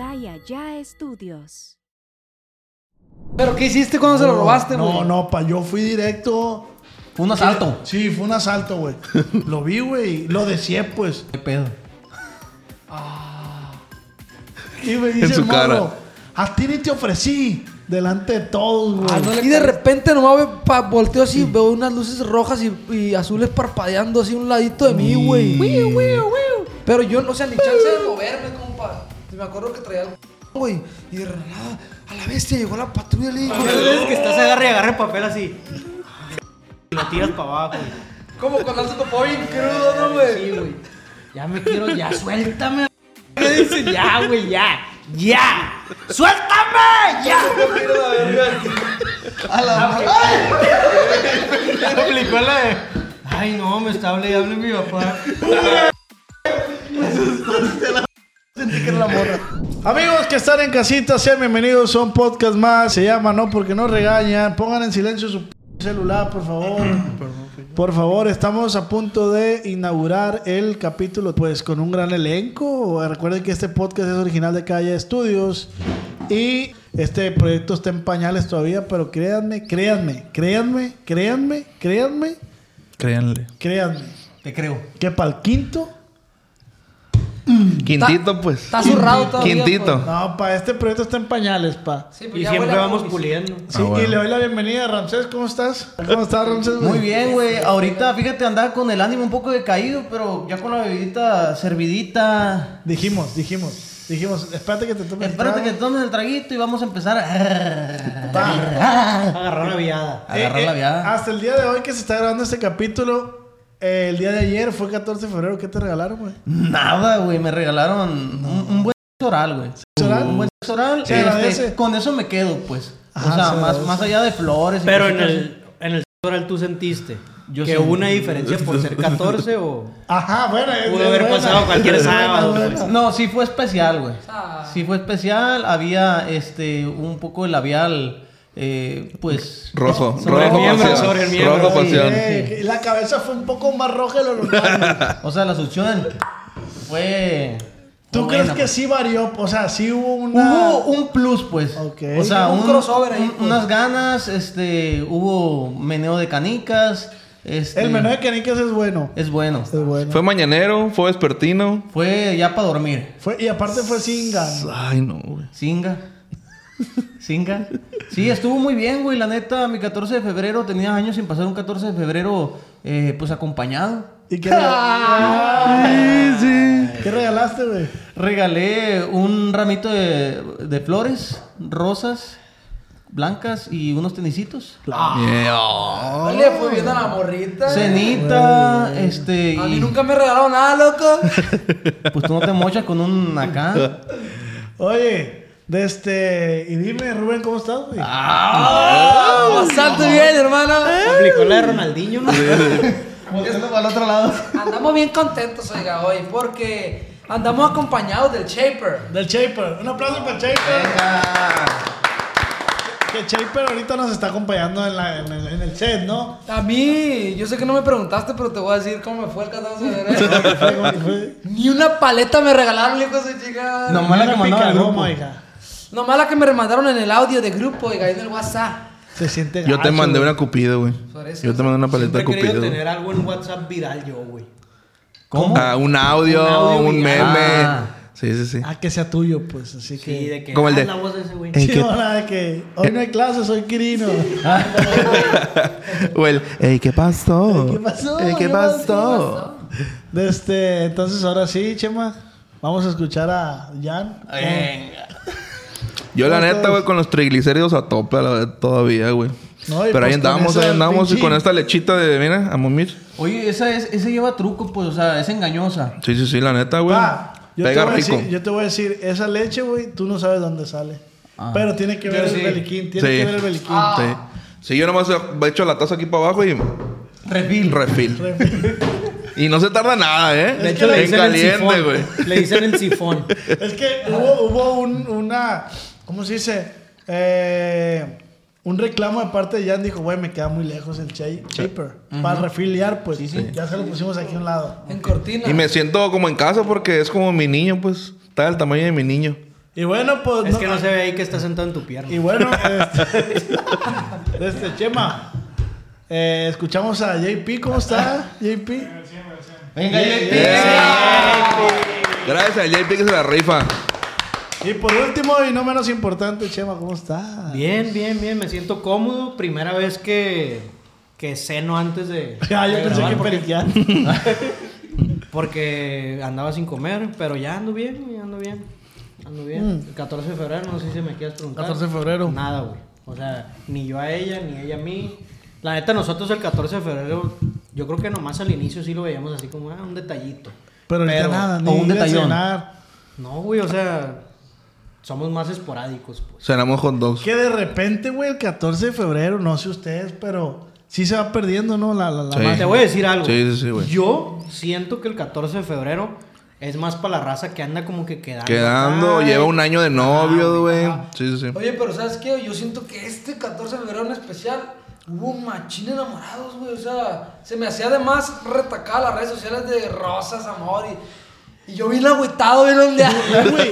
Allá Estudios. ¿Pero qué hiciste cuando se lo robaste, güey? No, no, pa, yo fui directo. Fue un asalto. Sí, fue un asalto, güey. lo vi, güey. y Lo deseé, pues. ¿Qué pedo? Y me dice En su el morro, cara. A ti ni te ofrecí. Delante de todos, güey. Ah, no le- y de repente nomás ve- pa- volteo así, veo unas luces rojas y, y azules parpadeando así a un ladito de mí, güey. Pero yo, o sea, ni chance de moverme, compa. Y Me acuerdo que traía algo, güey. Y de nada, a la bestia llegó la patrulla y le dijo, Es que estás agarre y agarre papel así. Y lo tiras para abajo. como cuando se topó bien crudo, ¿no, güey? Sí, güey. Ya me quiero, ya suéltame. Me dicen, ya, güey, ya. ¡Ya! ¡Suéltame! ¡Ya! A la madre. Aplicó la de. Ay, no, me está hablando y hable mi papá. Amigos que están en casita, sean bienvenidos a un podcast más. Se llama No Porque No Regañan. Pongan en silencio su p- celular, por favor. Por favor, estamos a punto de inaugurar el capítulo, pues con un gran elenco. Recuerden que este podcast es original de Calle Estudios y este proyecto está en pañales todavía, pero créanme, créanme, créanme, créanme, créanme, Créanle. créanme, Te creo. que para el quinto Quintito, pues. Está zurrado todavía. Quintito. No, pa, este proyecto está en pañales, pa. pues. Sí, pues Y ya siempre huele a vamos pubis. puliendo. Sí, Ah, bueno. y le doy la bienvenida a Ramsés, ¿cómo estás? ¿Cómo estás, Ramsés? Muy güey? bien, güey. Ahorita, fíjate, andaba con el ánimo un poco decaído, pero ya con la bebidita servidita. Dijimos, dijimos, dijimos, espérate que te tomes. el Espérate que trago. tomes el traguito y vamos a empezar a... Agarrar una viada. ah. Eh, Agarrar eh, la viada. Hasta el día de hoy que se está grabando este capítulo, eh, el día de ayer fue 14 de febrero, ¿qué te regalaron, güey? Nada, güey. Me regalaron un, un buen oral, güey. oral? Un buen oral. Se este, agradece. con eso me quedo, pues. Pues, Ajá, o se sea, más, agradece. más allá de flores. y Pero en cositas el, en el oral tú sentiste Yo que sentí. hubo una diferencia por ser 14 o Ajá, bueno. es- pudo es haber buena. pasado cualquier sábado. buena. pues. así. No, sí fue especial, güey. Ah. Sí fue especial. Había, este, un poco de labial, eh, pues... Rojo. sobre el rojo miembro, pasión. sobre el miembro, rojo sí. pasión. Eh, la cabeza fue un poco más roja de lo normal. güey. O sea, la succión fue... ¿Tú fue crees buena, que sí varió? O sea, sí hubo una. pues. Hubo un plus, pues. Ok. O sea, Un un- crossover ahí, un- pues. unas ganas, este, hubo meneo de canicas. Este, El menú de canicas es bueno. es bueno. Es bueno. Fue mañanero, fue vespertino. Fue ya para dormir. Fue- y aparte fue sin ganas. Ay, no, güey. Singa. Singa. Sí, estuvo muy bien, güey. La neta, mi 14 de febrero tenía años sin pasar un 14 de febrero, eh, pues acompañado. ¿Y qué, regal- ¿Qué regalaste, güey? Regalé un ramito de, de flores, rosas, blancas y unos tenisitos. Yeah, oh. Le fue bien a la morrita. güey. Cenita, este. A y- mí nunca me regalaron nada, loco. Pues tú no te mochas con un acá. Oye, de este. Y dime, Rubén, ¿cómo estás, güey? Bastante bien, hermano. Aplicó la de Ronaldinho, ¿no? Esto para el otro lado. Andamos bien contentos, oiga, hoy, porque andamos acompañados del Shaper. Del Shaper. Un aplauso para el Shaper. Que Shaper ahorita nos está acompañando en, la- en el, en el set, ¿no? A mí, yo sé que no me preguntaste, pero te voy a decir cómo me fue el 14 de ¿Cómo febrero. te fue? ¿Cómo te fue? Ni una paleta me regalaron, hijo de su chica. No. Nomás la Una que mandaba al picaroma, grupo. hija. Nomás la que me mandaron en el audio de grupo, oiga, ahí en el WhatsApp. Se siente Yo te gacho, mandé güey. una cupido, güey. Parece. Yo te mandé una paleta Siempre de he querido cupido. tener algo en WhatsApp viral yo, güey. ¿Cómo? Ah, un audio, Un audio un, viral. meme. Ah. Sí, sí, sí. Ah, que sea tuyo, pues. Así que. Sí, de que Como el ah, de- Eh, la voz de ese güey. ¿En Sí, qué- hola, de que hoy no hay clases, soy Quirino. Ah, O el, ey, ¿qué pasó? ¿Qué pasó? Ey, ¿qué pasó? De este, entonces ahora sí, Chema, vamos a escuchar a Jan. Eh, Yo la ¿Cómo neta, estás? güey, con los triglicéridos a tope a la vez todavía, güey. No, y Pero pues con ahí andábamos, esa ahí andábamos y pinche- con esta lechita de, mira, a momir. Oye, esa es, esa lleva truco, pues, o sea, es engañosa. Sí, sí, sí, la neta, güey. Pa, yo, te Pega voy a rico. decir, yo te voy a decir, esa leche, güey, tú no sabes dónde sale. Ah. Pero tiene que ver Yo el sí. beliquín, tiene Sí. Ah. que ver el beliquín. Sí. Sí, yo nomás echo la taza aquí para abajo y Refil. refil. Re- Y no se tarda nada, ¿eh? De hecho, le en dicen el caliente, sifón. güey. Le dicen el sifón. Es que hubo, hubo un- una, ¿cómo se dice? Eh, un reclamo de parte de Jan dijo, güey, me queda muy lejos el Che- Shaper. Para refiliar, pues. Ya se lo pusimos aquí a un lado. En cortina. Y me siento como en casa porque es como mi niño, pues. Está del tamaño de mi niño. Y bueno, pues. Es que no se ve ahí que está sentado en tu pierna. Y bueno, este, este, Chema, eh, escuchamos a JP, ¿cómo está JP? Venga, JP. Gracias a JP que se la rifa. Y por último y no menos importante, Chema, ¿cómo está? Bien, bien, bien. Me siento cómodo. Primera vez que, que ceno antes de. Ah, yo de pensé grabar, que porque- periquear. Porque andaba sin comer, pero ya ando bien, güey, ando bien. Ando bien. El 14 de febrero, no sé si me quieres preguntar. 14 Mm. de febrero. Nada, güey. O sea, ni yo a ella, ni ella a mí. La neta, nosotros el 14 de febrero, yo creo que nomás al inicio sí lo veíamos así como, ah, un detallito. Pero ahorita nada, ni o un ir a detallón. cenar. No, güey, o sea, somos más esporádicos, pues. Cenamos hot dogs. Que de repente, güey, el 14 de febrero, no sé ustedes, pero sí se va perdiendo, ¿no? La, la, la Sí. magia. Te voy a decir algo. Sí, sí, sí, güey. Yo siento que el 14 de febrero es más para la raza que anda como que quedando. Quedando, Ay, lleva un año de novio, güey. ajá. Sí, sí, sí. Oye, pero ¿sabes qué? Yo siento que este 14 de febrero en especial hubo un machín de enamorados, güey. O sea, se me hacía además retacar las redes sociales de rosas, amor. Y, y yo bien agüitado, bien ondeado. Güey,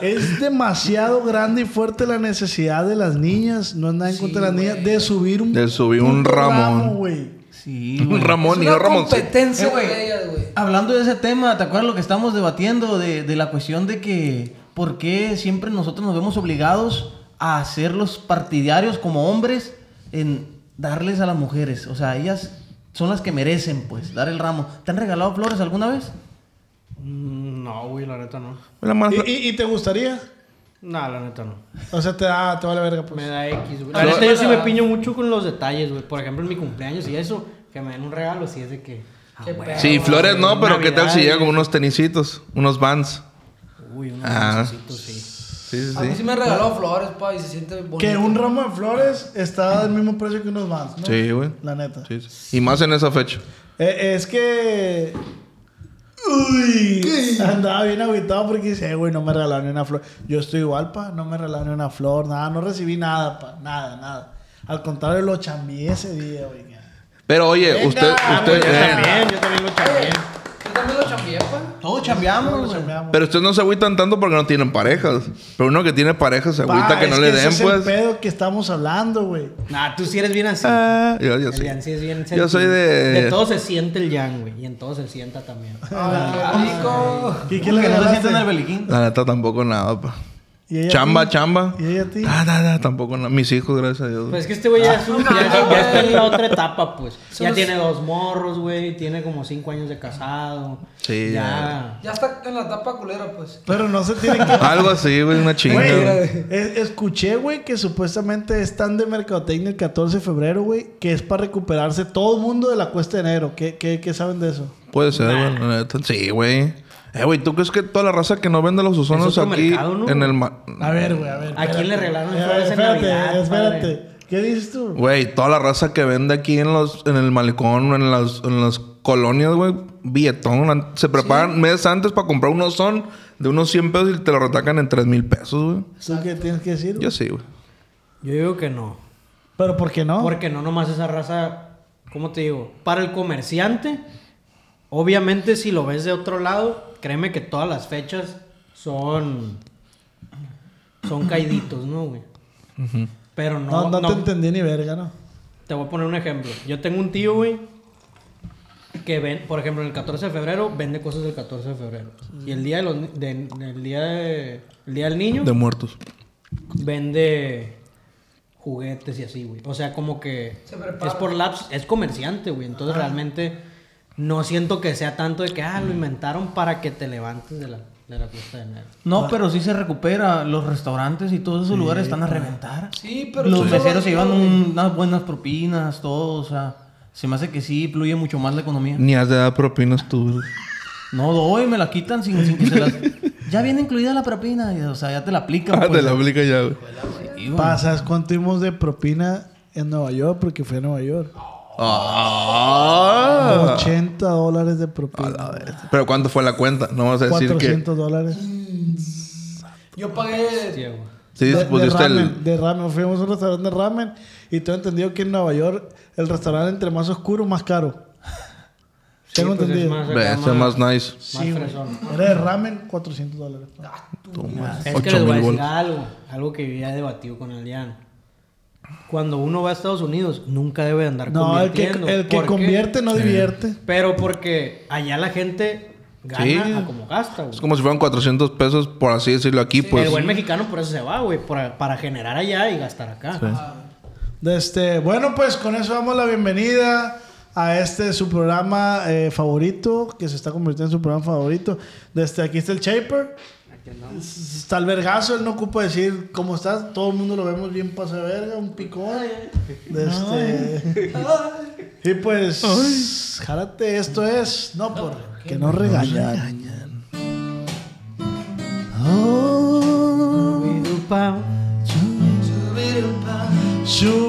es demasiado grande y fuerte la necesidad de las niñas, no es nada en Sí, contra de las niñas, güey. de subir un De subir un puto Ramón. güey. Sí, Un güey. es Ramón, y una yo Ramón. sí. competencia Eh, güey. entre ellas, güey. Hablando de ese tema, ¿te acuerdas lo que estamos debatiendo de, de la cuestión de que por qué siempre nosotros nos vemos obligados a ser los partidarios como hombres en darles a las mujeres? O sea, ellas son las que merecen, pues, dar el ramo. ¿Te han regalado flores alguna vez? Mm, No, güey, la neta no. La más- ¿Y, y, y te gustaría? No, la neta no. O sea, te da, te vale verga, pues. Me da X, güey. Ah, La neta, no. yo sí me piño mucho con los detalles, güey. Por ejemplo, en mi cumpleaños y eso, que me den un regalo, si es de que. ah, Qué güey, Sí, Ah, flores no, pero ¿qué tal si Navidad, llega con unos tenisitos? Unos vans. Uy, unos Ah. dulcecitos, sí. Sí, A mí sí, sí sí. me regaló flores, pa, y se siente bonito. Que un ramo de flores está al mismo precio que unos vans, ¿no? Sí, güey. La neta. Sí, sí. Y más en esa fecha. Eh, es que. Uy, andaba bien agüitado porque dice, "Eh, güey, no me regalaron ni una flor. Yo estoy igual, pa, no me regalaron ni una flor, nada, no recibí nada, pa, nada, nada. Al contrario, lo chambié ese día, güey. Pero oye, Venga, usted, usted, pues, Ah, Yo eh, también, yo también lo Oye, chambeé. Yo también lo chambié, pa. Todos chambeamos, Lo güey. chambeamos. pero ustedes no se agüitan tanto porque no tienen parejas. Pero uno que tiene pareja se agüita Pa, que no es le ese den, es el pues. pedo que estamos hablando, güey. Nah, tú sí eres bien así. Ah, yo, yo El sí. Yan sí es bien Yo soy de- De todo se siente el Yan, güey. Y en todo se sienta también. Ah, eh, Ay, rico. ¿Y Que quién no le se sientan regalaste? el beliquín. La neta tampoco nada, pa. ¿Y ella a Chamba, ti? chamba. ¿Y ella a ti? Ah, nada, tampoco nada. Mis hijos, gracias a Dios. Pues es que este güey ya, es un- ya, mames, ya está en la güey. otra etapa, pues. Ya Somos- tiene dos morros, güey. Tiene como cinco años de casado. Sí, Ya. Ya está en la etapa culera, pues. Pero no se tiene que Algo así, güey, una chinga. Güey, güey. es- escuché, güey, que supuestamente están de mercadotecnia el 14 de febrero, güey, que es para recuperarse todo el mundo de la cuesta de enero. ¿Qué, qué, qué saben de eso? Puede ser, güey. la neta. Sí, güey. Eh, güey, ¿tú crees que toda la raza que no vende los Es usonos otro aquí mercado, ¿no? en el ma- A ver, güey, a ver. ¿A quién le regalaron flores en espérate, Navidad, espérate. padre? ¿Qué dices tú? Güey, toda la raza que vende aquí en los en el malecón, en las, en las colonias, güey, billetón. an- Se preparan meses antes para comprar unos son de unos 100 pesos y te lo retacan en 3 mil pesos, güey. ¿Tú qué tienes que decir? Yo sí, güey. Yo digo que no. Pero ¿por qué no? Porque no nomás esa raza, ¿cómo te digo? Para el comerciante, obviamente si lo ves de otro lado, créeme que todas las fechas son son caiditos, ¿no, güey? Pero no, no, no, no- te entendí ni verga, ¿no? te voy a poner un ejemplo. Yo tengo un tío, güey, que ven, por ejemplo, el 14 de febrero vende cosas del 14 de febrero. Y el día de los ni- de- el día de- el día del niño De muertos. vende juguetes y así, güey. O sea, como que Se prepara. es por laps, es comerciante, güey. Entonces realmente no siento que sea tanto de que ah, lo inventaron para que te levantes de la, de la cuesta de enero. No, Ah. pero sí se recupera. Los restaurantes y todos esos lugares están a reventar. Sí, pero... los tú meseros se solo- llevan un- unas buenas propinas, todo, o sea, se me hace que sí fluye mucho más la economía. Ni has de dar propinas tú, güey. No doy, me la quitan sin, sin que se las... Ya viene incluida la propina, y, o sea, ya te la aplican. Ah, pues. te la aplica ya, güey. Sí, güey. ¿Pasas cuánto tuvimos de propina en Nueva York? Porque fui a Nueva York. Ah. 80 dólares de propina. Pero ¿cuánto fue la cuenta? No vas a decir que... 400 dólares. Yo pagué... Sí, güey. Sí, de, de pusiste ramen, el... de ramen. Fuimos a un restaurante de ramen y tengo entendido que en Nueva York el restaurante entre más oscuro, más caro. Tengo pues es entendido. más Ve, acá, ese más- más nice. Sí, güey. fresón. Ah, Era de ramen, 400 dólares. Toma. Es que 8 les voy a mil decir ah. volts. algo, algo que yo ya he debatido con Adrián. Cuando uno va a Estados Unidos, nunca debe de andar No, el que, convirtiendo. el que ¿Por qué? convierte no divierte. Pero porque allá la gente gana Sí. a como gasta, güey. Es como si fueran 400 pesos, por así decirlo, aquí, pues. el buen mexicano por eso se va, güey, para, para generar allá y gastar acá. Este, bueno, pues con eso damos la bienvenida a este su programa eh, favorito, que se está convirtiendo en su programa favorito. Desde aquí está el Shaper. S- Está el vergazo, él no ocupa decir cómo está, todo el mundo lo vemos bien pasa de verga, un picón. De este- Y pues, jálate, esto es, no por que no regañan.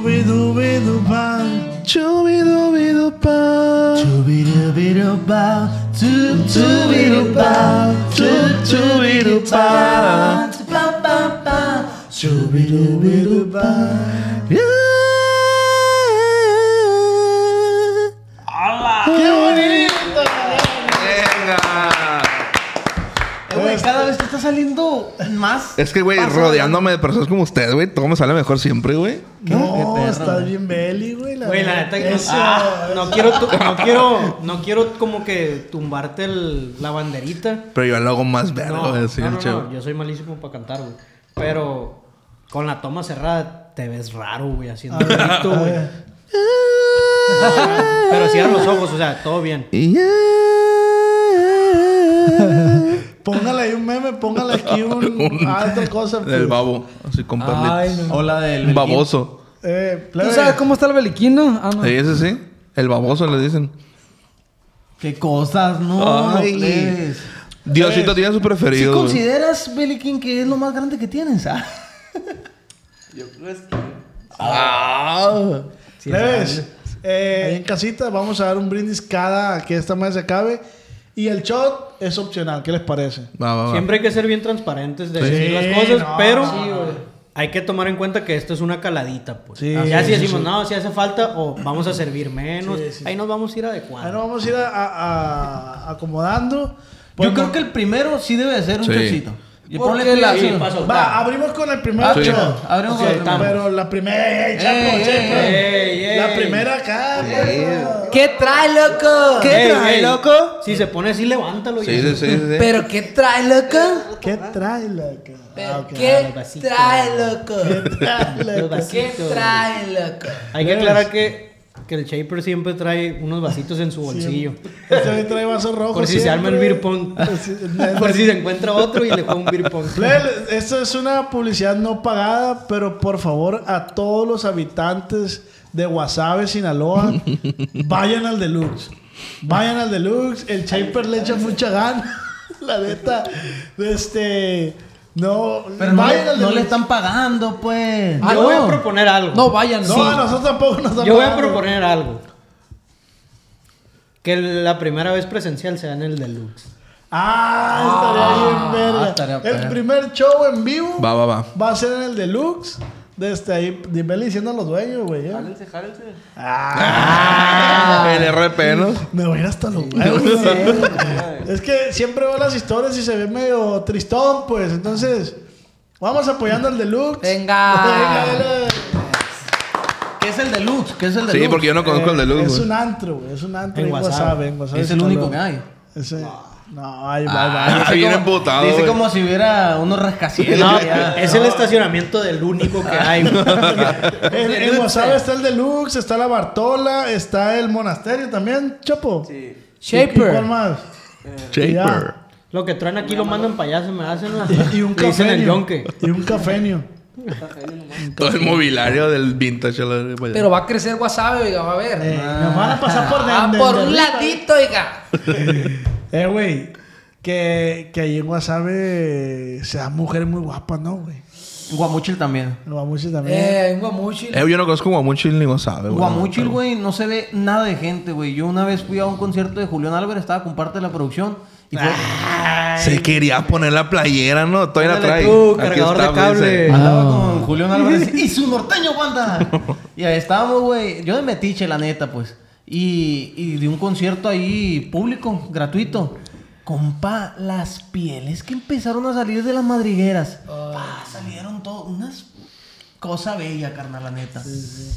Chubidubiduba, chubidubiduba, chubidubiduba, chub, chubiduba, chub, chubiduba, chubidubiduba. ¡Venga! Eh, güey, cada vez te está saliendo más. Es que, güey, paso rodeándome de personas como ustedes, güey, todo me sale mejor siempre, güey. No, Qué perro, estás güey. bien belly, güey. la Güey, la neta que no, Eso. ah, no quiero, tu- no quiero, no quiero como que tumbarte el- la banderita. Pero yo lo hago más verga, No, güey, así, no, no, el chavo. no, yo soy malísimo para cantar, güey. Pero con la toma cerrada te ves raro, güey, haciendo el grito, güey. Pero cierra los ojos, o sea, todo bien. Póngale ahí un meme, póngale aquí un alto cosa. Del pues. babo, así con Ay, perlitas. grande. O la del. Un baboso. Eh, ¿Tú plebe. sabes cómo está el beliquino? Ah, no. Sí, ese sí. El baboso le dicen. Qué cosas, no. Ay. plebes. Diosito tiene su Eh, ¿Sí preferido. güey. consideras, Beliquín, que es lo más grande que tienes? ah? Ah. Plebes, eh, ahí en casita vamos a dar un brindis cada que esta mesa se acabe. Y el shot es opcional. ¿Qué les parece? Va, va, va. Siempre hay que ser bien transparentes de Sí, decir las cosas, no, pero sí, güey. hay que tomar en cuenta que esto es una caladita, pues. Sí, ya sí, si sí, decimos, sí. no, si hace falta, o vamos a servir menos, Sí, Ah, sí, ahí nos vamos a ir Ahí adecuando. nos vamos a ir a- a- a- acomodando. Pues Yo creo que el primero sí debe de ser un Sí. chocito. Y ponle Porque la- cuidado. Sí, paso. Va, abrimos con el primer Ah, sí. shot. Abrimos Ok, con el primero. Pero la primera. ey, chapo, Ey, chapo. ey, ey, ey. La primera acá. pues. porfa. ¿Qué trae, loco? Ey, trae, ey, loco? Si se pone así, levántalo. Sí, sí, sí. sí. ¿Pero qué trae, loco? ¿Qué trae la acá? Ah, ¿Pero ok. ¿Qué los vasitos. trae, loco? ¿Qué trae la acá? ¿Qué trae, loco? Hay que aclarar que, que el Shaper siempre trae unos vasitos en su bolsillo. Este me trae vaso rojo. Por si se arma el siempre. beer pong. Sí, Por si se encuentra otro y le juega un beer pong. Lel, esta es una publicidad no pagada, pero por favor a todos los habitantes de Guasave, Sinaloa, vayan al deluxe. Vayan al deluxe. El Chaper le echa mucha gana. La neta. Este. No. Pero no, vayan le, al no le Deluxe. están pagando, pues. Yo Ah, no. voy a proponer algo. No, vayan. No, a nosotros tampoco nos están Yo voy a pagando. proponer algo. Que la primera vez presencial sea en el deluxe. Ah, estaría bien, verga. estaría el perro. primer show en vivo Va, va, va. va a ser en el deluxe. Desde ahí, dime diciendo a los dueños, güey. ¿eh? Ah, Ah. El RP, ¿no? Me voy a ir hasta los huevos. es que siempre veo las historias y se ve medio tristón, pues. Entonces, vamos apoyando al deluxe. Venga. Venga, ¿Qué es el deluxe? ¿Qué es el deluxe? Sí, porque yo no conozco el dale. deluxe, es güey. un antro, güey. Es un antro En en Guasave. WhatsApp. en Guasave, Es el Sinaloa. único que hay. Ese- No, ay, bye, bye. Ah, bien emputado, Dice güey. como si hubiera unos rascacielos. No, ya. es el estacionamiento del único que hay. güey. En, en Deluxe. WhatsApp está el deluxe, está la Bartola, está el monasterio también, Chopo. Sí. ¿Y cuál Shaper. más? Shaper. Ya. Lo que traen aquí lo mandan para allá, se me hacen. ¿no? Y, y un Le dicen el cafenio. yonque. Y un cafenio. Todo el mobiliario del vintage. la- Pero va a crecer wasabi, oiga, va a ver. Eh, nos van a pasar por Ah, dentro. por un ladito, oiga. Eh, güey, que, que ahí en Guasave se dan mujeres muy guapas, ¿no, güey? Guamuchil también. En Guamuchi también. Eh, un guamuchi. Eh, yo no conozco Guamuchil ni Guasave, güey. Guamuchil, güey, no se ve nada de gente, güey. Yo una vez fui a un concierto de Julián Álvarez, estaba con parte de la producción. Y fue... Se quería poner la playera, ¿no? Todavía la Ándale trae. tú, Aquí cargador de está, me dice. cable. Andaba con Julián Álvarez y su norteño banda. y ahí estábamos, güey. Yo de metiche, la neta, pues. y, y de un concierto ahí público, gratuito. Compa, las pieles que empezaron a salir de las madrigueras. Pa, salieron todas unas cosa bella, carnal, la neta.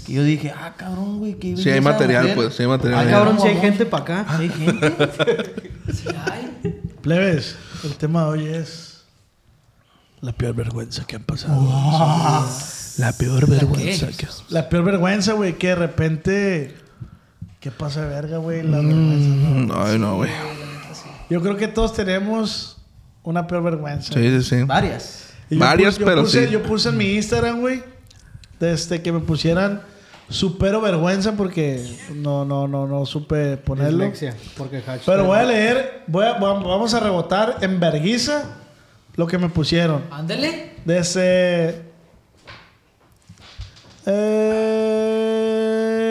Y yo dije, ah, cabrón, güey, qué Sí, hay belleza de material, mujer. pues, sí hay material. Ah, ahí. cabrón, si hay Vamos. gente para acá. Ah, hay gente. Plebes, el tema de hoy es la peor vergüenza que han pasado. La peor vergüenza que La peor vergüenza, güey, que de repente... ¿Qué pasa de verga, güey? La vergüenza. Mm, Ay, no, güey. Yo creo que todos tenemos una peor vergüenza. Sí, sí, sí. Varias. Y yo Varias, pu- yo pero puse- sí. Yo puse en mi Instagram, güey, desde que me pusieran supero vergüenza porque no, no, no, no supe ponerlo. Dislexia, porque hashtag- Pero voy a leer, voy a- va- vamos a rebotar en verguiza lo que me pusieron. este, Ándale. Desde...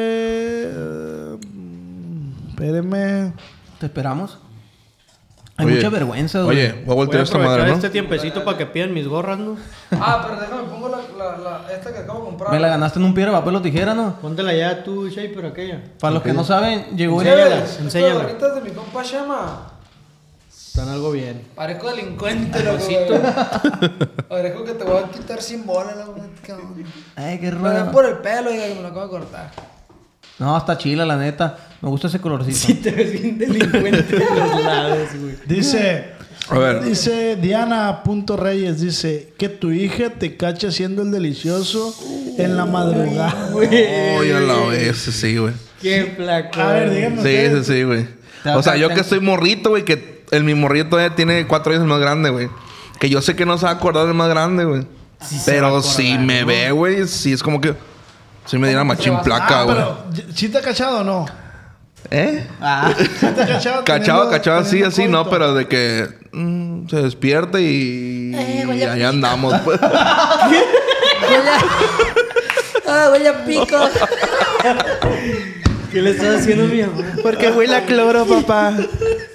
Eh, mm, espérenme. Te esperamos. Hay Oye, mucha vergüenza, güey. Oye, voy a Voy a voltear esta aprovechar madre, ¿no? este tiempecito para que pidan mis gorras, ¿no? Ah, pero déjame pongo la, la, la- esta que acabo de comprar. Me la ganaste en un piedra, papel o tijera, ¿no? Póntela ya tú, Shay, pero aquella. Para los que no saben, llegó Sí, el... Enséñala, estas enséñala. gorritas de mi compa Shema. Están algo bien. Parezco delincuente, loco. güey. Parezco que te voy a quitar sin bola, loco. cabrón. Ay, qué Lo ven raro. por el pelo, diga que me lo acabo de cortar. No, está chila, la neta. Me gusta ese colorcito. Te ves bien delincuente de los lados, güey. Dice, A ver. dice Diana Punto Reyes, dice que tu hija te cache haciendo el delicioso en la madrugada. este Oye, a la vez, sí, güey. Qué flaco. A ver, díganme. Sí, ustedes. sí, sí, güey. Te O sea, vas a- yo te- que estoy morrito, güey, que el mi morrito eh, tiene cuatro años el más grande, güey. Que yo sé que no se va a acordar del más grande, güey. pero si me ve, güey, sí es como que. Si me diera machín placa, Ah, güey. pero, ¿sí te ha cachado o no? ¿Eh? Ah, ¿Sí te ha cachado? Cachado, teniendo- cachado, así, teniendo así, no, coito? pero de que mm, se despierta y, Eh, y allá andamos. pues. Ah, huele a pico. ¿Qué le estás haciendo a mi amor? Porque huele a cloro, papá.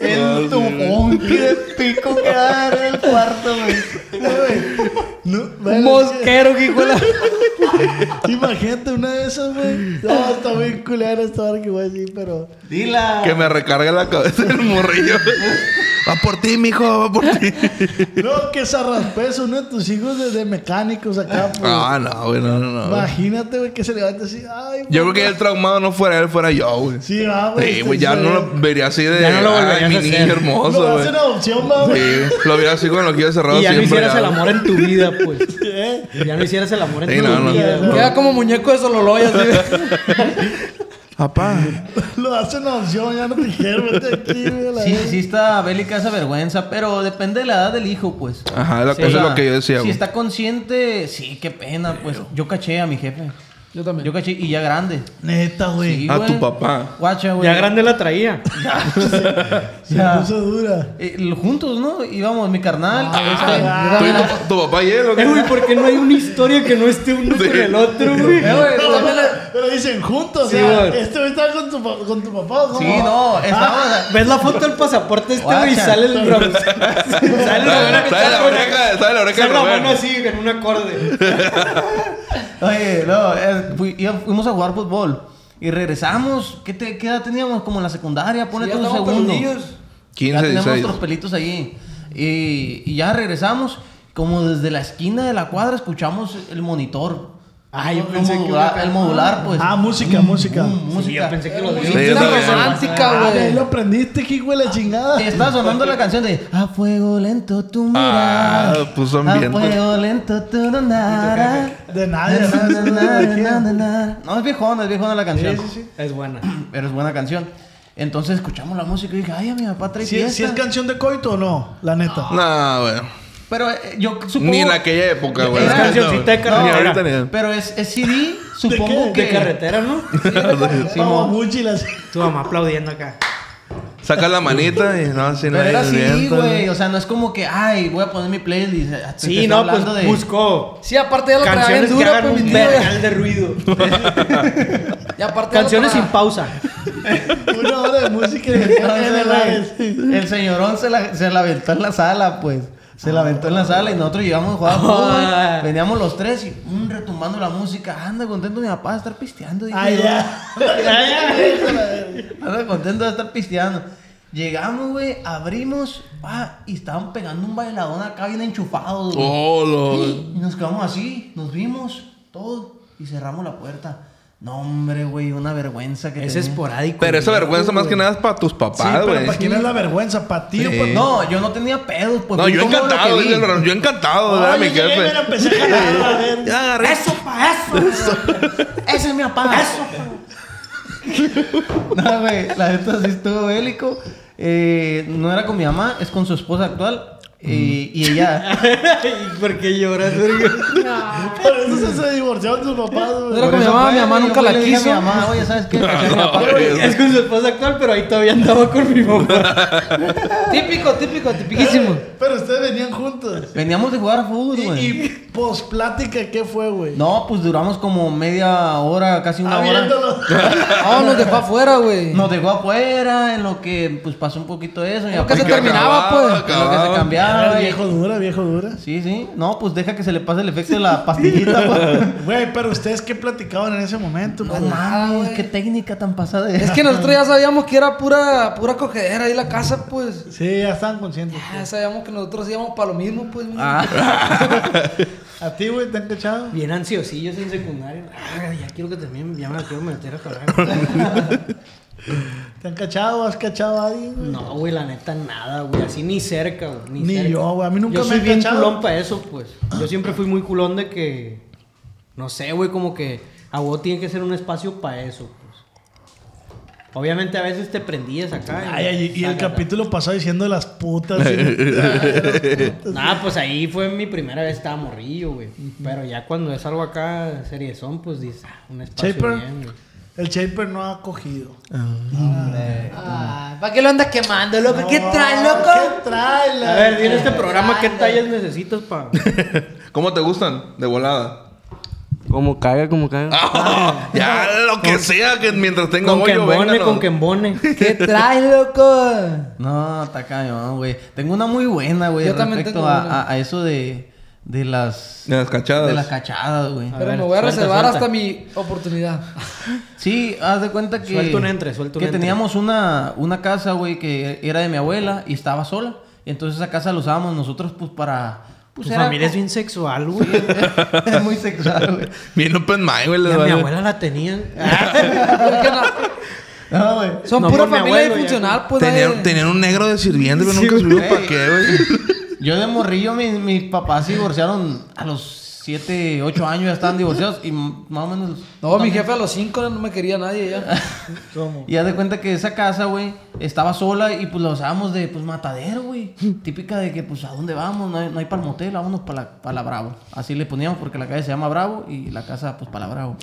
el tubón que de pico que da en el cuarto, güey. No, bueno, Mosquero, hijo de la... sí, Imagínate una de esas, güey. No, está bien culera esta hora que voy a decir, pero... Dila. que me recargue la cabeza el morrillo. va por ti, mijo, va por ti. No, que zarraspes uno de tus hijos de, de mecánicos acá, pues. Ah, no, güey, no, no, no. güey. Imagínate, güey, que se levanta así. Ay, Yo creo mamá. que el traumado no fuera él, fuera yo, güey. Sí, va, güey. Sí, güey, ya no lo vería así de. Ya no lo volverías Ay, mi a hacer. niño hermoso, Lo güey. vas en adopción, va, güey. Sí, lo vería así con los ojillos cerrados Y ya no siempre. hicieras ya, el güey. amor en tu vida, pues. ¿Eh? Ya no hicieras el amor en Sí, tu no, no. vida. güey. Queda como muñeco de sololoya, así. Papá. Lo hacen opción, ya no te quiero, vete aquí, güey. la Sí, verdad. sí está bélica esa vergüenza, pero depende de la edad del hijo, pues. Ajá, la- eso Sí, o es sea, lo que yo decía, Si güey. está consciente, sí, qué pena, pues. Yo caché a mi jefe. Yo también. Yo caché y ya grande. Neta, güey. Sí, A güey. tu papá. Guacha, güey. Ya grande la traía. Se Ya. puso dura. Eh, lo- juntos, ¿no? Íbamos, mi carnal. ¿Tú y tu, tu papá y él, ¿o qué? Eh, güey, ¿por qué no hay una historia que no esté uno con el otro, güey? Eh, güey, tú también le- Pero dicen juntos, Sí, o sea, güey. este güey estaba con tu, pa- con tu papá, ¿o cómo? Sí, no, estábamos. ¿Ves la foto del pasaporte este, güey? Y Guacha. sale el Robert. sale el Robert Sabe que sabe está la con- oreja, sabe la oreja Sale de la mano Robert. así, en un acorde. Oye, no, eh, fui- iba- fuimos a jugar fútbol y regresamos. ¿Qué, te, qué edad teníamos? Como en la secundaria, ponete ya un estamos segundo. peludillos. ya 15, tenemos 16. nuestros pelitos allí. Y, y ya regresamos. Como desde la esquina de la cuadra escuchamos el monitor. Ah, yo No, no pensé que modular- una- El modular, pues. Ah, música, música. Mm, música. Yo pensé que lo dio. Sí, Una está bien. romántica, Ah, de ahí güey. lo aprendiste, que hijo de Ah, la chingada. Y estaba sonando la canción de A fuego lento tu Ah, mirar. puso A ambiente. fuego lento tu nada. De nadie, de nadie, de nadie, de nadie. No, es viejona, es viejona la canción. Es buena. Pero es buena canción. Entonces escuchamos la música y dije, ay, a mi papá trae Si, fiesta. si es canción de coito o no, la neta. Nah, güey. Pero eh, yo supongo... Ni en aquella época, güey. Es cancioncita de No, carretera. Ni ahorita ni. Pero es, es CD, qué? supongo que... De carretera, ¿no? Sí, Papamuchi, la- Tu mamá aplaudiendo acá. Sacas la manita y no, así no Pero era el CD, viento. güey. O sea, no es como que, ay, voy a poner mi playlist. eh, te Sí, está no, pues hablando de- buscó Sí, aparte ya lo traía en canciones que dura, hagan pues, mi un tío. vergal de ruido. Y aparte ya lo Canciones sin traía- pausa. Una hora de música y de Entonces, en el aire. el señorón se la, se la aventó en la sala, pues. Se la aventó en la sala y nosotros llegamos a jugar fútbol. Ah. Veníamos los tres y mm, retumbando la música. Anda contento mi papá de estar pisteando. Ah, Ay, dije yo. ya. Anda contento de estar pisteando. Llegamos, güey, abrimos pa, y estaban pegando un bailadón acá bien enchufados, güey. Oh, lo. Y nos quedamos así, nos vimos, todo, y cerramos la puerta. No, hombre, güey, una vergüenza que Es tenía. esporádico. Pero esa güey. vergüenza más que nada es para tus Sí, papás, pero güey. ¿para quién es la vergüenza? ¿Para ti o Sí. para No, yo no tenía pedos. Pues, no, vi yo todo lo que encantado, vi. dice el Ron, yo encantado, Ah, ¿verdad, mi yo llegué y me la jefe? empecé a jalar, a ver. Ya agarré. Eso, pa, eso. Ese es mi papá. Eso, No, güey, la neta sí estuvo bélico. Eh, no era con mi mamá, es con su esposa actual. eh, Mm. y ella. ¿Y ¿Por qué lloras, verga? Por eso se- se divorciaron sus papás, No güey. era con mi Por eso mamá, fue, mi mamá yo nunca fui y la le dije a quiso. Mi mamá, oye, ¿sabes qué? Caché a mi papá. Es con su esposa actual, pero ahí todavía andaba con mi mamá. Típico, típico, tipiquísimo. Pero ustedes venían juntos. Veníamos de jugar fútbol, Y, güey. y posplática, ¿qué fue, güey? Ah, No, pues duramos como media hora, casi una hora. Habiéndolo. Ah, No, nos dejó afuera, güey. Nos dejó afuera, en lo que pues pasó un poquito eso. mi Lo papá- que se en lo terminaba, pues. que se cambiaba. Ah, y- viejo dura, viejo dura. Sí, sí. No, pues deja que se le pase el efecto de la pastillita. pa. Güey, pero ustedes qué platicaban en ese momento, No güey? mames, qué técnica tan pasada Ah, Es que nosotros ya sabíamos que era pura, pura cogedera ahí la casa, pues. Sí, ya estaban conscientes. Ya sabíamos que nosotros íbamos para lo mismo, pues. mijo. Ah, ¿A ti, güey, te han cachado? Bien ansiosillos en secundaria. Ah, ya quiero que también, ya me la quiero meter a cagar. ¿Te han cachado? ¿Has cachado a alguien, güey? No, güey, la neta, nada, güey. Así ni cerca, güey. Ni, Ni cerca. yo, güey. A mí nunca yo me soy han bien cachado. culón para eso, pues. Yo siempre fui muy culón de que. No sé, güey, como que a vos tiene que ser un espacio para eso, pues. Obviamente a veces te prendías acá. Ay, ay, y el Sácala. capítulo pasó diciendo las putas. y- Nah, pues ahí fue mi primera vez, estaba morrillo, güey. Pero ya cuando es algo acá, seriezón, pues dices, ah, un espacio Shaper. bien, güey. El Shaper no ha cogido. Ah, ¿Para qué lo andas quemando, loco? ¿Qué No, traes, loco? ¿Qué trae, la- A ver, dile este programa, ¿qué tallas necesitas para...? ¿Cómo te gustan? De volada. Como caiga, como caiga. Ah, ya lo que sea, que mientras tenga Con que hoyo, embone, venga. con que embone. ¿Qué traes, loco? no, está cañón, güey. Tengo una muy buena, güey, Yo también respecto tengo a, una. a- a eso de, de las... De las cachadas. De las cachadas, güey. A Pero ver, me voy a suelta, reservar suelta. hasta mi oportunidad. Sí, haz de cuenta que... Suelta un entre, suelta un Que entre. teníamos una, una casa, güey, que era de mi abuela y estaba sola. Y entonces esa casa la usábamos nosotros, pues, para... Pues Tu era- familia es bien sexual, güey. es muy sexual, güey. Bien open mind, güey. Y les a mi vale. abuela la tenían. Ah, No, güey. Son No, pura por mi familia abuelo, ya. disfuncional, pues. Tenían, eh. tenían un negro de sirviente, pero nunca supimos para qué, güey. Yo de morrillo, mi- mis, papás se divorciaron a los 7, 8 años, ya estaban divorciados y m- más o menos... No, mi jefe a los cinco no me quería nadie ya. Ah. Y haz de cuenta que esa casa, güey, estaba sola y pues la usábamos de, pues, matadero, güey. Típica de que, pues, ¿a dónde vamos? No hay, no hay para el motel, vámonos para la, pa' la Bravo. Así le poníamos porque la calle se llama Bravo y la casa, pues, para la Bravo.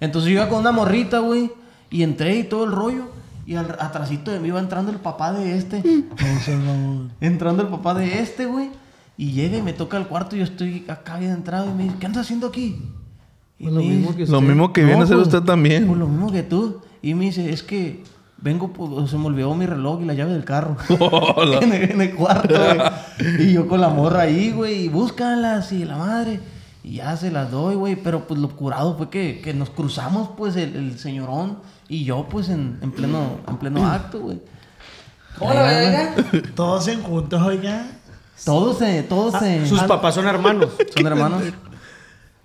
Entonces yo iba con una morrita, güey, y entré y todo el rollo. Y al, atrasito de mí iba entrando el papá de este. Entrando el papá de este, güey. Y llega y me toca al cuarto y yo estoy acá bien entrado y me dice, ¿qué andas haciendo aquí? Y me dice, Pues Lo mismo que viene a no, hacer pues, usted también. Pues lo mismo que tú. Y me dice, es que vengo, por- se me olvidó mi reloj y la llave del carro. Hola. en, el, en el cuarto, güey. Y yo con la morra ahí, güey, y búscalas y la madre. Y ya se las doy, güey. Pero pues lo curado fue que, que nos cruzamos, pues, el, el señorón y yo, pues, en, en pleno, en pleno acto, güey. ¿Cómo la verga? Todos en juntos, oiga. Todos se, todos se. Ah, Sus papás son hermanos. Son hermanos.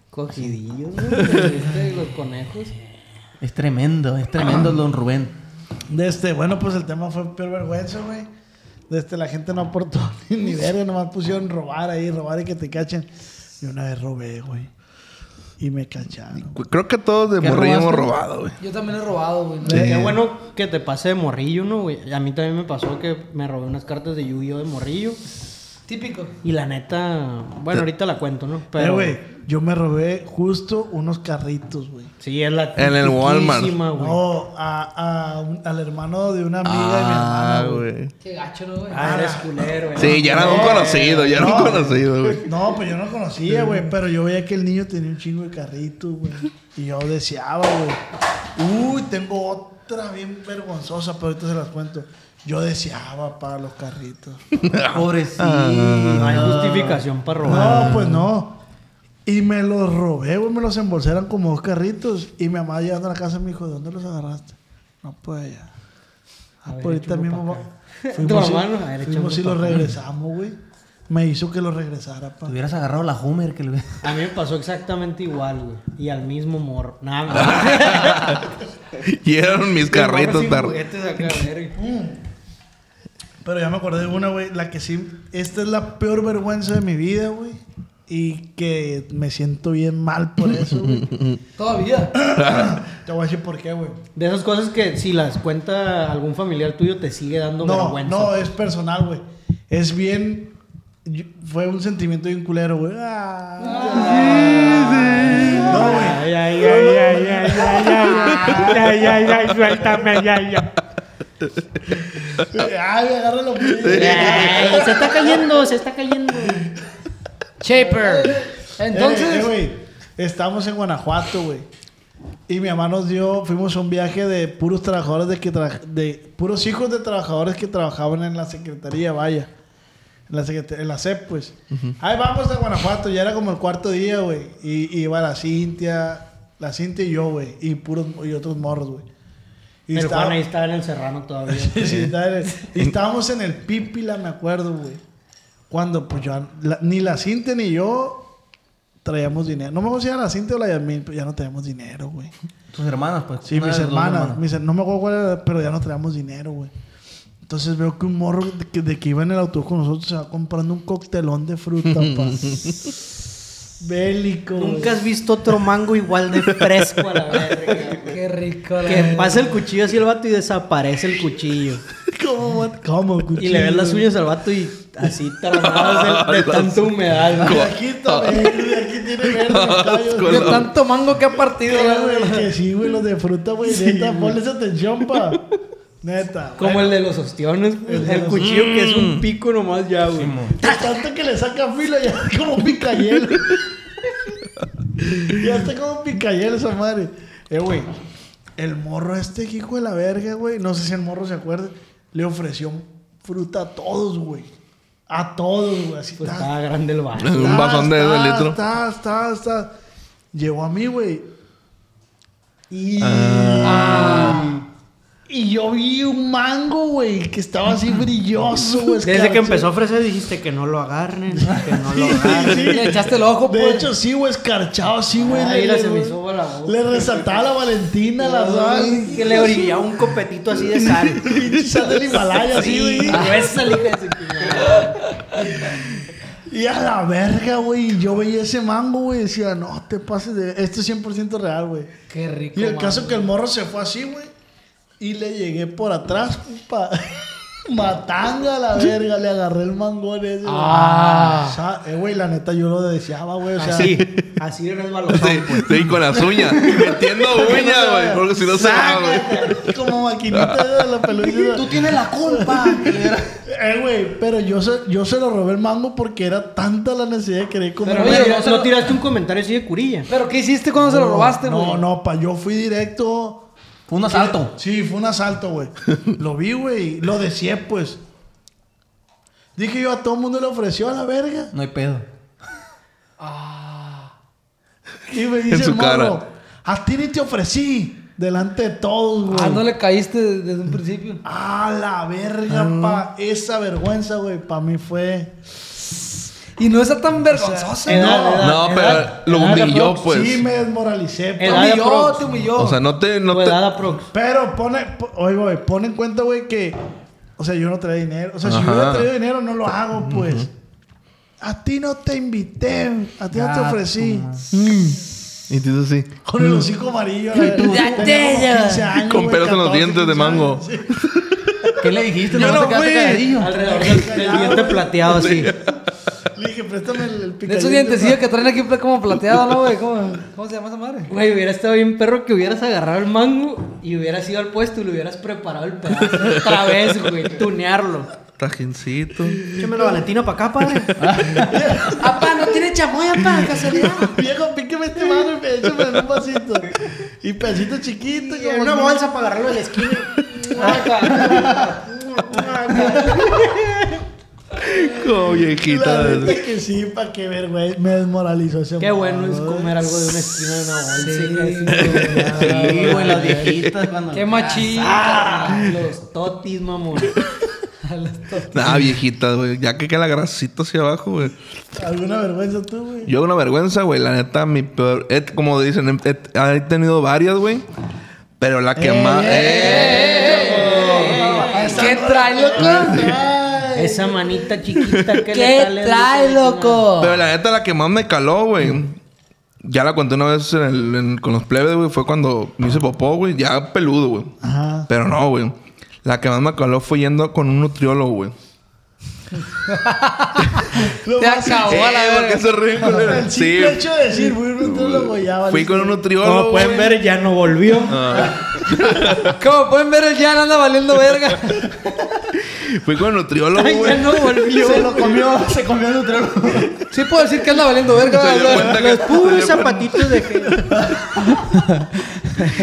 Cogidillos, güey. Los conejos. Es tremendo, es tremendo el don Rubén. De este, bueno, pues el tema fue peor vergüenza, güey. De este, la gente no aportó ni, ni verga, nomás pusieron robar ahí, robar y que te cachen. Y una vez robé, güey. Y me cacharon. Creo que todos de ¿Qué morrillo hemos robaste? robado, güey. Yo también he robado, güey. Qué bueno que te pase de morrillo, ¿no, güey? A mí también me pasó que me robé unas cartas de Yu-Gi-Oh de morrillo. Típico. Y la neta... Bueno, ahorita la cuento, ¿no? Pero, Eh, Eh, güey, yo me robé justo unos carritos, güey. Sí, es la En el Walmart. tipiquísima, Ah, güey. No, a, a un- al hermano de una amiga de mi Ah, hermana, güey. güey. Qué gacho, ¿no, güey? Ah, eres culero, güey. Sí, ya era un conocido, ya era un No. conocido, güey. No, pues yo no conocía, güey. Pero yo veía que el niño tenía un chingo de carritos, güey. Y yo deseaba, güey. Uy, tengo otra bien vergonzosa, pero ahorita se las cuento. Yo deseaba para los carritos. Pobrecito. Ah, No hay justificación para robar. No, pues no. Y me los robé, güey. Me los embolsaron como dos carritos. Y mi mamá llegando a la casa me dijo, ¿de dónde los agarraste? No, pues allá. Ah, pues ahorita mismo... va- Fuimos, Tu y, mamá, no, a ver, échame fuimos y uno los pa' acá. regresamos, güey. Me hizo que los regresara, Te pa. hubieras agarrado la Homer que le A mí me pasó exactamente igual, güey. Y al mismo morro. Nada, Y eran mis Ah. carritos, perro. Mm. Pero ya me acordé de una, güey. La que sí... Esta es la peor vergüenza de mi vida, güey. Y que me siento bien mal por eso, güey. Todavía. Te voy a decir por qué, güey. De esas cosas que si las cuenta algún familiar tuyo te sigue dando No, vergüenza. no, es personal, güey. Es bien. yo- Fue un sentimiento bien culero, güey. Ah. No, güey. Ay, ay, ay, ay, ay, ay, ay, ay, ay, ay, suéltame, ay, ay, ay. Ay, agárralo. güey. Ay, se está cayendo, se está cayendo. Shaper. Eh, eh, Entonces. güey, estamos en Guanajuato, güey. Y mi mamá nos dio, fuimos a un viaje de puros trabajadores de que tra- de puros hijos de trabajadores que trabajaban en la secretaría, vaya. En la, secreta- en la CEP, pues. Ahí vamos a Guanajuato, ya era como el cuarto día, güey. Y, y iba la Cintia, la Cintia y yo, güey. Y puros y otros morros, güey. Y El estaba- Juan ahí estaba en el serrano todavía. Sí, estaba en el- y estábamos en el Pípila, me acuerdo, güey. Cuando, pues yo, la- ni la Cintia ni yo traíamos dinero. No me acuerdo si era la Cintia o la Yasmin, pero ya no traíamos dinero, güey. Tus hermanas, pues. Sí, Una mis de las dos hermanas. mis her- no me acuerdo cuál era, pero ya no traíamos dinero, güey. Entonces veo que un morro de que, de que iba en el autobús con nosotros se va comprando un coctelón de fruta, pa. Bélico. güey. Nunca has visto otro mango igual de fresco a la verga. Qué rico. la Que verdad. pasa el cuchillo así el vato y desaparece el cuchillo. ¿Cómo, cómo, Y le ves las cuchillo? uñas al vato y así tramadas de, de tanta humedad. De güey. aquí está verde, de aquí tiene verde. callos. De tanto mango que ha partido. Sí, la güey, verdad. que sí, güey, los de fruta, güey. neta, ponles atención, pa. Neta. Como el de los ostiones, güey. El el, de los- cuchillo que es Mm. un pico nomás ya, güey. De tanto que le saca filo, ya es como picayelo. ya está como picayelo esa madre. Eh, güey. El morro este, hijo de la verga, güey. No sé si el morro se acuerda. Le ofreció fruta a todos, güey. A todos, güey. Así Pues tas, estaba grande el bar. Un vasón de- de litro. Ah, Está, está, está. Llegó a mí, güey. Y. Ah. Y yo vi un mango, güey, que estaba así brilloso, güey. Desde que escarcha- empezó a ofrecer dijiste que no lo agarren, que no lo agarren. Sí, Le echaste el ojo, De pues. hecho, sí, güey, escarchado así, güey. Ahí le- la le- se me hizo la boca. Le resaltaba la Valentina, la sal. Que le orillaba un copetito así de sal. Pinche sal del Himalaya, así, güey. gruesa la hija de su chingada. Y a la verga, güey. Yo veía ese mango, güey. y Decía, no, te pases de. Esto es 100% real, güey. Qué rico. Y el mango. caso que el morro se fue así, güey. Y le llegué por atrás, pa. Matanga a la verga, le agarré el mangón ese. güey. Ah. O sea, eh, güey, la neta yo lo deseaba, güey. O sea, Así, así era el balón. Sí, pues. sí, con las uñas. Metiendo uñas, güey. Porque si no se va, güey. como maquinita de la peluquera. Tú tienes la culpa. que le era- Eh, güey, pero yo se, yo se lo robé el mango porque era tanta la necesidad de querer comer. Pero Oye, oye, no no, se no lo- tiraste un comentario así de curilla. Pero ¿qué hiciste cuando se lo robaste, güey? no, no, pa, yo fui directo. Fue un asalto. Sí, fue un asalto, güey. Lo vi, güey. Lo deseé, pues. Dije yo, a todo el mundo le ofreció a la verga. No hay pedo. Y me dice En su el morro, cara. a ti ni te ofrecí. Delante de todos, güey. Ah, no le caíste desde un principio. A la verga, pa. Esa vergüenza, güey, pa' mí fue... Y no está tan vergonzosa, edad, ¿no? edad. No, pero lo edad, humilló, aprox. pues. Sí, me desmoralicé, Te pa. Edad humilló, aprox. te humilló. O sea, no te. No Tu te... edad aprox. Pero pone... po- Oye, güey, pon en cuenta, güey, que... O sea, yo no traía dinero. O sea, si Ajá. hubiera traído dinero, no lo hago, pues. A ti no te invité. A ti no te Gato, ofrecí. man. Mm. Y tú así. Con el hocico amarillo. la verdad. Ya Tenía te como ya. 15 años, Con güey, pelos en los 14, dientes de 15 años. mango. Sí. ¿Qué le dijiste? Yo Nomás no te quedaste fui. calladillo. Alrededor del, del diente plateado así. Le dije, préstame el, el De esos picadiente, dientecillos que traen aquí pues, como plateado, ¿no, güey? ¿Cómo, ¿Cómo se llama esa madre? Güey, hubiera estado bien perro que hubieras agarrado el mango y hubieras ido al puesto y le hubieras preparado el pedazo otra vez, güey. Tunearlo. Tajincito. Échame la Valentina para acá, padre. Papá, no tiene chamoy, papá, de casualidad. pa. Viejo, píqueme este mano y me- échame en un vasito. Y pedacito chiquito. como una no- bolsa para agarrarlo de la esquina. Como viejita. La neta güey. que sí, pa' qué vergüenza. Me desmoralizó ese Qué bueno es mamado, comer algo de una esquina de una bolsa. hija de su- Sí, güey, las viejitas cuando... Qué machista. A Los totis, mamón. A los totis. Nah, Ah, viejita, güey. Ya que queda la grasita hacia abajo, güey. güey. ¿Alguna vergüenza tú, güey? Yo una vergüenza, güey. La neta, mi peor... he- como dicen, he, he- he tenido varias, güey. Pero la Eh. que más... eh, ¿Qué trae, loco? Esa manita chiquita que le ¿Qué sale. trae, loco? Pero la neta, la que más me caló, güey. Ya la conté una vez en el- en- con los plebes, güey. Fue cuando me hice popó, güey. Ya peludo, güey. Ajá. Pero no, güey. La que más me caló fue yendo con un nutriólogo, güey. Te Ah, acabó a la Eh, ¿por qué verga. se ríen, culero? El Sí. simple hecho de decir, güey, no te lo voy a Fui con un nutriólogo, Como pueden güey. ver, ya no volvió. Como pueden ver, el Jan anda valiendo verga. Fui con un nutriólogo, Ay, ya güey. no volvió. Se lo comió, se comió el nutriólogo. Sí puedo decir que anda valiendo verga. Se dio cuenta que- se Puro dio cuenta- zapatito de gel.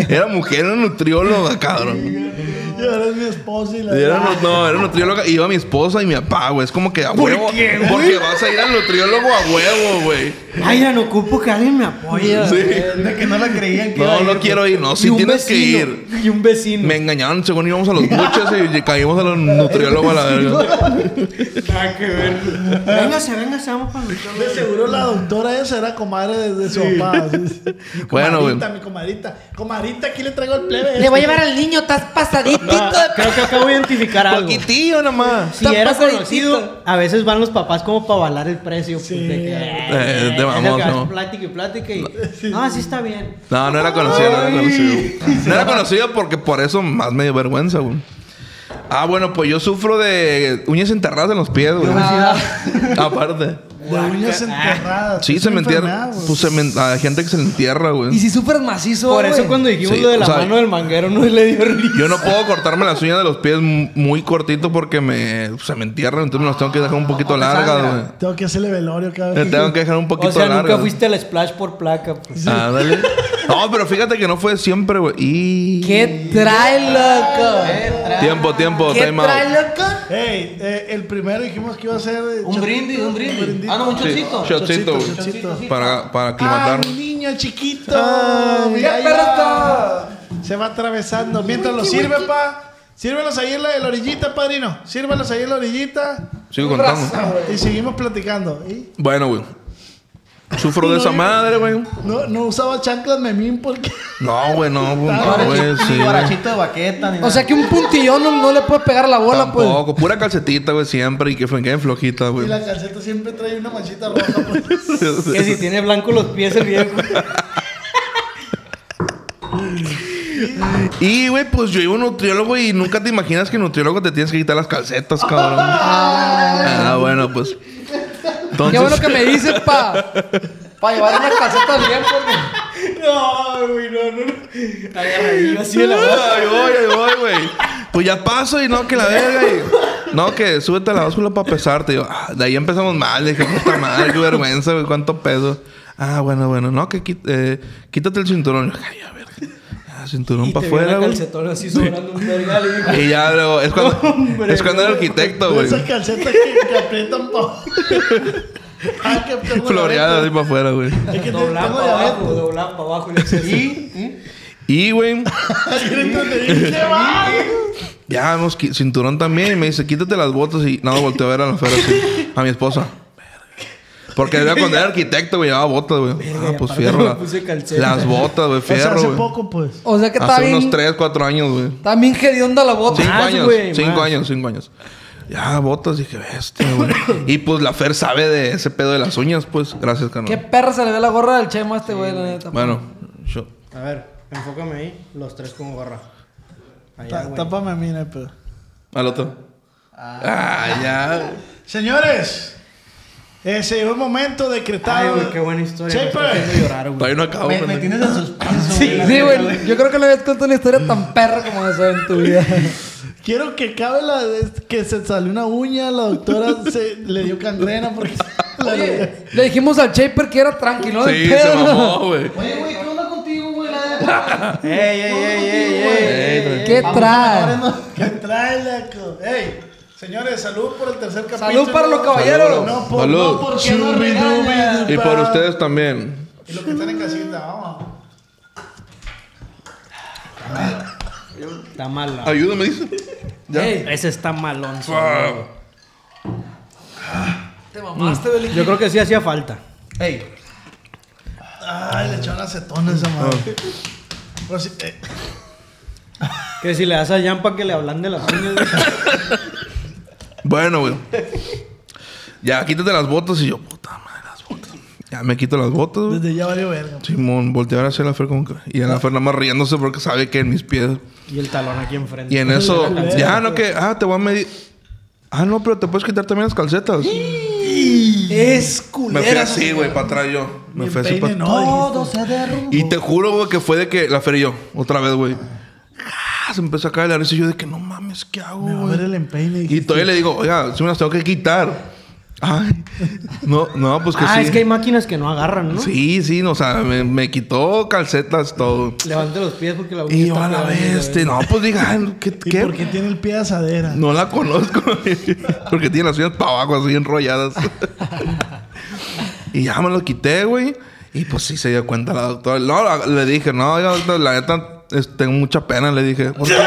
Era mujer, era nutrióloga, cabrón. Y ahora es mi esposa y la... Ah. Y Era, nu- no, era nutrióloga. Iba mi esposa y mi papá, güey. Es como que a huevo. Porque vas a ir al nutriólogo a huevo, güey. Ay, ya no ocupo que alguien me apoye. Sí. De que no la creían que iba a No, ir, no quiero ir. No, sí tienes que ir. Y un vecino. Me engañaron según íbamos a los buches y caímos a los nutriólogos a la verga. Véngase, véngase, vamos para De seguro la doctora esa era comadre de, de su papá. así es. Mi Bueno, güey. comadrita, Mi comadrita. Comadrita, aquí le traigo el plebe. Le voy a llevar al niño, estás pasaditito. Ah, Creo que acabo de identificar algo. Ah, Poquitillo nomás. Si era pasadito. conocido, a veces van los papás como para avalar el precio. pues, Sí. Eh, te vamos, ¿no? Plática y plática y... Ah, sí está bien. No, no era conocido, no era conocido. No era conocido porque por eso más me dio vergüenza, güey. Ah, bueno, pues yo sufro de uñas enterradas en los pies, güey. Aparte. De este. uñas enterradas. Sí, Es se una me entierra. enfermedad, güey. Pues se me- a la gente que se le entierra, Y güey. si súper macizo, Por eso güey. cuando dijimos Sí, lo de la o sea, mano del manguero no le dio risa. Yo no puedo cortarme las uñas de los pies m- muy cortito porque me, se me entierran, entonces me las tengo que dejar un poquito largas, güey. Tengo que hacerle velorio cada Me vez. tengo que dejar un poquito O sea, nunca largas. fuiste al splash por placa. pues. Ándale. No, pero fíjate que no fue siempre, güey. Y... ¿Qué trae, loco? Tiempo, tiempo, ¿Qué time out. trae, loco? Ey, eh, el primero dijimos que iba a ser... eh, Un cho- brindis, un brindis. brindito. Ah, no, un Sí, chocito. Shotcito, güey. Shotcito, shotcito. Para, para ¡Ah, aclimatar. mi niño chiquito! ¡Qué Ah, Mira, ahí va. perro! Se va atravesando. Mientras lo sirve, pa. Sírvelos ahí en la, en la orillita, padrino. Sírvelos ahí en la orillita. Sigo contando. Y seguimos platicando. ¿Y? Bueno, güey. Sufro de esa madre, güey. No, no usaba chanclas memín porque... No, güey, no, güey. Un No, güey, guarachito- sí. Un guarachito de baqueta. ni O sea nada. que un puntillón no, no le puede pegar a la bola, pues. Tampoco, pura calcetita, güey, siempre. Y que fue que flojita, Y güey. la calceta siempre trae una manchita roja. pues. Que si tiene blanco los pies el viejo. Y, güey, pues yo iba a un nutriólogo y nunca te imaginas que en nutriólogo te tienes que quitar las calcetas, cabrón. Ah, bueno, pues. Qué Entonces, bueno que me dices, pa. Pa llevar unas calcetas bien, porque. No, güey, no, no. no. Agarradillo así de la voz. Ahí voy, ahí voy, güey. Pues ya paso y no, que la verga. Y, no, que súbete a la báscula para pesarte. Y yo, ah, de ahí empezamos mal. Dije, puta madre, qué vergüenza, güey, cuánto peso. Ah, bueno, bueno, no, que quí- eh, quítate el cinturón. Yo, Ay, a ver. Ah, cinturón Y para te vio afuera, la güey. calcetona así sobrando un vergal y dijo, Y ya luego, es cuando, Hombre, es cuando era arquitecto, güey. Esas calcetas que, que aprietan pa... ah, que tengo Floreada así diabetes. para afuera, güey. Es que tengo Doblar para diabetes. abajo, doblar para abajo. Y le dice, ¿Y? Y, güey, Entonces dije, ¿qué va? ya vemos qui- cinturón también. Y me dice, quítate las botas. Y nada, volteo a ver a la fera así, a mi esposa. Porque era cuando era arquitecto, güey, llevaba botas, güey. Ah, pues aparte fierro. me la- puse calceta. las botas, güey, O sea, fierro, hace güey. poco, pues. O sea que está hace unos bien. 3, 4 años, güey. Está bien hedionda la bota. Ah, Cinco Más, años, güey, cinco más. años, cinco años. Ya, botas, dije, bestia, güey. y pues la Fer sabe de ese pedo de las uñas, pues. Gracias, Qué carnal. perra se le ve la gorra del Chema a este güey, la neta. Bueno, yo. A ver, enfócame ahí. Los tres con gorra. Allá, Ta- güey. Tápame, mira, pero. Al otro. Ah, ya. Señores, eh, se llegó el momento Ay, decretado. güey, qué buena historia. Me Chepe. está haciendo llorar, güey. Todavía no acabo. Me, me pendejo. tienes en suspenso, Sí, la sí, neta, güey. Yo creo que no habías contado una historia tan perra como esa en tu vida. Quiero que cabe la de- que se salió una uña, la doctora se le dio cangrena porque la Le dijimos al Shaper que era tranquilo de Sí, se pedo. mamó, güey. Oye, güey, ¿qué onda contigo, güey? La ¡Ey, ey, ey, ey, ey! Ey, tranquilo. ¿Qué trae? ¿Qué trae, loco? ¡Ey! Señores, salud por el tercer capítulo. Salud para los caballeros. No, por, Salud. no porque no regalan. Y por ustedes también. Y los que están en casita, vamos. Está malo. Ayúdame, dice. Ese está malón. Te mamaste, Belín. Yo creo que sí hacía falta. Ey, Ay, le echaron acetona esa madre. Ah. Pero sí, eh, Que si le das a Jan para que le hablan de las uñas. güey. Bueno, güey. Ya, quítate las botas. Y yo, puta madre, las botas. Ya me quito las botas, güey. desde ya valió verga. Simón, voltear hacia la Fer como que... Y a la Fer nada más riéndose porque sabe que en mis pies... y el talón aquí enfrente. Y en eso... Ya, no que... Ah, te voy a medir... Ah, no, pero te puedes quitar también las calcetas. Es Me fui culera. esa así, güey, para atrás yo. Me fui así para Peine, no, todo se derrumbó. Y te juro, güey, que fue de que la Fer y yo, otra vez, güey. Ah, Se empezó a caer la risa y yo de que no mames, ¿qué hago, dijiste. A güey? ver el empeine. Y dijiste. todavía le digo, oiga, si me las tengo que quitar. Ay, no, no, pues que ah, sí. es que hay máquinas que no agarran, ¿no? Sí, sí, no, o sea, me, me quitó calcetas, todo. Levante los pies porque la uña Y yo está a la pegada, güey, bestia. No, pues diga, ay, ¿qué? ¿Y qué? por qué tiene el pie de asadera? No la conozco. porque tiene las uñas para abajo, así enrolladas. y ya me lo quité, güey. Y pues sí se dio cuenta la doctora. No, la- le dije, no, oiga, doctora, la neta, es- tengo mucha pena, le dije. "Porque-"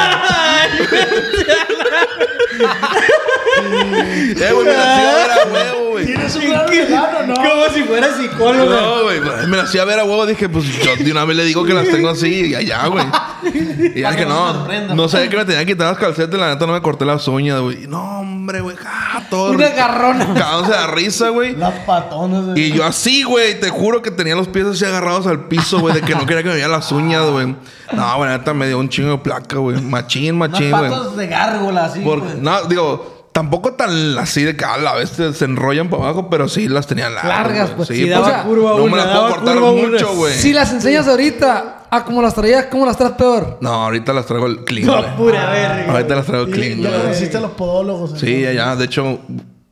eh, güey, me la hacía ver a huevo, güey. ¿Tienes un raro regalo, no? Como si fuera psicólogo. No, güey, pues, me la hacía ver a huevo. Dije, pues yo de una vez le digo que las tengo así y allá, güey. Y ya Para dije, que no se no, sorprenda. no sabía que me tenía que quitar las calcetas. La neta no me corté las uñas, güey. No, hombre, güey. Ah, todo. Una garrona. Cagándose de la risa, güey. Las patonas. güey. Y yo así, güey, te juro que tenía los pies así agarrados al piso, güey, de que no quería que me vieran las uñas, güey. No, güey, la neta me dio un chingo de placa, güey. Machín, Unas machín, güey. patas de gárgola, así. Por- pues. güey. no, digo, tampoco tan así de que a la vez te- se enrollan para abajo, pero sí las tenían largas. Largas, güey. pues. Sí, Sí, pues, daba curva no me una, las puedo daba cortar curva una. mucho, güey. Si las enseñas ahorita a como las traías, ¿cómo las traes peor? No, ahorita las traigo el clean, güey. Pura verga. Ah, Ahorita las traigo clean, Y ya güey. le hiciste a los podólogos. Sí, ya, ya. De hecho,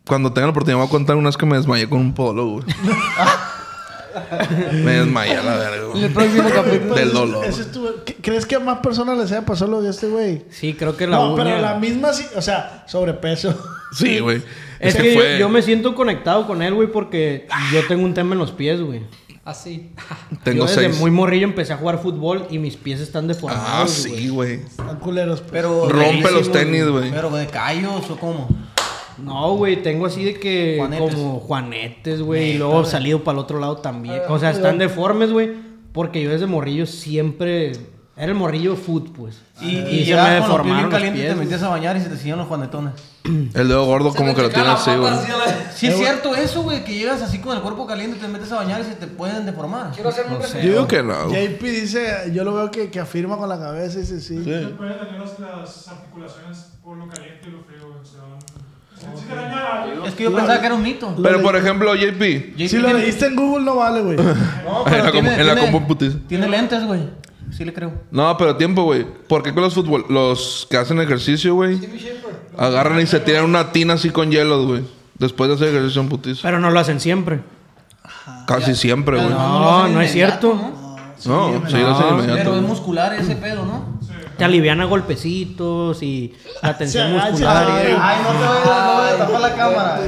cuando tenga la oportunidad voy a contar unas que me desmayé con un polo, güey. me desmayé a la verga, En güey. el próximo capítulo. Pero Del ese- dolor. ese estuvo- ¿Qué- ¿Crees que a más personas les haya pasado lo de este güey? Sí, creo que la No, uña. pero la misma, sí- o sea, sobrepeso. Sí, güey. Es Ese que yo, fue- Ah. yo me siento conectado con él, güey, porque yo tengo un tema en los pies, güey. Así. Tengo yo desde seis. muy morrillo empecé a jugar fútbol y mis pies están deformados, Ah, güey. sí, güey. Están culeros. pues. Pero. Rompe los rarísimo, tenis, güey. Pero de callos o cómo. No, güey, tengo así de que Juanetes. como juanetes, güey, y luego salido para el otro lado también. Eh, O sea, están deformes, güey, porque yo desde morrillo siempre era el morrillo foot, pues. Y, se y me llegabas con los pies bien deformaron los calientes, pies, te metías a bañar y se te seguían los juanetones. El dedo gordo como que lo tiene así, güey. Eh, Sí, es cierto eso, güey, que llegas así con el cuerpo caliente, te metes a bañar y se te pueden deformar. Quiero hacerme un Yo resumen. digo que no. güey. JP dice, yo lo veo que, que afirma con la cabeza y dice, sí. Pueden tener las, las articulaciones por lo caliente y lo frío, güey, o sea, sí te daña la- Es que yo pensaba que era un mito. Pero por ejemplo, JP. JP Si lo tiene- leíste en Google no vale, güey. No, En pero la tiene, compu- en la tiene- compu putiza. Tiene lentes, güey. Sí le creo. No, pero tiempo, güey. ¿Por qué con los fútbol? Los que hacen ejercicio, güey. Agarran y se tiran una tina así con hielos, güey. Después de hacer ejercicio en putiza. Pero no lo hacen siempre. Casi siempre, güey. no. lo hacen no es inmediato, cierto. ¿no? No, sí, lo hacen Pero es inmediato. muscular ese pedo, ¿no? Te alivian a golpecitos y la tensión ah, muscular. y- Ay, no te voy a, no voy a tapar la cámara.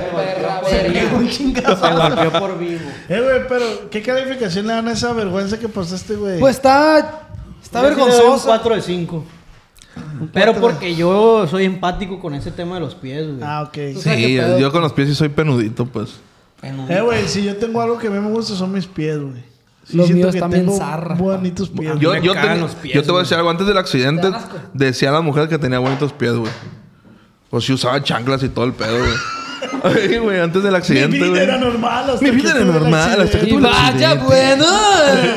Se pegó un Se chingazo. golpeó por vivo. Eh, güey, pero ¿qué calificación le dan a esa vergüenza que pasaste, güey? Pues está. Está Yo sí le doy Un vergonzoso. 4 de 5. Pero porque yo soy empático con ese tema de los pies, güey. Ah, ok. Sí, yo con los pies sí soy penudito, pues. Eh, güey, si yo tengo algo que a mí me gusta son mis pies, güey. Sí, Los siento míos que también tengo zarra, bonitos pies. Yo, Me yo, cagan tenía- los pies, yo te voy a güey. decir algo. Antes del accidente, Da asco. decía la mujer que tenía bonitos pies, güey. O si usaba chanclas y todo el pedo, güey. Ay, güey, antes del Mi accidente, vida güey. era normal hasta Mi que vida era tuve el normal hasta que accidente. tú Ah, Vaya, bueno.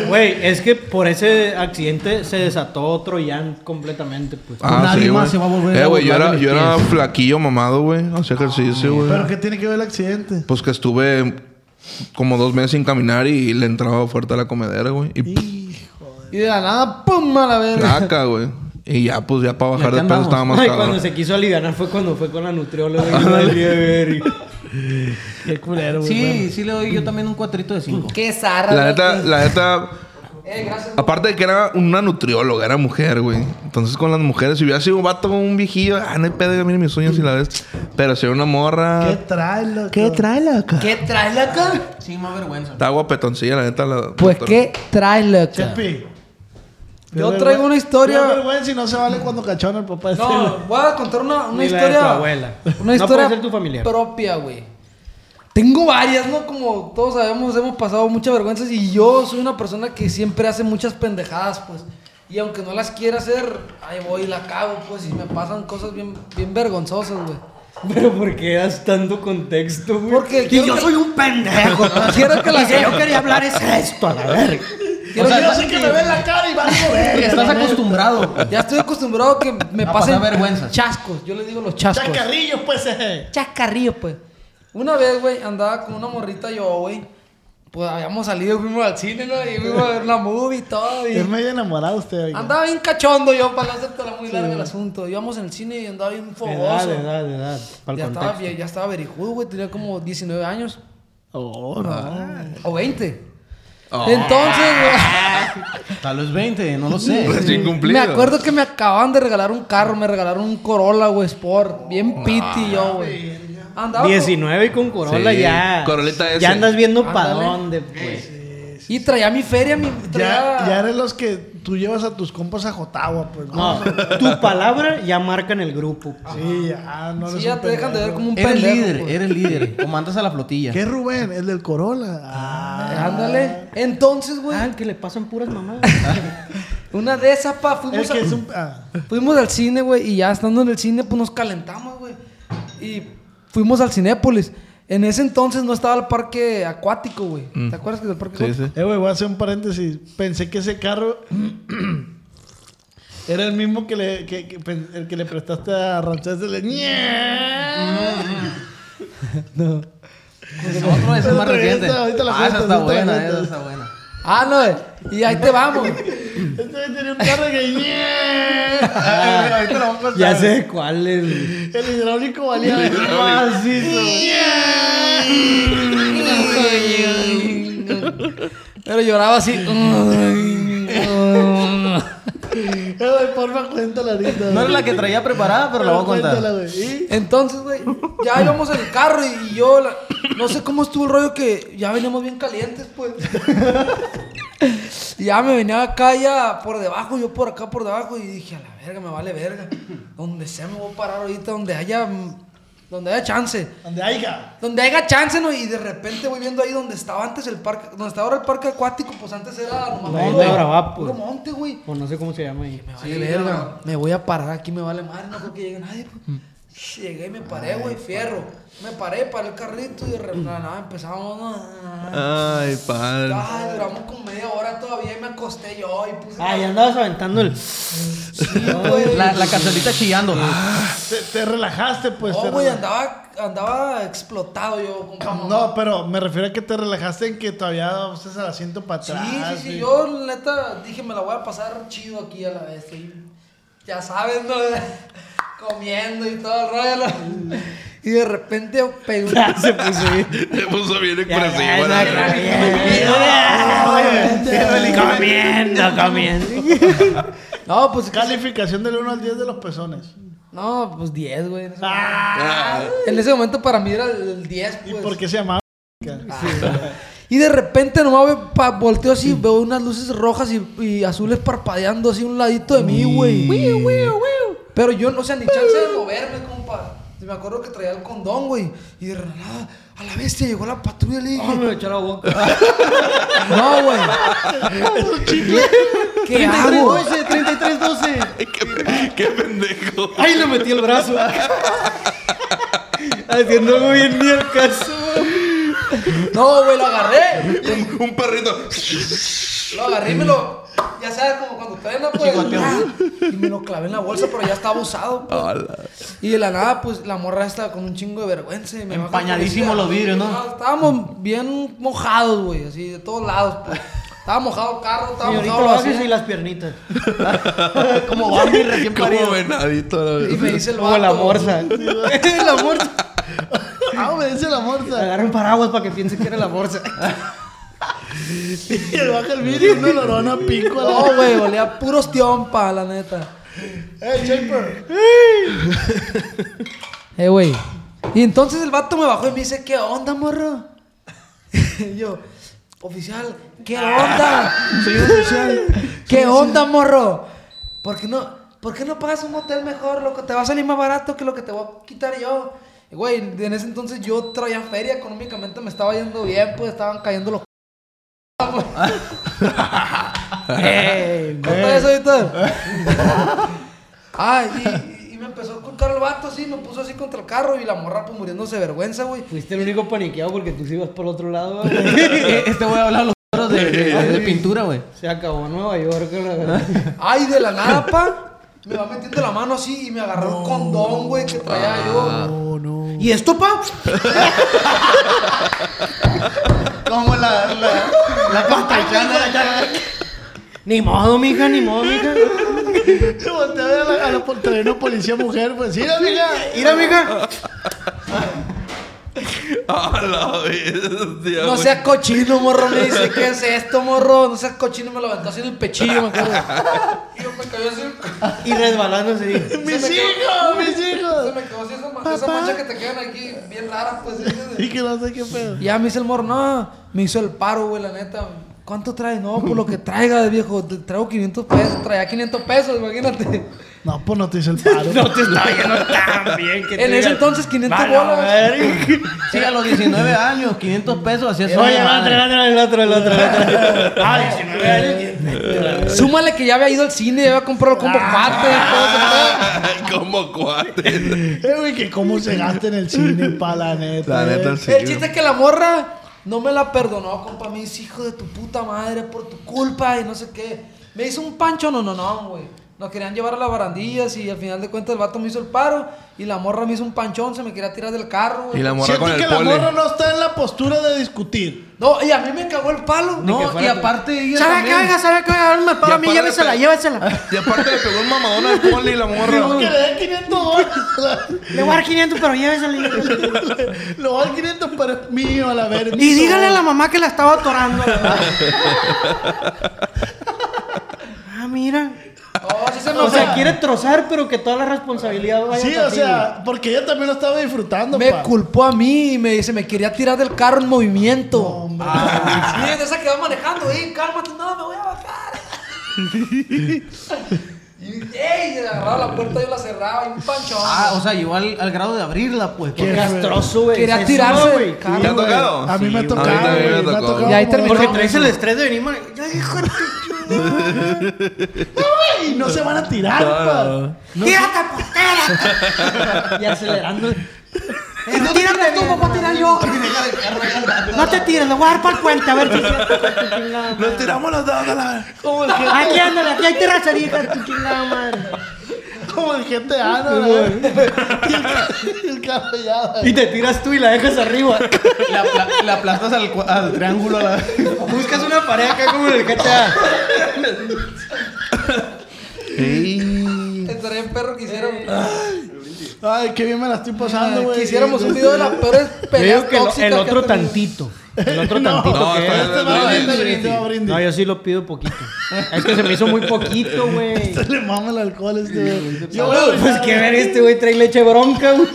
Güey, es que por ese accidente se desató otro Jan completamente, pues. Ah, Nadie sí, más güey. se va a volver eh, a güey, yo burlar era, de mis yo era flaquillo mamado, güey. Hacía ejercicio, güey. Pero ¿qué tiene que ver el accidente? Pues que estuve como dos meses sin caminar y le entraba fuerte a la comedera, güey. Y Y de la nada, pum, a la verga. placa, güey. Y ya, pues, ya para bajar aquí de peso andamos. estaba más Ay, cuando cabrón. se quiso aliviar fue cuando fue con la nutrióloga. y valía verga. Qué culero, güey. Sí, sí le doy yo también un cuatrito de cinco. Qué zarra. La neta, loco. la neta, Eh, gracias. Aparte de que era una nutrióloga, era mujer, güey. Entonces con las mujeres, si hubiera sido un vato con un viejillo, ah, no hay pedo, mire mis sueños y la ves. Pero si era una Ah. ¿Qué morra, trae, loco? ¿Qué trae? ¿Qué traes, loco? Sí, más vergüenza. está guapetoncilla, la neta. La, Pues, doctora. ¿qué traes, loco? Chepi. Yo traigo una historia- Qué vergüenza y no se vale cuando cachona el papá de No, este- voy a contar una, una Ni la de historia. tu abuela. Una No historia puede ser tu familiar. propia, güey. Tengo varias, ¿no? Como todos sabemos, hemos pasado muchas vergüenzas y yo soy una persona que siempre hace muchas pendejadas, pues. Y aunque no las quiera hacer, ahí voy y la cago, pues. Y me pasan cosas bien, bien vergonzosas, güey. Pero ¿por qué das tanto contexto, güey? Porque Y quiero yo que- soy un pendejo. ¿no? Quiero que la- Y si yo quería hablar es esto, a la verga. quiero o sea, que- yo sé que me ve la Cara, y va a Porque ver. estás acostumbrado. pues. Ya estoy acostumbrado a que me A pasen pasar vergüenzas. chascos. Yo le digo los chascos. Chacarrillos, pues. eh. Chascarrillo, pues. Una vez, güey, andaba con una morrita yo, güey. Pues habíamos salido, fuimos al cine, ¿no? Y fuimos a ver una movie y todo. Es Y... medio enamorado usted, oiga. Andaba bien cachondo yo, para no hacerte la muy larga el asunto. Íbamos en el cine y andaba bien Eh, De edad, fogoso. de edad, de edad. Para ya, el estaba, contexto. vie- ya estaba verijudo, güey. Tenía como 19 años. Ah, Oh, no. O 20. Entonces, güey. Tal vez 20, no lo sé. Recién cumplido. Me acuerdo que me acababan de regalar un carro, me regalaron un Corolla, güey, Sport. Bien piti yo, güey. Andaba con- 19 y con Corolla Sí, ya. Corolita S. Ya andas viendo para Ándale. dónde, pues. Y traía mi feria, mi. Ya, traía- ya eres los que tú llevas a tus compas a Jotagua, pues. Ah. No, tu palabra ya marca en el grupo. Sí, ya, no Sí, eres ya un te dejan de ver pendejo. como un Eres pendejo. líder, pues. eres líder. O mandas a la flotilla. ¿Qué es Rubén? El del Corolla. Ah. Ándale. Entonces, güey, Ah, que le pasan puras mamadas. una de esas, pa, El fuimos, que a- es un. ah. fuimos al cine, güey, y ya estando en el cine, pues nos calentamos, güey. Y fuimos al Cinépolis. En ese entonces no estaba el parque acuático, güey. ¿Te acuerdas que del parque Sí, acuático? sí. Eh, güey, voy a hacer un paréntesis. Pensé que ese carro. Era el mismo que le, que- que pen- el que le prestaste a Ramsés. El de... Otro es el más Otra vez, reciente. esta- ahorita la Ah, esa cuentas, está ahorita la buena, cuentas. esa está buena. Ah, no, güey. Y ahí te vamos. Este güey tenía un carro que... Ahorita lo voy a contar. ya sé cuál es. güey. El hidráulico valía Eh, macizo. Pero lloraba así. Eh, güey, porfa, cuéntala ahorita. No era güey. la que traía preparada, pero la voy a Cuéntala, contar. güey. Y- Entonces, güey, ya íbamos en el carro y, y yo, la- no sé cómo estuvo el rollo que ya veníamos bien calientes, pues. Y ya me venía acá ya por debajo, yo por acá por debajo y dije, a la verga, me vale verga. Donde sea me voy a parar ahorita, donde haya, mm, donde haya chance. Donde haya. Donde haya chance, ¿no? Y de repente voy viendo ahí donde estaba antes el parque, donde está ahora el parque acuático, pues antes era nomás La isla monte, de Bravapo. puro monte, güey. O no sé cómo se llama ahí. Me vale verga. Me voy a parar aquí, me vale madre, no creo que llegue nadie. pues. Llegué y me paré, güey, fierro. Me paré, paré el carrito y de repente nada, empezamos. ¿no? Ay, padre. Ay, duramos como media hora todavía y me acosté yo y puse. Ah, ya andabas aventando el. Sí, güey. La, la cacerita chillando. Te, te relajaste, pues. te No, güey, relajaste. andaba, andaba explotado yo, compa. No, pero me refiero a que te relajaste en que todavía usas el asiento para Sí, atrás. sí, sí, güey. yo neta dije, me la voy a pasar chido aquí a la vez. y ya sabes, ¿no? comiendo y todo el rollo. ¿no? Y de repente pegó un- Se puso bien. Te puso bien Ya, expresivo. ya, la ya, verga. Comiendo, comiendo. No, pues. Calificación del 1 al 10 de los pezones. No, pues 10, güey. en ese Ah, momento. En ese momento para mí era el el 10, ¿Y pues. por qué se llamaba? Y de repente nomás veo, pa- volteo así, veo unas luces rojas y, y azules parpadeando así a un ladito de mí, güey. Pero yo, no, o sea, ni chance de moverme, compa. Y Me acuerdo que traía el condón, güey. Y de nada, a la bestia llegó la patrulla y le dije... Oh, me echó la boca. No, güey. ¿Qué hago? 3312. qué, qué pendejo. Ahí le metí el brazo. Haciendo muy bien ni el caso. No, güey, lo agarré. Un, un perrito. Lo agarré y me lo. Ya sabes, como cuando traen la pues. ah, Y me lo clavé en la bolsa, pero ya estaba usado. pues. Y de la nada, pues la morra estaba con un chingo de vergüenza. Y me baja el Empañadísimo policía. los vidrios, ¿no? Estábamos bien mojados, güey, así de todos lados, pues. Estaba mojado el carro, estaba Señorita mojado la Vázquez vacía. y las piernitas. Como Bambi recién Como parido. venadito. la Y verga. me dice el Como la vato, morsa. la morsa. Ah, obedece la morsa. Agarra un paraguas para que piense que era la morsa. Baja el vídeo, no lo van a pico. a la- No, güey, olía puro ostión, pa, la neta. ¡Ey, Shaper! Eh, güey. Y entonces el vato me bajó y me dice, ¿qué onda, morro? y yo, oficial, ¿qué onda? ¿Qué onda, morro? ¿Por qué no, por qué no pagas un hotel mejor, loco? Te va a salir más barato que lo que te voy a quitar yo. Y, Güey, en ese entonces yo traía feria, económicamente me estaba yendo bien, pues estaban cayendo los... Eh. Ey, ¿Corta eso, Víctor? Ah, y, y- y me empezó a inculcar el vato así, me puso así contra el carro y la morra pues muriéndose de vergüenza, güey. Fuiste el único paniqueado porque tú sí ibas por otro lado. güey. este güey hablaba los perros de, de- de pintura, güey. Se acabó Nueva York, la verdad. Ay, de la nada, pa. Me va metiendo la mano así y me agarró un condón, güey, que traía yo. ¿Y esto, pa? Como la, la, la campechana de acá. Ni modo, mija, ni modo, mija. Se voltea a ver a la, a la pol- traía una policía mujer, pues sí, amiga. Mira, mija. A la bestia, No güey. seas cochino, morro. Me dice, ¿qué es esto, morro? No seas cochino, me lo aventó así en el pechillo, me acuerdo. Y yo me cayó así. Y resbalándose. dijo, ¡Mis hijos! ¡Mis hijos! Se me quedó así esa, ma- esa mancha que te quedan aquí, bien raras, pues. ¿sí? Y que no sé qué pedo. Y Ya me hizo el morro, no, me hizo el paro, güey, la neta. ¿Cuánto traes? No, por lo que traiga, viejo, te traigo 500 pesos, traía 500 pesos, imagínate. No, pues no te hice el paro. no te En ese entonces 500 bolas. Sí, a los 19 años, 500 pesos, hacía eso. Oye, va, trae, el otro, el otro, el otro. Ah, 19 años. Súmale que ya había ido al cine, ya había comprado el Ah. combo cuate, todo ese pedo. Como cuates. Eh, güey, que cómo se gasta en el cine, pa' la neta. La neta, eh. sí. El chiste es que la morra no me la perdonó, compa. Me dice, hijo de tu puta madre, por tu culpa y no sé qué. Me hizo un pancho, no, no, no, güey. Nos querían llevar a las barandillas y al final de cuentas el vato me hizo el paro y la morra me hizo un panchón, se me quería tirar del carro, güey. Y la morra Siento con que el la pole. morra no está en la postura de discutir. No, y a mí me cagó el palo. No, y aparte ella ¿Sabe qué? también. haga? ¿Sabe qué? haga? Me paga a mí, aparte- llévesela, llévesela. Y aparte le pegó un mamadón al poli y la Digo que morra. le dé 500 dólares. Le voy a dar 500, pero llévesela. Lo va a dar 500, pero es mío a la verga. Y dígale a la mamá que la estaba atorando. ah, mira. No, sí se me O sea, fue. quiere trozar, pero que toda la responsabilidad vaya Sí, para o ti, sea, porque ella también lo estaba disfrutando, Me pa. culpó a mí y me dice, me quería tirar del carro en movimiento. Ah, sí, de esa que va manejando, eh, cálmate, no, me voy a bajar. y ey, le agarraba la puerta, yo la cerraba y un panchón. Ah, o sea, llegó al, al grado de abrirla, pues. güey. porque- Castroso, güey. Quería Eso, tirarse güey. del carro. ¿Te ha tocado? A mí me ha Sí, tocado, a mí también güey, me me ha tocó. tocado Y ahí como- terminó. Porque traes el estrés de venir, man. Ya, hijo de tu- Y no se van a tirar, pa. Tírate, pues, tírate. Y acelerando. Eh, tírate tú, voy a tirar yo. No te tires, le voy a dar para el puente, a ver si Nos tiramos los dos a la. Aquí ándale, aquí hay terracería, tu chingada madre. Como el GTA, ¿no? La verga. Y el ca- y el carro ya, güey. Y te tiras tú y la dejas arriba. La, apla- la aplastas al, cua- al triángulo. a La... Buscas una pareja acá como en el GTA. Estaría en perro que hiciéramos, Ay, qué bien me la estoy pasando, güey. que hiciéramos un video de las peores peleas Creo que el, tóxicas el que otro ha tenido. tantito. El otro No, tantito no, que es. está bien. Este va a brindis, este va a brindis. No, yo sí lo pido poquito. Es que se me hizo muy poquito, güey. Este le mama el alcohol a este güey. Yo voy a Pues brindar, que ver, este güey trae leche bronca, güey.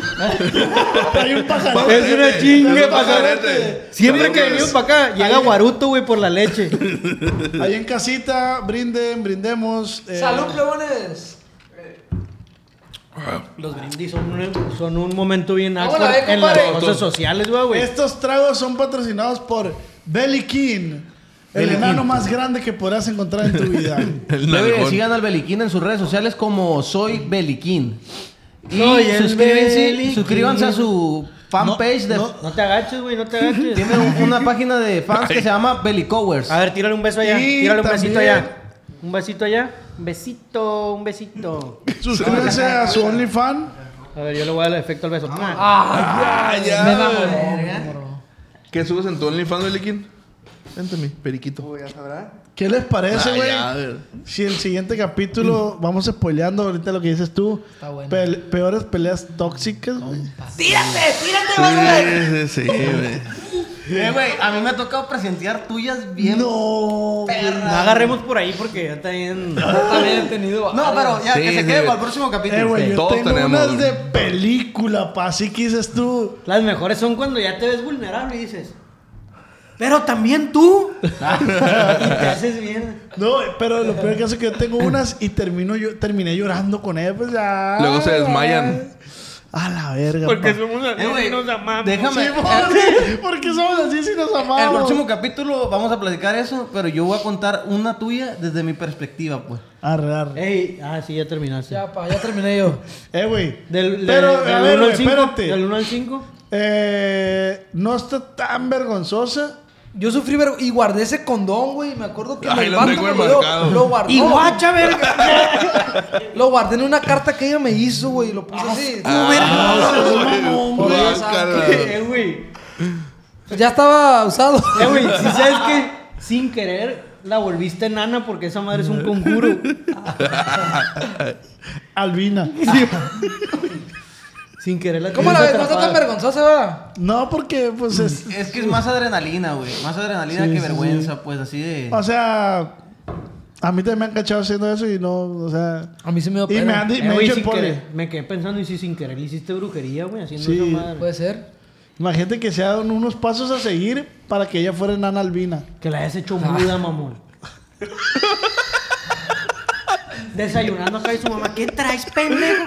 Hay un pajarete. Es una chinga, Dale, pajarete. pajarete. Siempre Dale, que pues. venimos para acá, llega Guaruto, güey, por la leche. Ahí en casita, brinden, brindemos. eh, Salud, plebones. Los brindis son un, son un momento bien Vamos a awkward ver, en las compadre. cosas sociales, güey, güey. Estos tragos son patrocinados por Belly King, el enano más grande que podrás encontrar en tu vida. El Debe que nalgón. sigan al Beliquín en sus redes sociales como Soy Beliquín. Y Soy el suscríbanse, Beliquín. suscríbanse a su fanpage. de, No te agaches, güey, no te agaches. Tiene un- una página de fans que se llama Belicowers. A ver, tírale un beso allá. Y tírale un besito también- allá. Un besito allá. Un besito, un besito. Suscríbanse a su OnlyFans. A ver, yo le voy a dar el efecto al beso. Ah, ya. Me enamoré. ¿Qué subes en tu OnlyFans, Beliquín? Vente a mí, periquito. ¿Qué les parece, Ah, güey? ya, a ver. si el siguiente capítulo vamos spoileando ahorita lo que dices tú. Está bueno. Pe- peores peleas tóxicas. güey. Tírate, tírate, vas a ver. Sí, sí, sí, güey. Eh, güey, a mí me ha tocado presentear tuyas bien. No. No agarremos por ahí porque yo también. También he tenido. No, pero ya, Sí, que se sí, quede güey. para el próximo Eh, capítulo. güey, yo Todos tengo tenemos, unas güey. de película, pa. Así que dices tú. Las mejores son cuando ya te ves vulnerable y dices, Pero también tú. y te haces bien. No, pero lo peor que hace es que yo tengo unas y termino yo, terminé llorando con ellas. Pues, ah, Luego se desmayan. A la verga. Porque pa. somos así Eh, güey, y nos amamos. déjame. eh, Sí, porque- porque somos así si nos El amamos. próximo capítulo vamos a platicar eso, pero yo voy a contar una tuya desde mi perspectiva, pues. Arre, arre. Ey, ah, sí, ya terminaste. Ya, pa, ya terminé yo. Eh, güey. Del, Pero, del, a ver, del uno al güey, cinco, espérate. Del 1 al 5. Eh, no está tan vergonzosa. Yo sufrí vergo- y guardé ese condón, güey. Me acuerdo que Ay, me lo levanto, tengo me lo, enmarcado. lo guardé. Y guacha, verga. Lo guardé en una carta que ella me hizo, güey. Lo puse así. Ah, Ah, Ah. Guácala. Eh, güey. Ya estaba usado. Eh, güey, si sabes que sin querer la volviste enana porque esa madre es un conguro. Albina. Sin querer la ¿Cómo la ves? tuviste No está tan atrapada. vergonzosa, ¿verdad? No, porque, pues, es. Es que es más adrenalina, güey. Más adrenalina que vergüenza, pues, así de. O sea. A mí también me han cachado haciendo eso y no, o sea. A mí se me dio Y me han pena. di- Eh, me han güey, dicho el sin poli. querer. Me quedé pensando y si sin querer le hiciste brujería, güey, haciendo Sí. esa madre. Puede ser. Imagínate que se dan unos pasos a seguir para que ella fuera enana albina. Que la hayas hecho muda, mamón. Desayunando acá y su mamá. ¿Qué traes, pendejo?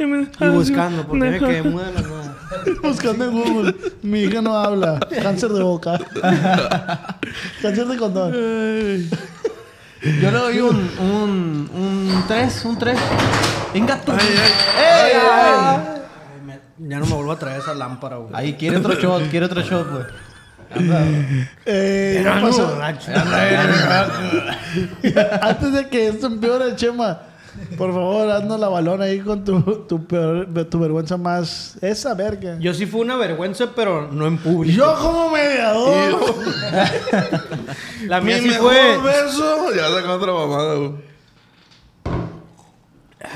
Y buscando, porque me quedé muda de la nada. Buscando en Google. Mi hija no habla. Cáncer de boca. Cáncer de condón. Yo le doy un. Un. Un 3, un 3. Venga tú. ¡Ey! Ya no me vuelvo a traer esa lámpara, güey. Ahí quiere otro shot, quiere otro shot, güey. Eh, ¿qué pasó? Antes de que esto empeore, Chema, por favor, haznos la balona ahí con tu, tu, peor- tu vergüenza más. Esa verga. Yo sí fue una vergüenza, pero no en público. Yo como mediador. La Mi mía sí mejor fue. beso. Ya sacan otra mamada, güey.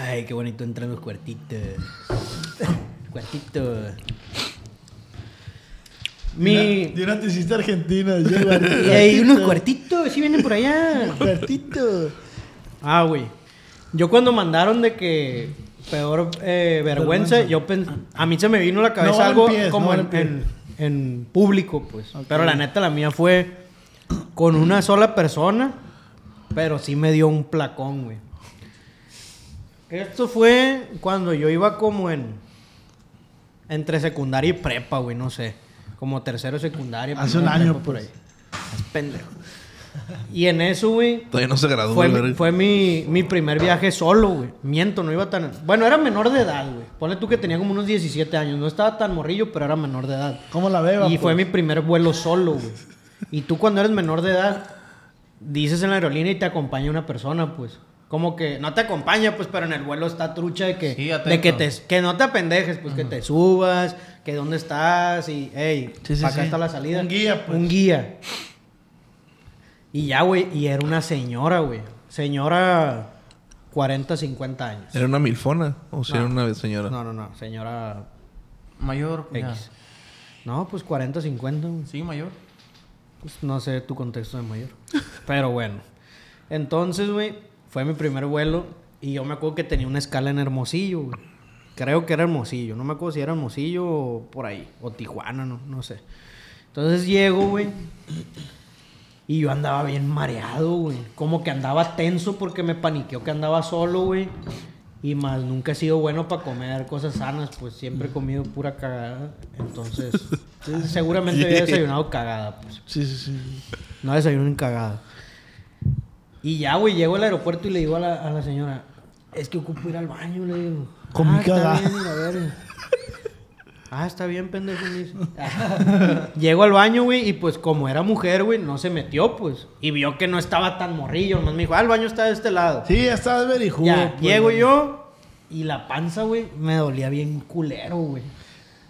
Ay, qué bonito entran los cuartitos. Cuartitos. Mi. Yo no te hiciste argentina. Yo, Y hay unos cuartitos, sí vienen por allá. Bertito. Ah, güey. Yo cuando mandaron de que peor eh, vergüenza, yo pen- a mí se me vino a la cabeza No algo empiez, como no en, empiez. en- en público, pues. Pero la neta, la mía fue con una sola persona, pero sí me dio un placón, güey. Esto fue cuando yo iba como en... Entre secundaria y prepa, güey, no sé. Como tercero de secundaria. Hace un primero de año, prepa, por pues. ahí. Es pendejo. Y en eso, güey, Todavía no se graduó, fue, el mi- verga. fue mi, mi primer viaje solo, güey. Miento, no iba tan. Bueno, era menor de edad, güey. Ponle tú que tenía como unos 17 años. No estaba tan morrillo, pero era menor de edad. ¿Cómo la beba? Y fue pues? mi primer vuelo solo, güey. Y tú cuando eres menor de edad, dices en la aerolínea y te acompaña una persona, pues. Como que no te acompaña, pues, pero en el vuelo está trucha de que, Sí, de atento. que, te, que no te apendejes, pues, que te subas, que dónde estás y, hey, Sí, sí, pa' acá sí. está la salida. Un guía, pues. Un guía. Y ya, güey, y era una señora, güey. Señora 40, 50 años. ¿Era una milfona? ¿O si era una señora? No, no, no, señora Mayor. X. ya. No, pues 40, 50, güey. Sí, mayor. Pues, no sé tu contexto de mayor. Pero bueno. Entonces, güey, fue mi primer vuelo y yo me acuerdo que tenía una escala en Hermosillo, güey. Creo que era Hermosillo. No me acuerdo si era Hermosillo o por ahí. O Tijuana, no, no sé. Entonces llego, güey. Y yo andaba bien mareado, güey. Como que andaba tenso porque me paniqueó que andaba solo, güey. Y más, nunca he sido bueno para comer cosas sanas, pues siempre he comido pura cagada. Entonces, seguramente había desayunado cagada, pues. Sí, sí, sí. No desayunen cagada. Y ya, güey, llego al aeropuerto y le digo a la, a la señora, es que ocupo ir al baño, le digo. "Ah, Con mi cagada". Está bien, a ver. Ah, está bien, pendejo. me dice. Llego al baño, güey, y pues como era mujer, güey, no se metió, pues. Y vio que no estaba tan morrillo. Más me dijo, ah, el baño está de este lado. Sí, ya estás verijudo. Ya, pues. llego yo y la panza, güey, me dolía bien culero, güey.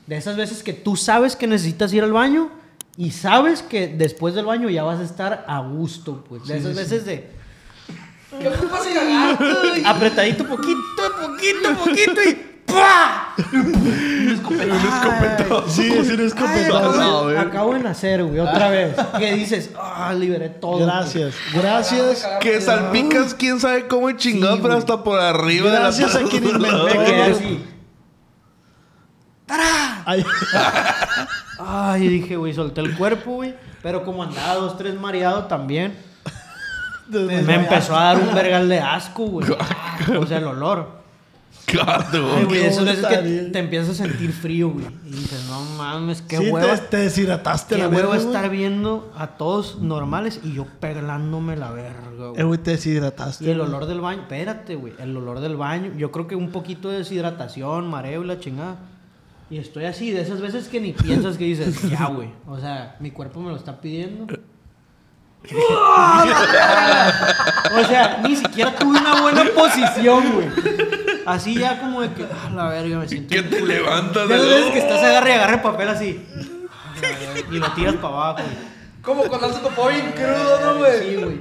De esas veces que tú sabes que necesitas ir al baño y sabes que después del baño ya vas a estar a gusto, pues. De esas veces de ¿Qué ocupas cagar? apretadito poquito, poquito, poquito y ¡Pua! Un escopetazo. Sí, es un Ay, escopetazo. acabo, de, acabo de nacer, güey, otra vez. ¿Qué dices? Ah, liberé todo. Ah. Gracias, gracias. Que salpicas quién sabe cómo y chingado, pero hasta por arriba Gracias de a la quien inventó. Me quedé así. Ay, Ay, dije, güey, solté el cuerpo, güey. Pero como andaba dos, tres mareado también, me empezó a dar un vergal de asco, güey. O sea, el olor. Ay, Claro. güey, qué eso es que brutal. te empiezas a sentir frío, güey. Y dices, no mames, qué sí, hueva. te, te deshidrataste Qué la huevo verga, güey. estar viendo a todos normales y yo pelándome la verga, Eh, güey. güey, te deshidrataste. Y el güey. olor del baño, espérate, güey. El olor del baño, yo creo que un poquito de deshidratación, mareo y la chingada. Y estoy así, de esas veces que ni piensas que dices, ya, güey. O sea, mi cuerpo me lo está pidiendo. o sea, ni siquiera tuve una buena posición, güey. Así ya como de que, ah, la verga, me siento. ¿Qué bien te culero". levantas De de esas veces que la estás agarre y agarre papel así. "Ah, Y lo tiras para abajo, güey. Como cuando se topó bien crudo, ¿no, güey? Sí, güey.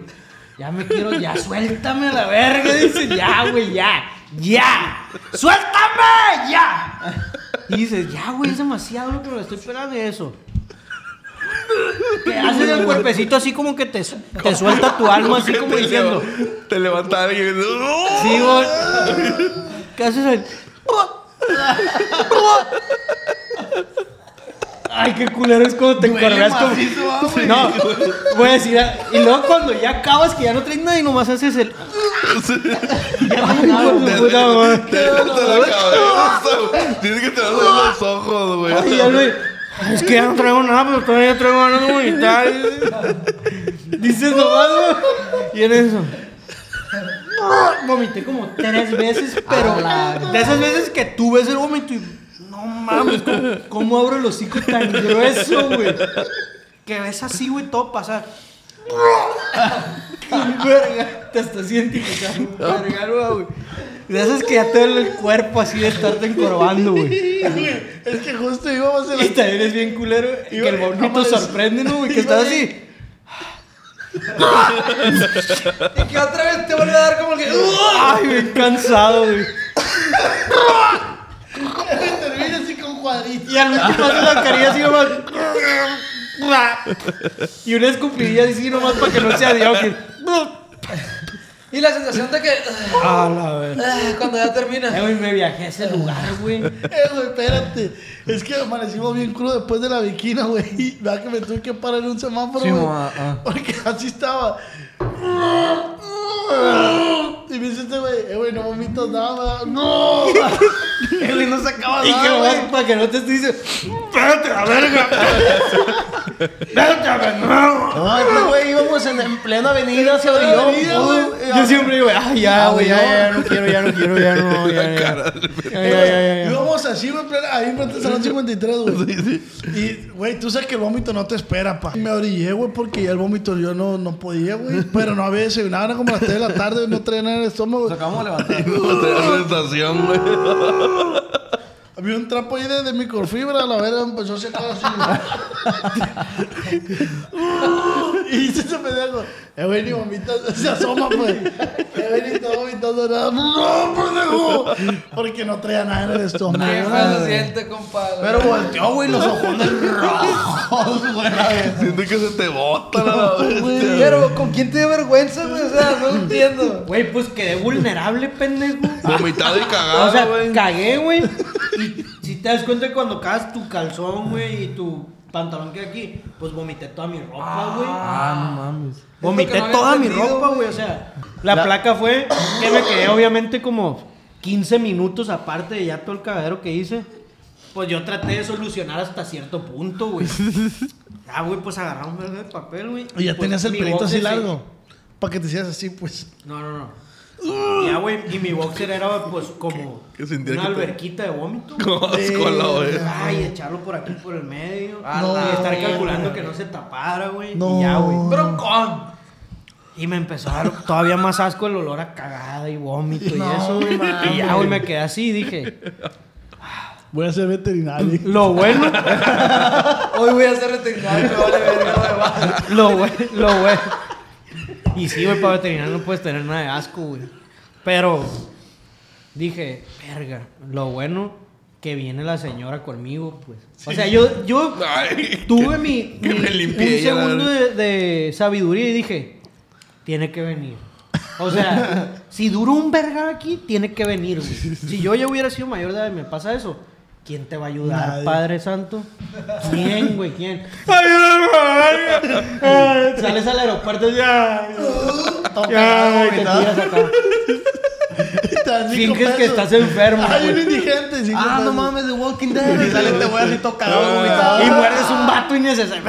Ya me quiero, ya suéltame a la verga. Dice, ya, güey, ya, ya. ¡Suéltame! ¡Ya! Y dices, ya, güey, es demasiado lo que me estoy esperando de eso. Que haces el cuerpecito así como que te, te suelta tu alma, así como te diciendo. leva- Te levanta alguien y dices, "No". Sí, güey. ¿Qué haces ahí? Ay, qué culero es cuando te encargas con. No, voy a decir. Y luego cuando ya acabas, que ya no traes nada y nomás haces el. Ya no Te- nada, te- puta madre. te levanta la cabeza. Tienes que te vas a ver los ojos, Ay, güey. ya no- Es que ya no traigo nada, pero todavía traigo algo comunitario. Dices nomás, güey. Y en eso. Vomité como tres veces, pero de esas veces que tú ves el vómito y. No mames, ¿cómo, cómo abro el hocico tan grueso, güey? Que ves así, güey, todo pasa. ¡Qué verga! Te estás identificando, verga, güey. De esas que ya te duele el cuerpo así de estarte encorvando, güey. Es que justo íbamos en Y la... también es bien culero y que el güey, vómito no mames. sorprende, ¿no? güey? Que estás así. Y que otra vez te vuelve a dar como que. Ay, bien cansado, güey. Termina así con cuadritos. Y al último hace la carilla así nomás. Y una escupidilla así nomás para que no sea diógeno. Y la sensación de que. A la vez. ah, Cuando ya termina. güey, me viajé a ese lugar, güey. Eh, güey, espérate. Es que amanecimos bien crudo después de la viquina, güey. Y Nada que me tuve que parar en un semáforo, Sí, güey. ma, ah. Porque así estaba. Y me dice este güey, eh, güey, no vomitas nada. ¡No! Él no sacaba nada, Y que nomás güey. para que no te esté diciendo. No, este güey íbamos en, en plena avenida, se plena abrió. avenida, Uh, güey. Yo siempre digo, ah, ya, güey, ya, ya, ya, no quiero, ya no quiero, ya no. Ya, ya, ya, Eh, ya, ya, ya. Íbamos así, güey, en plena- ahí enfrente del Salón 53, güey. Y, güey, tú sabes que el vómito no te espera, pa. Me orillé, güey, porque ya el vómito yo no, no podía, güey. Pero no había desayunado, era como las 3 de la tarde, no traía nada en el estómago. Nos acabamos de levantar. Te da sensación, güey. Había un trapo ahí de, de microfibra, la verga empezó a secar así. güey. y se se pendejo. El güey ni vomita, se asoma, pues. El güey ni está vomitando nada. ¡No, pendejo! Porque no traía nada en el Qué estómago. mal se siente, compadre. Pero volteó, güey, los ojones rojos, güey. la vez. Siento que se te bota la bestia. este, Pero, ¿con quién te dio vergüenza, güey? O sea, no entiendo. Güey, pues quedé vulnerable, pendejo. Vomitado y O sea, cagado, Ah, güey. cagué, güey. Y si te das cuenta que cuando cagas tu calzón, güey, y tu pantalón que aquí, pues vomité toda mi ropa, güey. Ah, no mames. vomité Es lo que no había toda mi entendido, ropa, güey. O sea, la, placa fue que me quedé obviamente como 15 minutos aparte de ya todo el cagadero que hice. Pues yo traté de solucionar hasta cierto punto, güey. Ah, güey, pues agarramos un vergo de papel, güey. Y ya Pues, tenías el mi pelito así boxer se- largo. Para que te hicieras así, pues. no, no, no. Ya, güey, y mi boxer era pues como que sentía una que te- alberquita de vómito. Como asco, la güey. Ay, echarlo por aquí por el medio. No, y estar güey. calculando que no se tapara, güey. No. Y ya, güey. Pero con. Y me empezó a dar todavía más asco el olor a cagada y vómito y eso, güey. Y ya, güey, me quedé así y dije, Voy a ser veterinario. lo bueno, Hoy voy a ser veterinario, me vale verga, no me va. lo bueno, lo bueno. Y sí, güey, para veterinario no puedes tener nada de asco, güey. Pero dije, verga, lo bueno que viene la señora conmigo, pues. O sea, yo, yo Ay, tuve mi, que mi- me limpié un ella, la segundo de, de sabiduría y dije, tiene que venir. O sea, si duró un verga aquí, tiene que venir, güey. Si yo ya hubiera sido mayor de edad y me pasa eso, ¿quién te va a ayudar, Nadie. Padre Santo? ¿Quién, güey? ¿Quién? Eh, Sales al aeropuerto y ya. Todo cagado, güey, te tiras acá. Finges que estás enfermo, Hay un güey. indigente. cinco Ah, no pesos. mames, The Walking Dead. Y sale este güey así todo cagado, vomitado. Ah, Y muerdes un vato innecesario.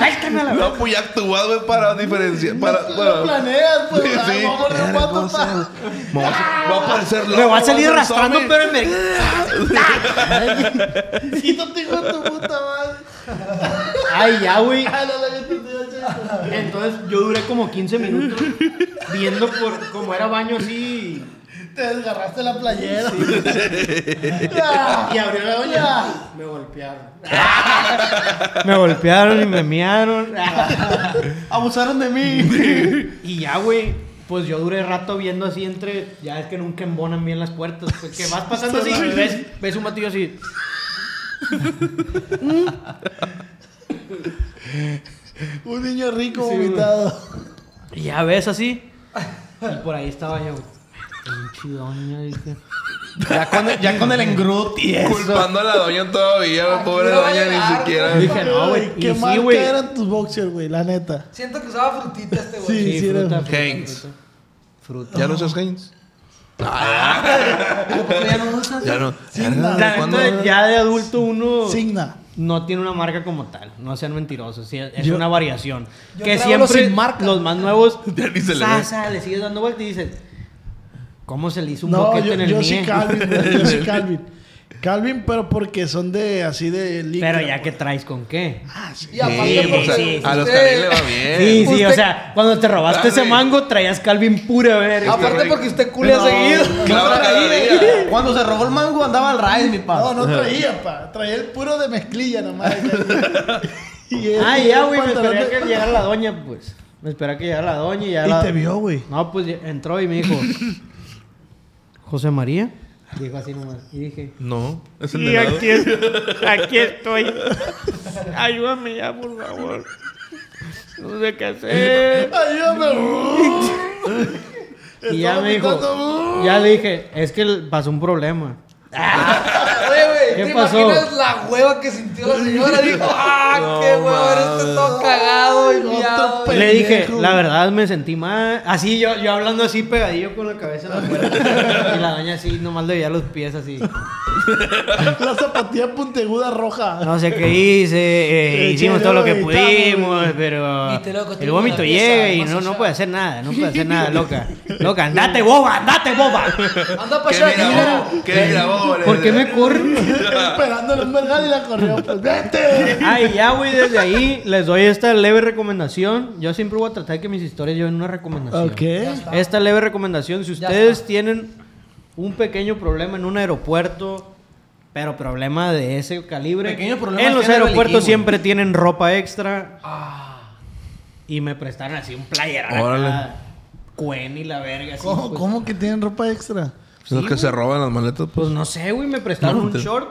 Suéltame la No, pues ya actuado, güey, para diferenciar. Para, Lo planeas, pues. Sí, ay, sí. vamos a Verga, pato, o sea, me va a- va a parecer loco. Me va a salir ser arrastrando, zombie. pero en ver- pa- Quítate, hijo de tu puta madre. Ay, ya, güey. Ah, no, la neta, te iba a echar. Entonces yo duré como 15 minutos viendo por cómo era baño así. Te desgarraste la playera. Ah, Y abrió la baña. Me golpearon. Me golpearon y me miaron. Abusaron de mí. Y ya, güey, pues yo duré rato viendo así entre. Ya es que nunca embonan bien las puertas. Pues que vas pasando así y ves, ves un batillo así. Un niño rico vomitado. Y ya ves así. Y por ahí estaba yo. Pinche doña, dije. Ya con, ya con el engrudo tieso. Culpando a la doña todavía, la pobre no va a doña ni llegar, siquiera. Dije, no, güey. Ay, Y Qué sí, marca güey. eran tus boxers, güey, la neta. Siento que usaba frutita este güey. Sí, Sí, sí, era- fruta, fruta, Heinz. fruta. Fruta. ¿Ya no usas Heinz? Ya no usas. Ya no. Ah, Verga, La neta, ¿cuándo? ya de adulto uno Signa. no tiene una marca como tal. No sean mentirosos. sí, es Yo- una variación. Yo Que traigo los siempre sin marca. los más nuevos. Ya ni se le ve. Sasa, le sigues dando vuelta y dices. ¿Cómo se le hizo un No, boquete yo, en el yo sí nie?" Calvin, güey, yo sí Calvin. Calvin, pero porque son de así de líquido. Pero ya que traes con qué. Y aparte, Sí, porque o sea, sí, a los usted- Karim le va bien. Sí, sí, o Usted- sea, cuando te robaste Ah, ese güey. mango traías Calvin pura, Ah, ver. Aparte porque usted culea No. seguido. Clava cada día. Cuando se robó el mango andaba al raid, mi padre. No, no traía, pa. Traía el puro de mezclilla nomás. y él- Ah, y ya, el güey, me pantalón esperé a de- que llegara la doña, pues. Me esperé a que llegara la doña y ya la- Y te vio, güey. No, pues entró y me dijo, José María. Dijo así nomás. Y dije, No, es el Y de lado. aquí, es- aquí estoy. Ayúdame ya, por favor. No sé qué hacer. Ayúdame. y ya Estaba uh, me dijo, picando. ya le dije, es que el- pasó un problema. Güey, ¿Qué güey, ¿te pasó? imaginas la hueva que sintió la señora? Dijo, ah, qué hueva, eres todo cagado y miado". pe- le dije, Pendejo. la verdad me sentí mal. Así yo, yo hablando así pegadillo con la cabeza en la puerta. y la doña así nomás le veía los pies así. La zapatilla punteguda roja. No sé qué hice, eh, Eh, hicimos che, todo no, lo que y pudimos, estamos- pero Viste, loco, el tengo vómito una pieza llega y más no, no allá. puede hacer nada, no puede hacer nada, loca. Loca, andate boba, andate boba. Anda ¿Qué Pues para allá. grabó? ¿Qué grabó? ¿Por qué me corren? Pues Esperándole un vergal y la corrió. Pues vete. Ay, ya, güey, desde ahí les doy esta leve recomendación. Yo siempre voy a tratar que mis historias lleven una recomendación. Ok. Esta leve recomendación, si Ya ustedes está. tienen un pequeño problema en un aeropuerto, pero problema de ese calibre, Pequeño problema en los genera el aeropuertos equipo. siempre tienen ropa extra. Y me prestaron así un player. Órale. Cuen y la verga. así, ¿Cómo, pues. cómo que tienen ropa extra? Los que se roban las maletas, pues. Pues no sé, güey, me prestaron No, un te- short.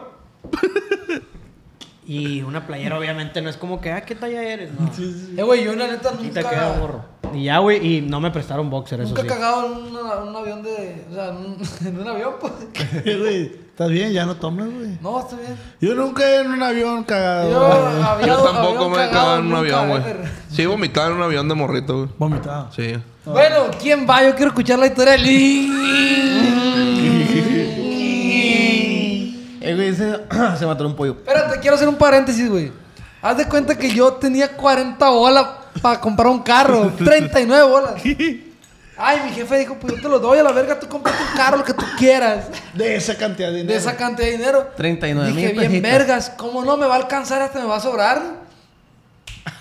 y una playera, obviamente, no es como que, ah, ¿qué talla eres? No. Eh, güey, yo la neta Y te queda nunca... morro. Y ya, güey, y no me prestaron boxer, eso Nunca he sí. cagado en una- un avión de... O sea, en un- en un avión, pues. Eh, güey, ¿Estás bien? Ya no tomas, güey. No, está bien. Yo nunca he en un avión cagado. Yo, había- Yo tampoco avión me he cagado cagado en un nunca, avión, güey. verga. Sí, vomitaba en un avión de morrito, güey. Vomitado. Sí. Bueno, ¿quién va? Yo quiero escuchar la historia de Eh, güey, ese- se mató un pollo. Espérate, quiero hacer un paréntesis, güey. Haz de cuenta que yo tenía 40 bolas para comprar un carro. 39 bolas. Ay, mi jefe dijo, pues yo te lo doy a la verga, tú compras tu carro, lo que tú quieras. De esa cantidad de De dinero. esa cantidad de dinero. 39 Dije, mil bien pesitos. vergas, ¿cómo no me va a alcanzar hasta me va a sobrar?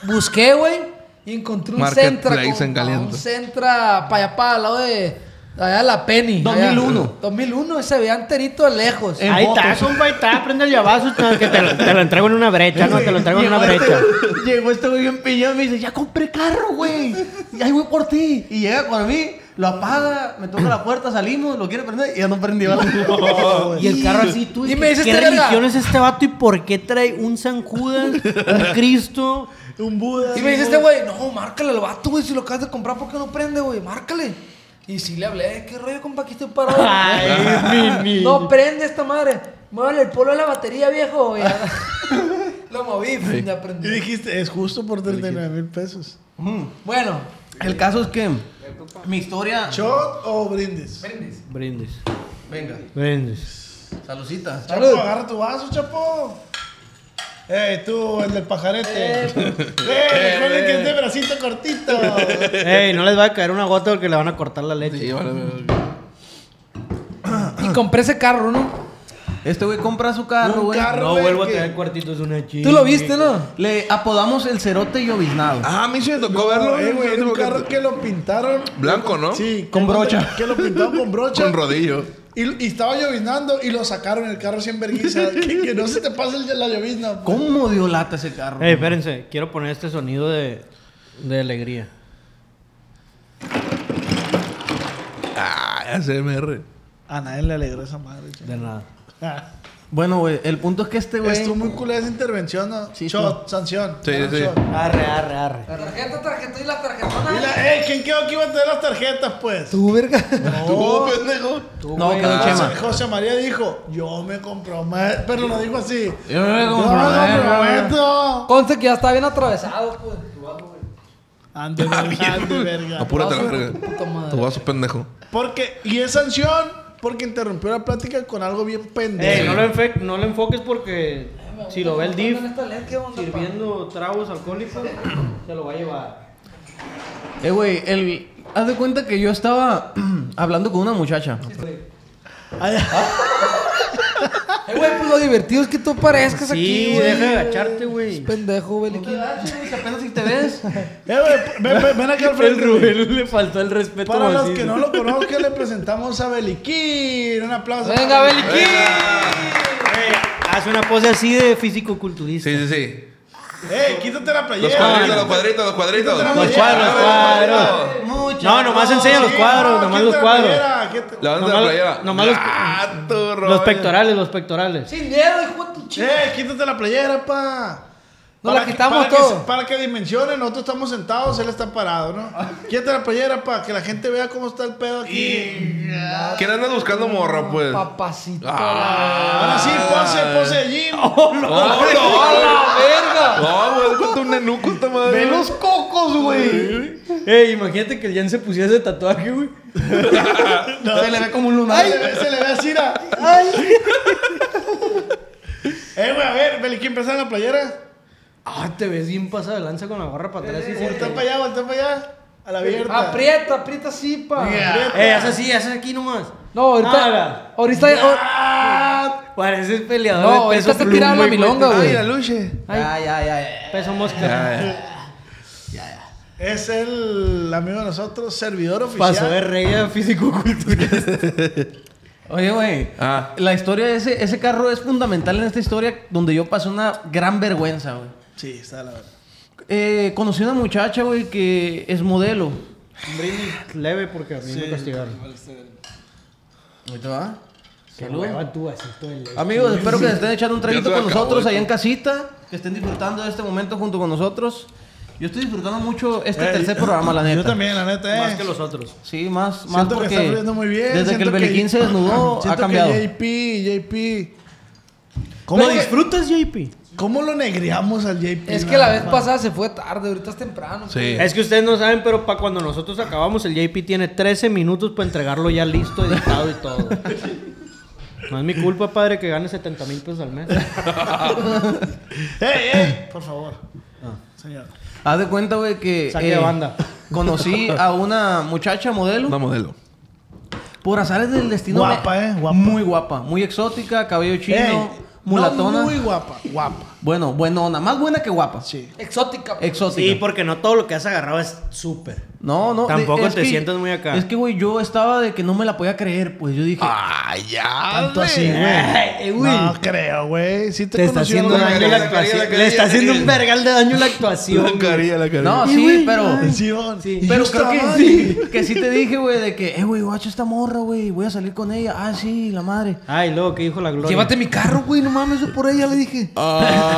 Busqué, güey, y encontré un Marketplace Centra. en compa, Un caliente. Centra para allá, para al lado de... Allá de la Penny. allá. 2001. 2001, se veía enterito de lejos. Ahí está, compa, ahí está, prende el llavazo, que te, lo- te lo entrego en una brecha, no, te lo entrego en una Llegó este brecha. güey- Llegó este güey bien pillado y me dice, ya compré carro, güey. Y ahí voy por ti. Y llega por mí, Lo apaga, me toca la puerta, salimos, lo quiere prender y ya no prendió. No, Y el carro así, tú. Y me dices, ¿Qué "Te verga". religión es este vato y por qué trae un San Judas, un Cristo? Un Buda. Y me dice este güey, no, márcale al vato, güey, si lo acabas de comprar, ¿por qué no prende, güey? Márcale. Y sí le hablé, ¿qué rollo, compa? Aquí estoy parado. Ay, mi, mi. Ah, No prende esta madre. Muévele el polo a la batería, viejo. güey. Lo moví, ya Y prendí. dijiste, es justo por 39 mil pesos. Bueno, El caso es que mi historia. ¿Shot o brindis? Brindis. Venga, Brindis. saludcita. Chapo, agarra tu vaso, chapo. Ey, tú, el del pajarete. Ey, recuerden que es de bracito cortito. Ey, no les va a caer una gota porque le van a cortar la leche. Sí, vale, vale. y compré ese carro, ¿no? Este güey compra su carro, Un güey. carro. no güey, vuelvo a que- tener cuartitos de una chica. Tú lo viste, ¿no? Le apodamos el cerote lloviznado. Ah, a mí sí me tocó No, verlo. eh, güey, Sí, era un porque- carro que lo pintaron. Blanco, ¿no? Sí, Con que- brocha. Que lo pintaron con brocha. Con rodillo. y, y estaba lloviznando y lo sacaron el carro sin vergüenza. que, que no se te pase el- la llovizna. ¿Cómo dio lata ese carro? Eh, Ey, espérense, quiero poner este sonido de, de alegría. Ah, ya sé, MR. A nadie le alegró esa madre. chapo. De nada. Ah, Bueno, güey, el punto es que este güey. Estuvo muy cool esa intervención, ¿no? Sí, Shot, sanción. Sí, Shot. Ah, sí. Arre, arre, arre. La tarjeta, tarjeta y la Y tarjetona. la- ey, ¿quién quedó que iba a tener las tarjetas, pues? Tú, verga. Tú, Ah, pendejo. No, Ah. quedó José, Chema. José María dijo, yo me comprometo, pero lo dijo así. Yo Yo me me comprometo". comprometo. Conste que ya está bien atravesado, pues. Tu vato, güey. Ande, verga, ande, verga. Ah, Apúrate a la Vaso, puta verga. madre. Tu vaso, pendejo. Porque, y es sanción porque interrumpió la plática con algo bien Ey, pendejo. no lo, enfe- no lo enfoques porque si lo ve el div ¿Dónde está el led? ¿Qué onda, pa? sirviendo tragos alcohólicos, se lo va a llevar. Eh, güey, el. Haz de cuenta que yo estaba hablando con una muchacha. Este Eh, güey, pues lo divertido es que tú parezcas aquí, Sí, güey. deja de agacharte, güey. Pendejo, güey. Apenas si te ves. Eh, güey, ven, ven- ven acá al frente. güey. le faltó el respeto. Para los que no lo conozcan, le presentamos a Beliquín. Un aplauso. Venga, Beliquín. Hace una pose así de físico-culturista. Sí, sí, sí. Eh, quítate la Los playera. cuadritos, los cuadritos, los cuadritos. Los Los cuadros, los cuadros. No, nomás enseña los Sí, cuadros, no, nomás quítate los la cuadros. playera, quítate- Levanta Nomás la lo- playera. nomás los- Ah, tu Los rollo. pectorales, los pectorales. Sin miedo, hijo de tu chica. Eh, quítate la playera, pa. Nos Para la que- quitamos para que todo. se- para que dimensionen, nosotros estamos sentados, él está parado, ¿no? Quítate la playera, pa, que la gente vea cómo está el pedo aquí. ¿Quién anda buscando morra, pues? Ah. Papacito. Ahora sí, pose, pose de gym. ¡Hola, hola! ¡Verga! No, güey, es cuanto un nenuco esta madre. güey. cocos, güey! Ey, imagínate que el Jan se pusiera ese tatuaje, güey. Se le ve como un lunar. Ay, se le ve- se le ve así, mira. Eh, güey, a ver, Beliquín, pesa la playera. Ah, te ves bien pasada de lanza con la gorra para atrás. y Voltea para allá, voltea para allá. A la abierta. Aprieta, aprieta así, pa. Aprieta. Ey, Eh, haz así, haz aquí nomás. No, ahorita. Nada. Ahorita. Ah, Pareces peleador No, de ahorita peso está tirada pluma, la güey. milonga, Ay, güey. la luche. Ya, ya, ya. Peso mosca. Es el amigo de nosotros, servidor oficial. Pasó de rey a físico-culturista. Oye, güey. Ah. La historia de ese, ese carro es fundamental en esta historia donde yo pasé una gran vergüenza, güey. Sí, está la verdad. Eh, conocí una muchacha, güey, que es modelo. Un brindis leve porque a mí me castigaron. Ahí te va. Qué Salud. hueva Ah, tú, así todo el leve. Amigos, espero que se estén echando un traguito Ya se con acabó nosotros esto. allá en casita, que estén disfrutando de este momento junto con nosotros. Yo estoy disfrutando mucho este Eh, tercer yo- programa, la neta. Yo también, la neta, eh. Más que los otros. Sí, más, más Siento porque que está fluyendo muy bien. desde que el siento Beliquín se desnudó ha siento cambiado. Que JP, JP. ¿Cómo, ¿Cómo que- disfrutas, JP? cómo lo negreamos al JP? Es que la vez pa- pasada se fue tarde, ahorita es temprano. Sí. Es que ustedes no saben, pero para cuando nosotros acabamos, el JP tiene 13 minutos para entregarlo ya listo, editado y todo. No es mi culpa, padre, que gane 70 mil pesos al mes. ¡Ey, ey! Por favor. Ah. Señor. Haz de cuenta, güey, que eh, Saque de banda. conocí a una muchacha modelo. Una modelo. Por azares del destino. Guapa, me- eh, guapa. Muy guapa, muy exótica, cabello chino, Ey, mulatona. no muy guapa, guapa. Bueno, buenona, más buena que guapa. Sí. Exótica. Exótica. Sí, porque no todo lo que has agarrado es súper. No, no. de- Tampoco es te que- sientas muy acá. Es que, güey, yo estaba de que no me la podía creer. Pues yo dije, Ah, ya. Tanto así, güey. Ay, güey. No creo, güey. Si te, Te está conocí, haciendo no- daño la quería, la actuación. quería, Le está la haciendo quería. un vergal de daño la actuación. La carilla, la carilla. no, No, sí, pero. Atención. Sí. Y Pero yo estaba creo que ahí. sí, que sí te dije, güey, de que, eh, güey, guacho esta morra, güey, voy a salir con ella. Ah, sí, la madre. Ay, luego que dijo la gloria. Llévate mi carro, güey, no mames, yo por ella le dije. Ah,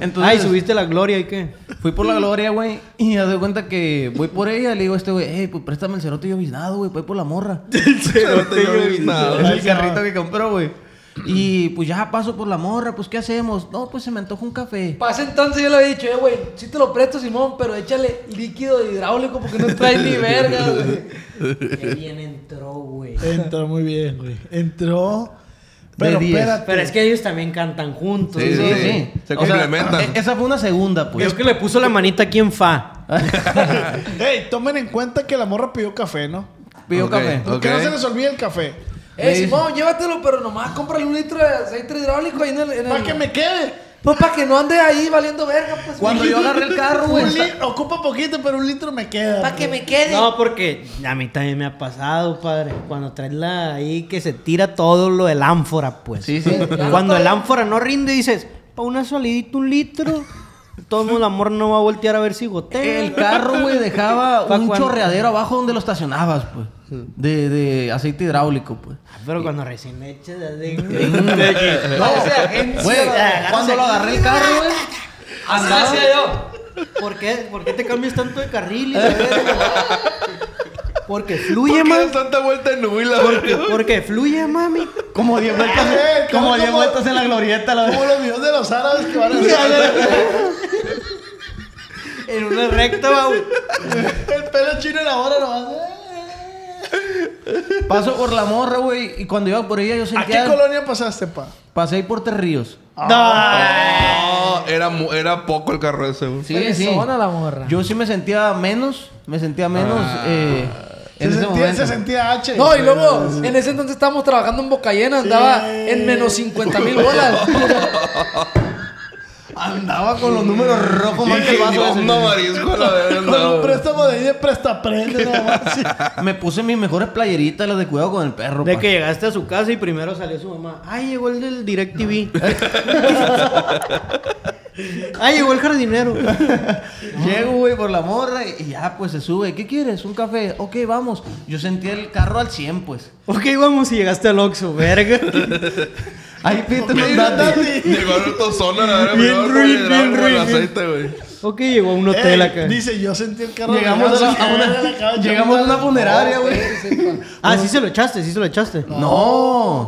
Entonces, Ay, subiste la gloria y qué. fui por la gloria, güey, y ya doy cuenta que voy por ella. Le digo a este güey, hey, pues préstame el cerote lloviznado, güey, voy por la morra. Es el carrito que compró, güey. Y pues ya paso por la morra, pues ¿qué hacemos? No, pues se me antoja un café. Pasa entonces, yo le había dicho, eh, güey, sí te lo presto, Simón, pero échale líquido hidráulico porque no trae ni verga, güey. Qué bien entró, güey. Entró muy bien, güey. Entró. Pero diez. espérate. Pero es que ellos también cantan juntos. Sí, ¿no? sí. Se O sea, complementan. e- esa fue una segunda, Es pues. que le puso la manita aquí en fa. Ey, tomen en cuenta que la morra pidió café, ¿no? Pidió Ok. café. Ok. Que no se les olvide el café. Eh, Sí. Simón, llévatelo, pero nomás cómprale un litro de aceite hidráulico ahí en el. en el- Para que me quede. Pues para que no ande ahí valiendo verga, pues. Cuando yo agarré el carro, güey. Un está- li- Ocupa poquito, pero un litro me queda. Para que me quede. No, porque a mí también me ha pasado, padre. Cuando traes la ahí que se tira todo lo del ánfora, pues. Sí, sí. Cuando el ánfora no rinde, dices, pa' una solidita, un litro. Todo el mundo, el amor no va a voltear a ver si gotea. El carro, güey, dejaba Pa' un cuando- chorreadero abajo donde lo estacionabas, pues. De, de aceite hidráulico, pues. Pero cuando recién eches, así. Mm. Güey, ah, cuando lo agarré ah, el carro, güey. Andaba, ¿Por qué? ¿Por qué te cambias tanto de carril? y la verga? Porque fluye, ¿Por qué das mami. tanta vuelta en Nuila? Porque, porque fluye, mami. como 10 vueltas, Eh, ¿cómo- como 10 cómo- vueltas en la glorieta, la Como verdad. los videos de los árabes que van a hacer. En una recta, va, güey. el pelo chino en la hora nomás. Paso por la morra, güey, y cuando iba por ella yo ¿A qué sentía... colonia pasaste, pa? Pasé ahí por Terríos. Ah. No, Ah, era, mu- era poco el carro ese, güey. pues Sí, sí. Pelezona la morra. Yo sí me sentía menos, me sentía menos eh, Se, en ese sentía, momento. se sentía H. No, y luego, en ese entonces estábamos trabajando en Boca Llena, andaba en menos 50 mil bolas. Andaba con los números rojos más que el Dije, vaso yo ese. no marisco, la verdad. Con un no. préstamo de ahí de prestaprende nomás. sí. Me puse mis mejores playeritas, las de cuidado con el perro. De pa. que llegaste a su casa y primero salió su mamá. Ay, llegó el del DirecTV. Ay, llegó el jardinero. Mm. Llego, güey, por la morra y y ya, pues se sube. ¿Qué quieres? ¿Un café? Ok, vamos. Yo sentía el carro al 100, pues. ok, vamos y llegaste al Oxxo, verga. Ahí pídete Y un no date. tanti. Llegó el autosona, la verdad. Bien primero el ruin, bien polvo hidráulico, el ruin, bien. aceite, güey. ok, llegó a un Ey, hotel acá. Dice, yo sentí el carro. Llegamos a, la- a de la una, cabeza, llegamos a una madre. funeraria, güey. Ah, sí se lo echaste, sí se lo echaste. No.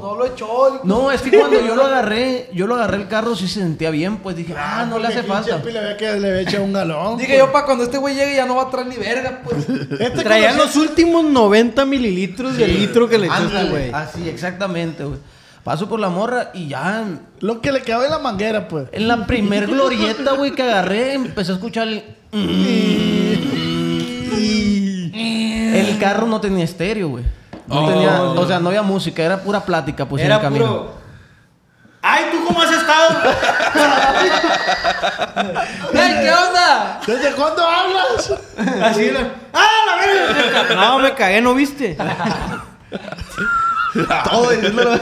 No lo echó. No, es que cuando yo lo agarré, yo lo agarré el carro, sí se sentía bien, pues dije, ah, no le hace Porque falta. Chepi Le había que le había echado un galón. pues. Dije yo, pa, cuando este güey llegue ya no va a traer ni verga, pues. Este Traían conocí- los últimos 90 mililitros del litro que le echaste, Ándale, güey. Así, exactamente, güey. Paso por la morra y ya Lo que le quedaba en la manguera, pues. en la primer glorieta, güey, que agarré, empecé a escuchar el... El carro no tenía estéreo, güey. No tenía, o sea, no había música, era pura plática, pues, en Era el camino. puro. Ay, ¿tú cómo has estado? ¡Ey, qué onda! ¿Desde cuándo hablas? Así era. ¡Ah, la verga! No, me cagué, ¿no viste? Ah, Todo diciéndolo.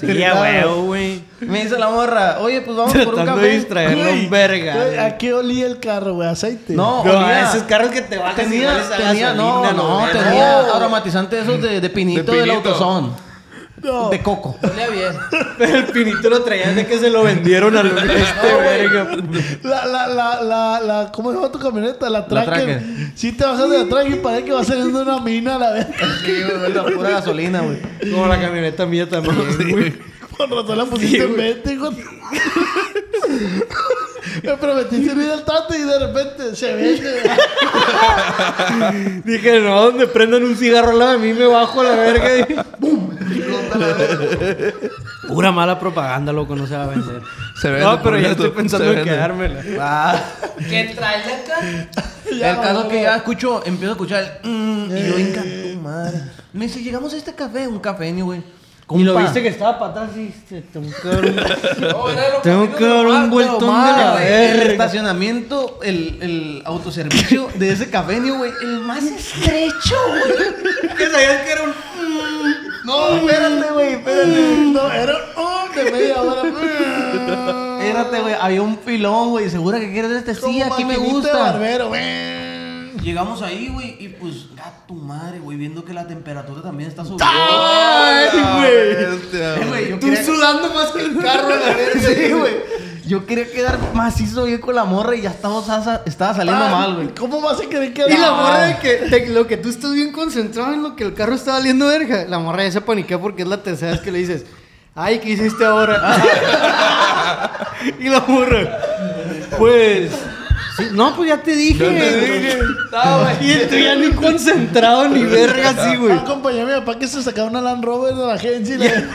Sí, ya, güey, güey. Me dice la morra, oye, pues vamos por un Tratando de café. distraerlo, un verga. Güey, ¿A qué olía el carro, güey? ¿Aceite? No, No, olía- esos carros que te bajan tenía, tenía, no, no, tenía aromatizante esos de, de pinito De del pinito. autosón. De coco. Olía bien. Pero el pinito lo traían de que se lo vendieron a los este verga. La, la, la, la, la, ¿cómo se llama tu camioneta? La Tracker. Tracker. Si te bajas de la Tracker, parece que va saliendo una mina a la vez. Sí, güey, la pura gasolina, güey. Como la camioneta mía también, güey. Con razón la pusiste en 20, hijo. Me prometí servir al tate y de repente se vende. Dije, no, donde prendan un cigarro al lado de mí me bajo a la verga y ¡Bum! Pura mala propaganda, loco, no se va a vender. Se vende, No, pero ya estoy por cierto, se pensando en vende. quedármela. ¿Qué trae acá? Ah, el caso es que ya escucho, Eh. empiezo a escuchar el, mm, y yo venga tu madre. Me dice, llegamos a este café, un café, güey. Y lo Compa. viste que estaba para atrás y se tengo que dar un, No, era lo tengo camino que dar normal, un vueltón de la normal, El verga. estacionamiento, el, el autoservicio de ese cafenio, güey, el más estrecho, güey. Que sabías que era un. mm, No, espérate, güey, espérate. No, era un de media hora. Mm. Espérate, güey, había un filón, güey. Segura que quieres este Como sí, aquí me maquinita de gusta. barbero, güey. Llegamos ahí, güey, y pues, gato madre, güey, viendo que la temperatura también está subiendo. Ah, Eh, güey, yo quería- sudando más que el carro. Sí, güey. Yo quería quedar macizo bien con la morra y ya estaba, sa- estaba saliendo mal, güey. ¿Cómo vas a creer que Y la morra de que de lo que tú estás bien concentrado en lo que el carro está valiendo verga. La morra ya se paniquea porque es la tercera vez que le dices, ay, ¿qué hiciste ahora? y la morra, Pues. sí, no, pues ya te dije. y tú ya ni concentrado ni verga así, güey. Acompañé a mi papá que se sacaba una Land Rover de la agencia y le-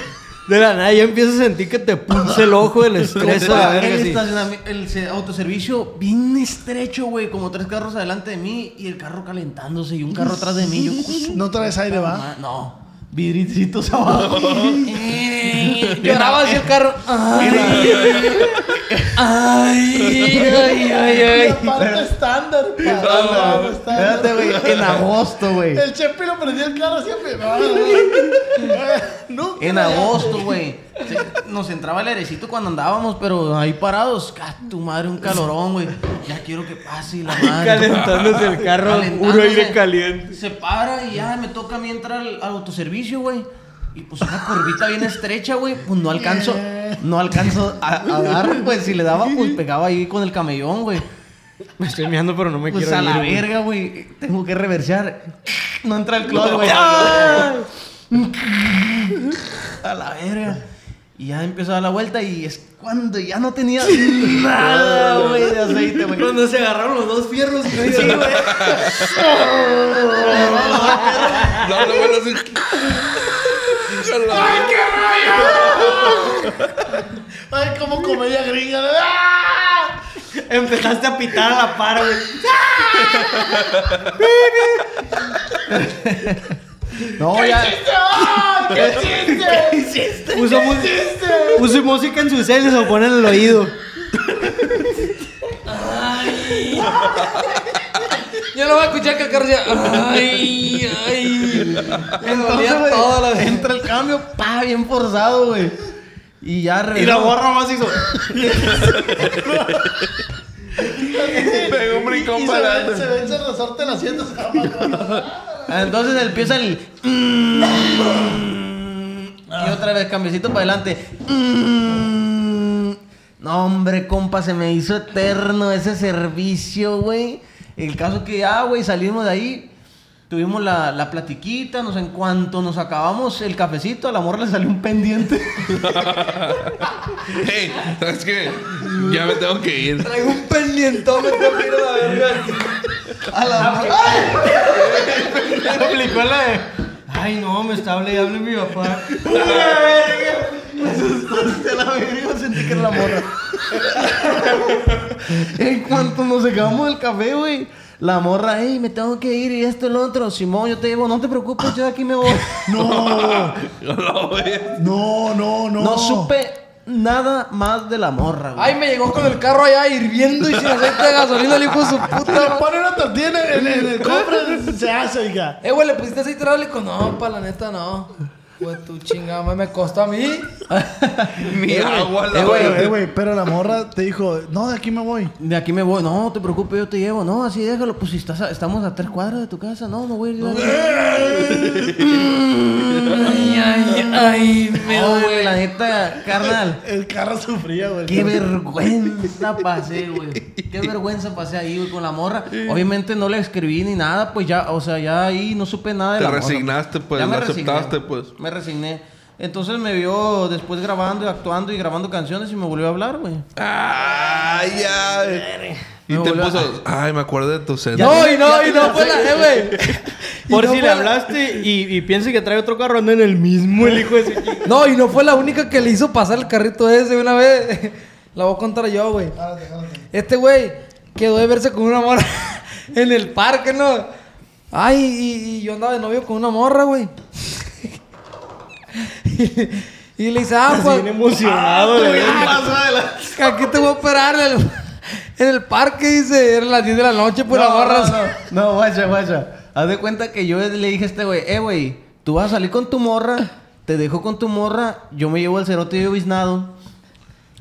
De la nada ya empiezas a sentir que te punce el ojo del estrés a la Compa, verga. el, así. estacionami- el se- autoservicio bien estrecho, güey, como tres carros adelante de mí y el carro calentándose y un carro atrás de mí. Yo, No traes aire, va. "Ah, no, vidricitos abajo. Lloraba así el carro. Y aparte estándar. pa. Estándar. Espérate, güey, en agosto, güey. El Chepi lo prendió el carro siempre. No, no, no. Nunca. En agosto, güey. Se- Nos entraba el airecito cuando andábamos, pero ahí parados. ¡Ah, tu madre, un calorón, güey! Ya quiero que pase la madre. Calentándose el carro, puro aire Calentándose. caliente. Se para y ya me toca a mí entrar al, al autoservicio, güey. Y pues una curvita bien estrecha, güey. Pues no alcanzo, no alcanzo a, a dar, pues si le daba, pues pegaba ahí con el camellón, güey. Me estoy meando, pero no me Pues quiero a la ir, güey. verga, güey. Tengo que reversear. No entra el clon, güey. A la verga. Y ya empezó a dar la vuelta y es cuando ya no tenía nada, güey, de aceite, güey. Cuando se agarraron los dos fierros, güey. No, no, bueno, así. Ay, como comedia gringa. ¡Ah! Empezaste a pitar a la par, güey. No, ya. Puso, mu- puso música en su cel y se lo pone en el oído. Yo no voy a escuchar que el carro decía, ay, ay. Entonces, güey, entra el cambio, pa, bien forzado, güey. Y ya regresó. Y la borra más hizo. Pegó un brincón Y se para ve, se adelante. ve ese resorte en la asiento. Entonces empieza el. Y otra vez, cambiecito para adelante. No, hombre, compa, se me hizo eterno ese servicio, güey. El caso que ya, güey, salimos de ahí. Tuvimos la, la platiquita, no sé, en cuanto nos acabamos el cafecito, a la morra le salió un pendiente. Hey, ¿sabes qué? Ya me tengo que ir. Traigo un pendientón, me tengo que ir a la verga. A la morra. Aplicó la de. Ay, no, me está hablando y hable mi papá. Te la verga, sentí que era la morra. en cuanto nos acabamos el café, güey. La morra, ey, me tengo que ir y esto y lo otro. Simón, yo te llevo, no te preocupes, yo de aquí me voy. No, No, no, no, no. No, supe nada más de la morra, güey. Ay, me llegó con el carro allá hirviendo y sin aceite de gasolina, le dijo su puta. Le pone una tortilla en, en- en el cofre, se hace, oiga. Eh, güey, le pusiste aceite hidráulico. No, pa, la neta, no. Güey, tu chingada, madre, me costó a mí. Mi agua la Pero, verga. eh, güey, pero la morra te dijo, no, de aquí me voy. De aquí me voy, no, te preocupes, yo te llevo. No, así déjalo, pues si estás a- estamos a tres cuadras de tu casa, no, no voy a ir. yo de aquí. Ay, ay, ay, me No, güey, duele. la neta, carnal. El carro sufría, güey. Qué vergüenza pasé, güey. Qué vergüenza pasé ahí, güey, con la morra. Obviamente no le escribí ni nada, pues ya, o sea, ya ahí no supe nada de Te la morra. resignaste, pues, me lo resigné. aceptaste, pues. Me resigné. Entonces me vio después grabando y actuando y grabando canciones y me volvió a hablar, güey. Ay, ya. Y Me te volvió a- puso, ay, me acuerdo de tu sed. No, y no, y no fue la, eh, güey. Y Por no si fue le la- hablaste y, y piense que trae otro carro, anda en el mismo el hijo de su No, y no fue la única que le hizo pasar el carrito ese una vez. La voy a contar yo, güey. Este güey quedó de verse con una morra en el parque, ¿no? Ay, y, y yo andaba de novio con una morra, güey. y le dice, ah, pues, Bien emocionado, le veo. aquí te voy a operar en el, en el parque, dice, eran las 10 de la noche, pues la barra. No, no, no, guacha, guacha. Haz de cuenta que yo le dije a este güey, eh, güey, tú vas a salir con tu morra, te dejo con tu morra, yo me llevo al cerote y biznado,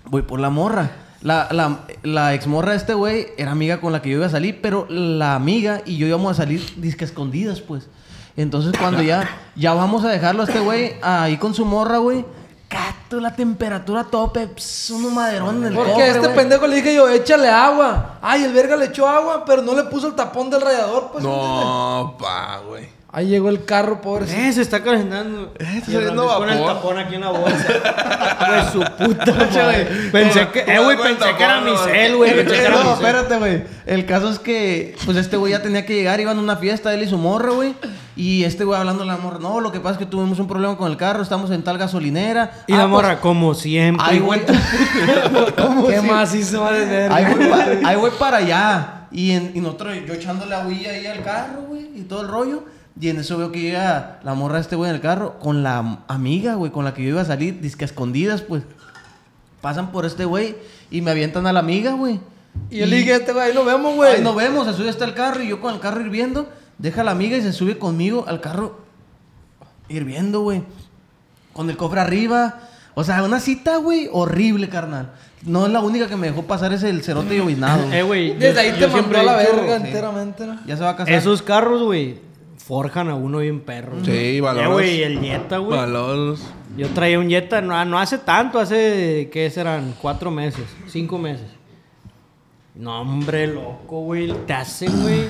voy por la morra. La, la, la ex morra de este güey era amiga con la que yo iba a salir, pero la amiga y yo íbamos a salir disque escondidas, pues. Entonces, cuando ya, ya vamos a dejarlo a este güey ahí con su morra, güey, cato la temperatura a tope, pss, un maderón en el Porque cofre, a este güey. pendejo le dije yo, échale agua. Ay, el verga le echó agua, pero no le puso el tapón del radiador, pues. ¿entiendes? No, pa, güey. Ahí llegó el carro, pobrecito. Eh, se está calentando. Eh, está Y el saliendo Ramírez Con el vapor. tapón aquí en la bolsa. Pues su puta madre. Pensé Pensé que- que, eh, güey, pensé que era era mi Micel, cel, güey. Eh, No, espérate, güey. El caso es que, pues este güey ya tenía que llegar, iban a una fiesta, él y su morra, güey. Y este güey hablando a la morra, no, lo que pasa es que tuvimos un problema con el carro, estamos en tal gasolinera. Y Ah, la pues, morra, como siempre. Ahí güey. ¿Qué más hizo de verga? Ahí voy, pa- ahí voy para allá. Y, en, y nosotros, yo echándole agüilla ahí al carro, güey, y todo el rollo. Y en eso veo que llega la morra de este güey en el carro con la am- amiga, güey, con la que yo iba a salir, disque a escondidas, pues. Pasan por este güey y me avientan a la amiga, güey. Y yo le dije, este güey, ahí lo vemos, güey. Ahí nos vemos, se sube hasta el carro y yo con el carro hirviendo, deja a la amiga y se sube conmigo al carro hirviendo, güey. Con el cofre arriba. O sea, una cita, güey, horrible, carnal. No es la única que me dejó pasar es el cerote y ovinado. Eh, güey. Desde yo- ahí yo te mandó siempre a la he dicho- verga sí. enteramente, ¿no? ya se va a casar. Esos carros, güey, forjan a uno bien perro. Sí, valor. valores. Eh, güey, el Jetta, güey. Valor. Yo traía un Jetta no, no hace tanto, hace, ¿qué serán? Cuatro meses, cinco meses. No, hombre, loco, güey. Te hace, güey,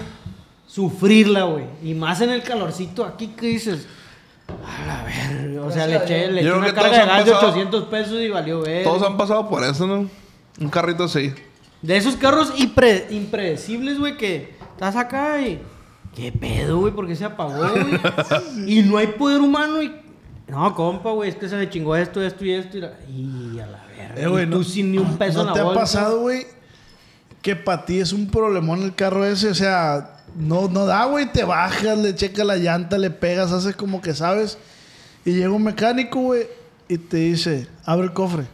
sufrirla, güey. Y más en el calorcito aquí que dices. A la verga. O sea, le eché, le eché Yo creo una que carga todos de han gas de pasado- 800 pesos y valió ver. Todos han pasado por eso, ¿no? Un carrito así. De esos carros impre- impredecibles, güey, que estás acá y. ¿Qué pedo, güey? ¿Por qué se apagó, güey? y no hay poder humano y. No, compa, güey, es que se le chingó esto, esto y esto. Y, la- y a la verga. Eh, güey, y no- tú sin ni un peso ¿No en te la bolsa. ha pasado, güey? Que para ti es un problemón el carro ese. O sea, no, no da, güey. Te bajas, le checas la llanta, le pegas, haces como que sabes. Y llega un mecánico, güey, y te dice, abre el cofre.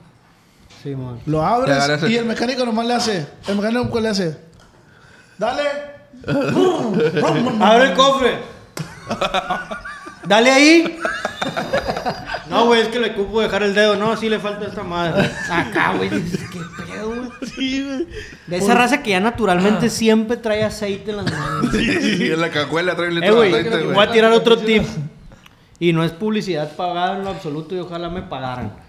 Sí, man. Lo Le abres agarras el- y el mecánico nomás le hace. El mecánico le hace. Dale. Abre el cofre. Dale ahí. No, güey, es que le cupo dejar el dedo. No, sí le falta esta madre. Acá, güey. dices, ¿Qué pedo, güey? De esa raza que ya Ah. naturalmente siempre trae aceite en las manos. Y en la cajuela trae un Eh, litro de güey, aceite, voy güey. a tirar otro tip. Y no es publicidad pagada en lo absoluto y ojalá me pagaran.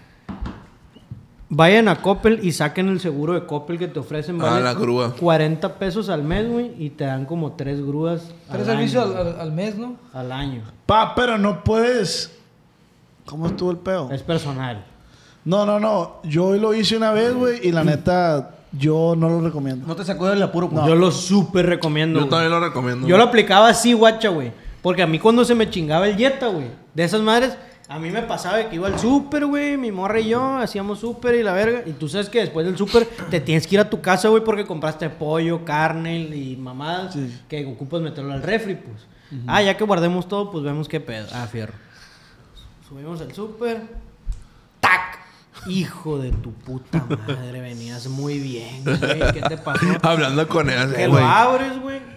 Vayan a Coppel y saquen el seguro de Coppel que te ofrecen. Ah, la grúa. 40 pesos al mes, güey. Y te dan como tres grúas. Tres al año, servicios al, al- al mes, ¿no? al año. Pa, pero no puedes. ¿Cómo estuvo el pedo? Es personal. No, no, no. Yo hoy lo hice una vez, güey, y la neta, yo no lo recomiendo. No te sacó del apuro, pues. Yo lo súper recomiendo. Yo güey. también lo recomiendo. Yo lo aplicaba así, guacha, güey. Porque a mí cuando se me chingaba el Jetta, güey. De esas madres, a mí me pasaba de que iba al súper, güey. Mi morra y yo hacíamos súper y la verga. Y tú sabes que después del súper te tienes que ir a tu casa, güey, porque compraste pollo, carne y mamadas que ocupas meterlo al refri, pues. Ah, ya que guardemos todo, pues vemos qué pedo. Ah, fierro. Subimos al súper. ¡Tac! Hijo de tu puta madre, venías muy bien, güey. ¿Qué te pasó? Hablando con él, Que así, lo güey. abres, güey.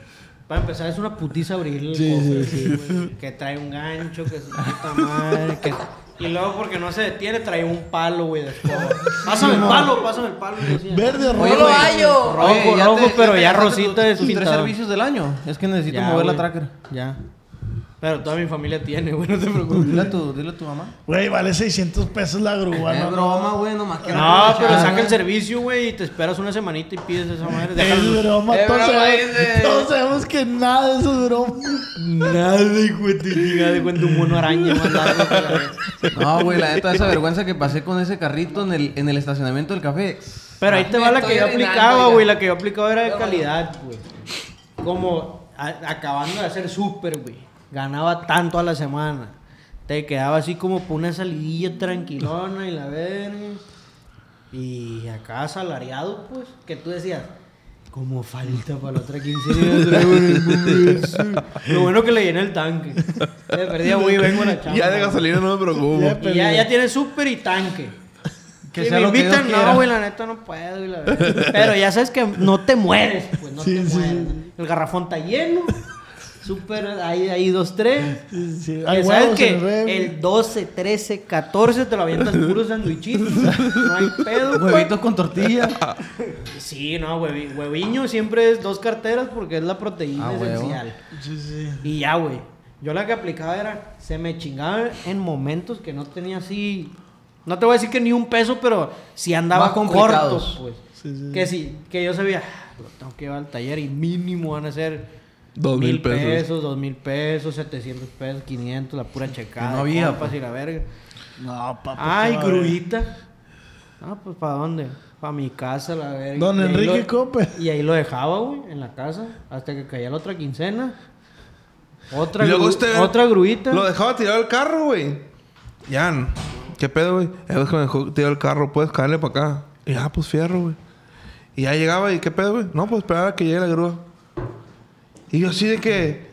Para empezar, es una putiza abrirle el cofre, así, güey, Que trae un gancho, que es puta madre. que- Y luego, porque no se detiene, trae un palo, güey, de escoba. Pásame el palo, pásame el palo. decía. Verde, Oye, rojo. lo hallo. Rojo, Oye, ya rojo, te- pero te ya gastaste rosita tus- es tus tres pintado. servicios del año. Es que necesito Ya, mover la güey. tracker. Ya. Pero toda mi familia tiene, güey, no te preocupes. Dile a tu, dile a tu mamá. Güey, vale 600 pesos la grúa, Es no, broma, güey, nomás que No, pero Ah, saca el güey. servicio, güey, y te esperas una semanita y pides esa madre. Déjalo. Es broma, Es todos, broma, sabemos, dice. todos sabemos que nada de eso es broma. Nada, güey, te llega de cuenta un mono araña más largo que la vez. No, güey, la neta, esa vergüenza que pasé con ese carrito en el, en el estacionamiento del café. Pero ahí te va la que Ah, yo estoy orinando aplicaba, ya. güey. La que yo aplicaba era de calidad, güey. Como a- acabando de hacer súper, güey. Ganaba tanto a la semana. Te quedaba así como por una salidilla tranquilona y la verga. Y acá asalariado, pues. Que tú decías, Como falta para la otra quinceañera traigo en el mundo. Lo bueno que le llené el tanque. Me perdí voy y vengo a la chamba. Ya de gasolina no me preocupo. Y ya, ya tiene súper y tanque. Que si sea me lo que Dios invitan, quiera. no, güey, la neta no puedo. y la verdad. Pero ya sabes que no te mueres, pues no te mueres. El garrafón está lleno. Súper, hay, hay dos, tres. Sí, Ya hay sabes huevos en el que refri. el 12, 13, 14 te lo avientas puro sandwichito. No hay pedo. pues. Huevitos con tortilla. Sí, no, huevi- hueviño siempre es dos carteras porque es la proteína Ah, huevo. esencial. Y ya, güey. Yo la que aplicaba era, se me chingaba en momentos que no tenía así. No te voy a decir que ni un peso, pero si andaba Más con complicados. cortos, pues. Que sí, que yo sabía, "Ah, lo tengo que llevar al taller y mínimo van a ser Dos mil pesos. dos mil pesos, 700 pesos, 500, la pura checada. no había, compas pues. y la verga. No, papá. Ay, gruita. Ah, pues ¿para dónde? Para mi casa, la verga. Don Y ahí Enrique lo- Cope. Y ahí lo dejaba, güey, en la casa, hasta que caía la otra quincena. Otra, Y luego gru- este- otra gruita. Lo dejaba tirado el carro, güey. Jan, ¿qué pedo, güey? Eh, güey, que me dejó tirado el carro, puedes caerle para acá. Y ya, pues fierro, güey. Y ya llegaba, ¿y qué pedo, güey? No, pues esperaba que llegue la grúa. Y yo así de que.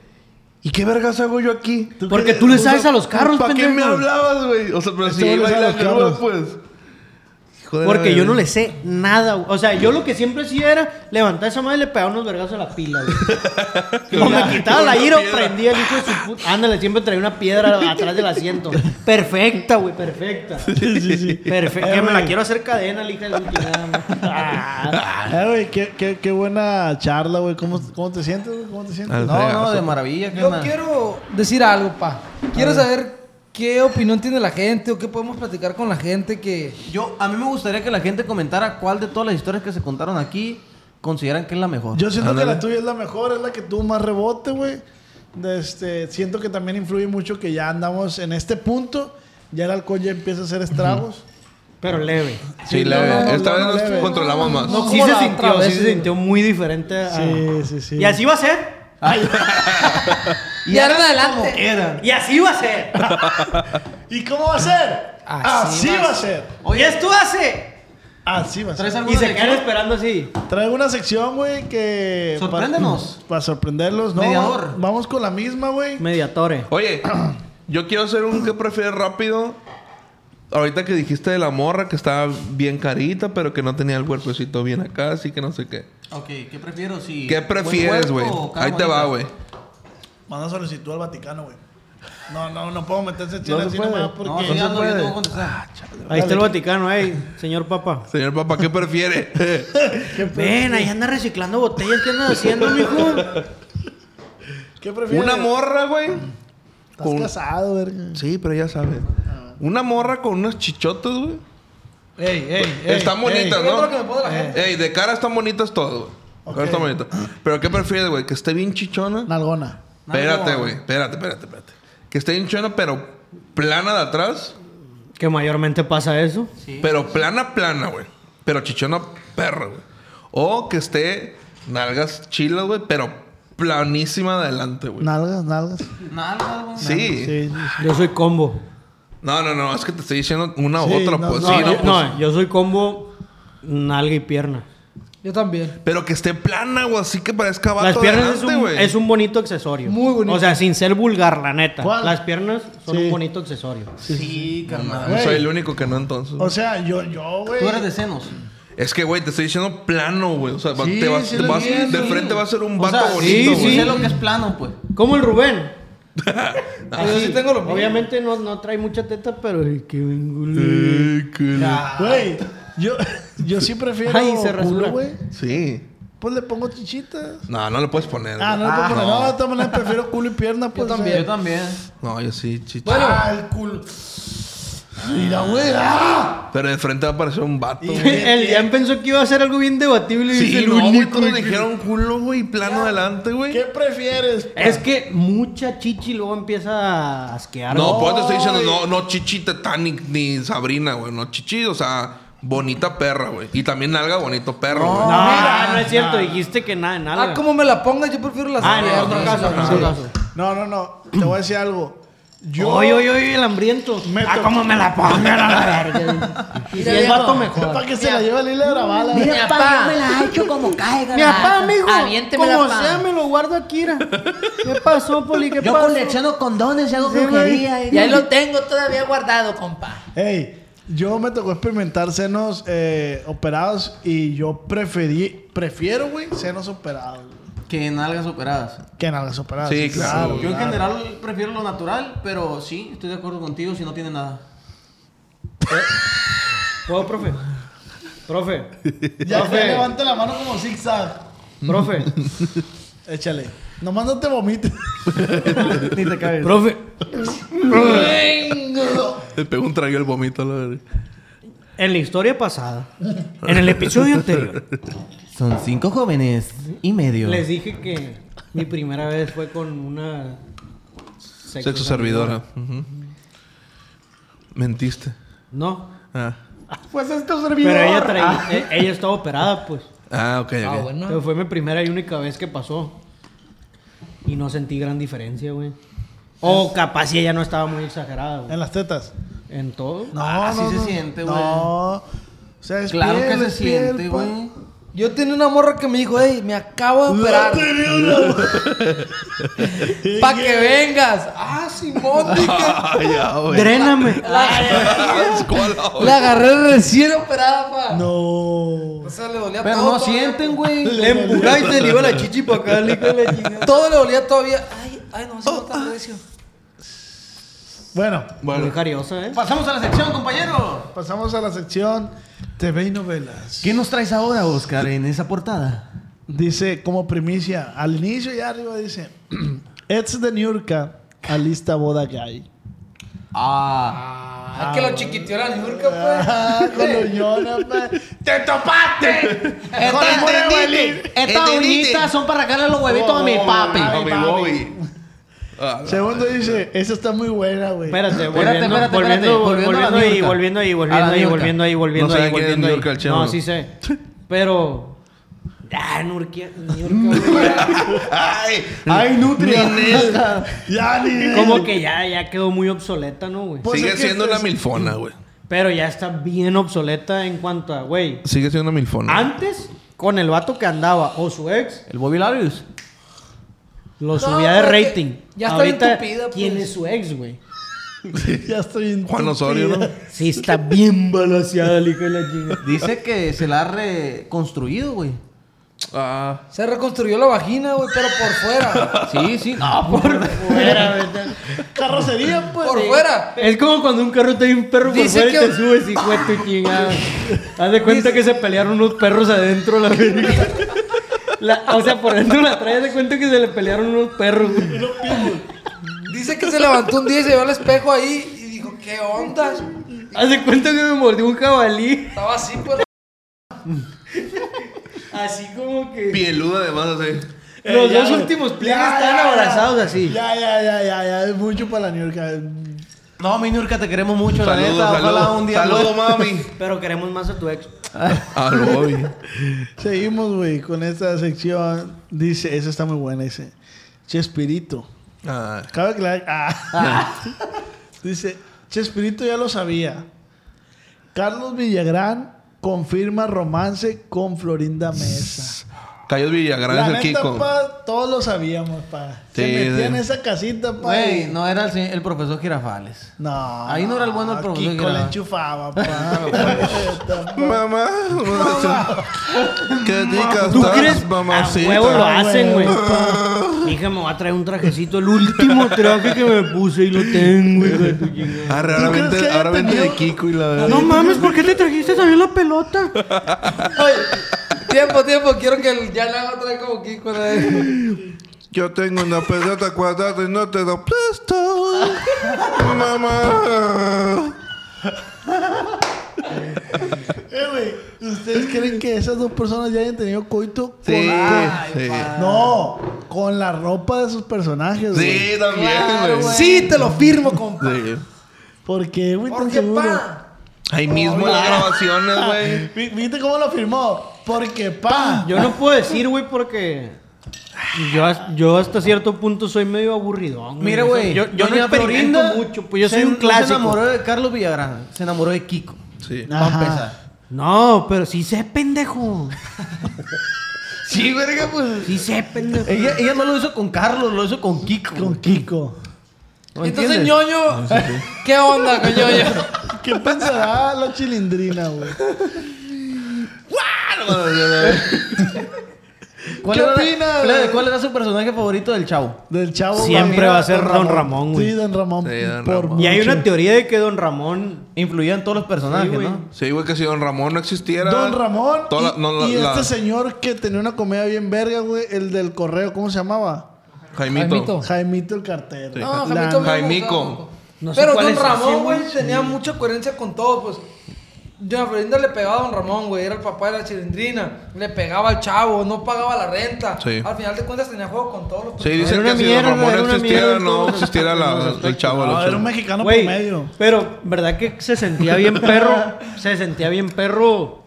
¿Y qué vergas hago yo aquí? Porque tú le sabes a los carros, Pues, ¿Para qué me pendejo? hablabas, güey? O sea, pero si Este güey le iba a sabe la a los grúa, carros. pues. Hijo de la Porque yo verga. no le sé nada, güey. O sea, yo lo que siempre hacía era levantar esa madre y le pegaba unos vergazos a la pila, güey. O me quitaba la ira o prendía el hijo de su puta. Ándale, siempre traía una piedra atrás del asiento. Perfecta, güey, perfecta. Sí, sí, sí. Perfecta. Que me la quiero hacer cadena, la hija de su chingada madre. Ah. Ay, güey, qué, qué, qué buena charla, güey. ¿Cómo, ¿Cómo te sientes, güey? ¿Cómo te sientes? Al No, no, fregazo. de maravilla, Yo carnal. quiero decir algo, pa. Quiero saber qué opinión tiene la gente o qué podemos platicar con la gente que... Yo, a mí me gustaría que la gente comentara cuál de todas las historias que se contaron aquí consideran que es la mejor. Yo siento Ándale. que la tuya es la mejor, es la que tuvo más rebote, güey. De Este, siento que también influye mucho que ya andamos en este punto. Ya el alcohol ya empieza a hacer estragos. Pero leve. Sí, Sí, leve. no, no, Esta no, vez no, nos leve. controlamos más. No, sí como se la sintió, otra sí vez, se güey. sintió muy diferente. a- Sí, sí, sí. Y así va a ser. Y ahora en adelante. Era. Y así va a ser. ¿Y cómo va a ser? Así, va a ser. Y esto hace. Así va a ser. ¿Traes algo Y se quedan esperando así. Traigo una sección, güey, que... Sorpréndenos. Para, sorprenderlos, ¿no? Mediador. Vamos con la misma, güey. Mediatore. Oye, yo quiero hacer un que prefieres rápido. Ahorita que dijiste de la morra que estaba bien carita, pero que no tenía el cuerpecito bien acá, así que no sé qué. Ok, ¿qué prefiero? Si ¿Qué buen prefieres, güey? cuerpo o cara Ahí te bonita? va, güey. Manda solicitud al Vaticano, güey. No, no, no puedo meterse No chile se así puede. nomás No, porque... sí, hazlo, yo te voy a contestar. Ahí está el Vaticano, ahí, señor Papa. Señor papá, ¿qué prefiere? Ven, ahí anda reciclando botellas. ¿Qué andas haciendo, mijo? ¿Qué prefieres? ¿Una morra, güey? Estás con- casado, verga. Sí, pero ya sabes. Ah. Una morra con unos chichotos, güey. Ey, ey, ey. Están bonitas, Yo creo ¿no? Eh. que me puedo la gente. Ey, de cara están bonitas todas, güey. De cara Ok. están bonitas. Pero ¿qué prefieres, güey? ¿Que esté bien chichona? Nalgona. Espérate, güey. Espérate, espérate, espérate. Que esté bien chichona, pero plana de atrás. Que mayormente pasa eso. Pero plana, plana, güey. Pero chichona perra, güey. O que esté nalgas chilas, güey, pero planísima de adelante, güey. Nalgas, nalgas. Nalga, güey. Sí. Sí, sí, Yo soy combo. No, no, no. Es que te estoy diciendo una u Sí, otra, no, pues. no, eh. sí, no, no, yo, pues. no, yo soy combo nalga y pierna. Yo también. Pero que esté plana, güey. Así que parezca vato Las piernas de es adelante, un, güey. es un bonito accesorio. Muy bonito. O sea, sin ser vulgar, la neta. ¿Cuál? Las piernas son Sí. un bonito accesorio. Sí, carnal. No Pues soy Güey. el único que no, entonces. O sea, yo, yo, güey. Tú eres de senos. es que, güey, te estoy diciendo plano, güey. O sea, va- Sí, te vas, sí te lo vas- entiendo. de frente va a ser un vato o sea, bonito, Sí, güey. sí, sé lo que es plano, pues. Como el Rubén. Ah. Así. Yo sí tengo lo mismo. Obviamente no, no trae mucha teta, pero el que vengo le- Ay, qué- Güey, yo, yo sí prefiero. Ay, se culo, rasura. güey. Sí. Pues le pongo chichitas. No, no le puedes poner. Ah, no, güey. le puedo poner- no, de todas maneras prefiero culo y pierna, pues. Yo también. Yo también. No, yo sí, chichón. Bueno. Ah, el culo. Mira, güey. ¡ah! Pero de frente va a aparecer un vato. güey. El Jan pensó que iba a ser algo bien debatible y dice Sí, el no, güey, único todos que- dijeron culo, güey, plano adelante, güey. ¿Qué prefieres? pa? Es que mucha chichi luego empieza a asquear. No, güey. pues te estoy diciendo, no, no chichi Titanic ni Sabrina, güey. No chichi, o sea, bonita perra, güey. Y también nalga bonito perro, güey. No, No. mira, no es cierto, dijiste que nada, nada. Ah, como me la ponga, yo prefiero las Ah, en piernas. otro caso, en Sí. otro caso. No, no, no. Te voy a decir algo. Yo- Oye, oye, oye, el hambriento. Me ah, tocó- cómo me la pongan a la verga. y si es viejo. vato, mejor. Para que se la lleve Lila Brabala. Mi papá, yo me la hecho como caiga. Mi la papá, hacho. mijo. Aviéntemela, Como pa. sea, me lo guardo aquí. ra. ¿Qué pasó, Poli? ¿Qué Yo pasó? colecciono condones y hago Sí, güey. brujería. Y ahí lo tengo todavía guardado, compa. Ey, yo me tocó experimentar senos eh, operados y yo preferí, prefiero, güey, senos operados güey, Que nalgas operadas. que nalgas operadas. Sí, claro. Yo en general prefiero lo natural, pero sí, estoy de acuerdo contigo si no tiene nada. ¿Puedo, profe? Profe, Ya Profe. que levanta la mano como zigzag. profe, Échale. Nomás no te vomites. Ni te caes. profe. Le pegó un trago el vómito a la verga. En la historia pasada, en el episodio anterior, Son cinco jóvenes y medio. les dije que mi primera vez fue con una Sexo servidora. Ujú. Mentiste. No, Ah. Pues esto servidor. pero ella traía, e- ella estaba operada, pues. Ah, ok, ok. Ah, bueno. Pero fue mi primera y única vez que pasó. Y no sentí gran diferencia, güey. O capaz si ella no estaba muy exagerada, En güey. las tetas. En todo. No, así Ah, se siente, güey. No. O sea, es Claro piel, que se es piel, siente, pa. güey. Yo tenía una morra que me dijo, hey, me acabo de operar. Pa' que vengas. Ah, Simón, dije. Ah, ya, güey. Dréname. Le agarré recién operada, pa. No. O sea, le dolía Pero todo. no todavía, sienten, güey. Le empujaba y te le iba la chichi para acá, le iba la chingada. Todo le dolía todavía. Ay, ay, no, se Oh, nota ah. recio. Bueno, Muy jariosa, ¿eh? Pasamos a la sección, compañero. pasamos a la sección TV y novelas. ¿Qué nos traes ahora, Oscar, en esa portada? Dice, como primicia, al inicio ya arriba dice, Eds de Niurka, alista boda gay. Ah, Ah, que lo chiquiteó la Niurka, pues. Ah, con lo llora, pa. ¡Te topaste! Estas estas uñitas son para sacarle los huevitos a mi papi. Oh, A mi Bobby. Ah, la- Segundo dice, esa está muy buena, güey. Espérate, Espérate, volviendo, espérate, volviendo, espérate. Volviendo a la volviendo, ahí, Niurka. volviendo ahí, A volviendo la ahí, Niurka. volviendo ahí, volviendo No sabe ahí, quién es volviendo Niurka, el ahí. chavo. No, sí sé. Pero... Ah, Nurkia, Niurka, güey. ¡Ay! ¡Ay, Nutria! Ni neta. ya, ni Como que ya, ya quedó muy obsoleta, ¿no, güey? Pues es Sigue que siendo este una es- milfona, güey. Pero ya está bien obsoleta en cuanto a, güey. Sigue siendo una milfona. Antes, con el vato que andaba o su ex, El Bobby Larius. lo No, subía de porque rating. ya está Ahorita, bien tupida, pues. ¿Quién es su ex, güey? Ya estoy en Juan Osorio, ¿no? Sí, está bien balanceada el hijo de la chinga. Dice que se la ha reconstruido, güey. Ah. Se reconstruyó la vagina, güey, pero por fuera. Sí, sí. No, por... Carrocería, pues. Por fuera. Es como cuando un carro te un perro por Dice fuera que- y te subes y fue tu chingada. Haz de cuenta que se pelearon unos perros adentro la verga. La- o sea, por dentro la trae haz de cuenta que se le pelearon unos perros. güey. Dice que se levantó un día y se vio al espejo ahí y dijo, ¿qué onda? Haz de cuenta que me mordió un jabalí. Estaba así, pues. Así como que. Pieluda, además, así. Los Eh, ya, dos güey. últimos pliegues Ya, estaban ya, ya. abrazados así. Ya, ya, ya, ya, ya. Es mucho para la Niurka. No, mi Nurka, te queremos mucho, la Saludos, neta. Ojalá saludos. un día. Saludos, mami. Ah, Pero queremos más a tu ex. Al Bobby. Seguimos, güey, con esta sección. Dice, esa está muy buena, dice. Chespirito. Ah. Cabe aclarar- ah. Dice, Chespirito ya lo sabía. Carlos Villagrán confirma romance con Florinda Mesa. Cayos Villagrán La es el neta, Kiko. pa, todos lo sabíamos, pa. Se Sí, metía en sí. esa casita, pa. Güey, y- no era el, se- el profesor Girafales. No. Ahí no era el bueno el profesor Kiko Girafales. le enchufaba, pa. Mamá. Qué rica ¿Tú crees? estás, a huevo lo Ah, mamacita. hacen, güey. Hija, me va a traer un trajecito, el último traje que me puse y lo tengo, hijo de tu chingada. Ah, ¿Tú ahora crees que vente, haya ahora vente tenido- de Kiko y la No verdad. mames, ¿por qué te trajiste también la pelota? Oye, tiempo, tiempo, quiero que el- ya le haga otra vez como Kiko. la de- Yo tengo una pelota cuadrada y no te lo presto. Mamá. Eh, güey, ¿ustedes creen que esas dos personas ya hayan tenido coito? Sí, con- sí. No, con la ropa de sus personajes, güey. Sí, también, güey. Sí, te lo firmo, compa. Sí. ¿Por qué, güey, tan Porque, seguro? pa. Ahí mismo en las grabaciones, güey. Vi- ¿Viste cómo lo firmó? Porque, pa. Yo no puedo decir, güey, porque Y yo, as- yo hasta cierto punto soy medio aburridón. Mira, güey. Yo, yo no doña experimento Florinda mucho. Pues yo se- soy un no Se clásico. enamoró de Carlos Villagrán. Se enamoró de Kiko. Sí. Va a Ah. Ajá. empezar. No, pero sí sé, pendejo. Sí, verga, pues. Sí sé, pendejo. Ella, ella no lo hizo con Carlos, lo hizo con Kiko. Con Kiko. Entonces, Ah, ñoño, ¿qué onda con ñoño? ¿Qué pensará la chilindrina, güey? ¿Cuál ¿Qué era, opina, Plebe, güey? ¿Cuál era su personaje favorito del chavo? Del chavo. Siempre güey. va a ser Don Ramón, güey. Sí, Don Ramón. Sí, Don por Ramón. Y hay mucho. una teoría de que Don Ramón. Influía en todos los personajes, Sí, güey. ¿no? Sí, güey, que si Don Ramón no existiera. Don Ramón toda y, la- no, la- y la- este señor que tenía una comedia bien verga, güey, el del correo, ¿cómo se llamaba? Jaimito. Jaimito. Jaimito el cartero. Sí. Ah, No, La- Jaimito me Jaimico. gustaba. No sé Pero cuál Don es Ramón, ese, güey, güey. tenía mucha coherencia con todo, pues. Doña Florinda le pegaba a Don Ramón, güey. Era el papá de la chilindrina. Le pegaba al chavo, no pagaba la renta. Sí. Al final de cuentas tenía juego con todos los Sí, personajes. dicen Era que una si mierda, Don Ramón era no una existiera, mierda no en todos existiera la- el chavo. No, el era otro. un mexicano Güey, promedio. pero ¿verdad que se sentía bien perro? se sentía bien perro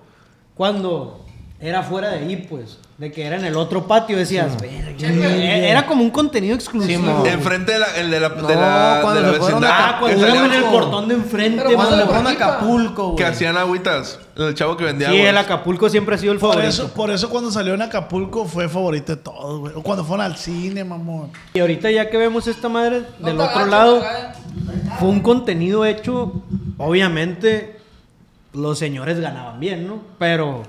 cuando era fuera de ahí, pues. De que era en el otro patio, decías. "Verga, güey". Era como un contenido exclusivo. Enfrente de la, el de la, de No, la, de cuando la se fueron vecindad. ah, cuando que era en salían- el portón de enfrente, Pero Cuando mano. le fueron a Acapulco. Acapulco, Que güey. hacían agüitas. El chavo que vendía Sí, agua. el Acapulco siempre ha sido el Por favorito. eso, por eso cuando salió en Acapulco fue favorito de todos, güey. O cuando fueron al cine, mamón. Y ahorita ya que vemos esta madre No del te otro agaches, lado, te agaches. fue un contenido hecho, obviamente los señores ganaban bien, ¿no? Pero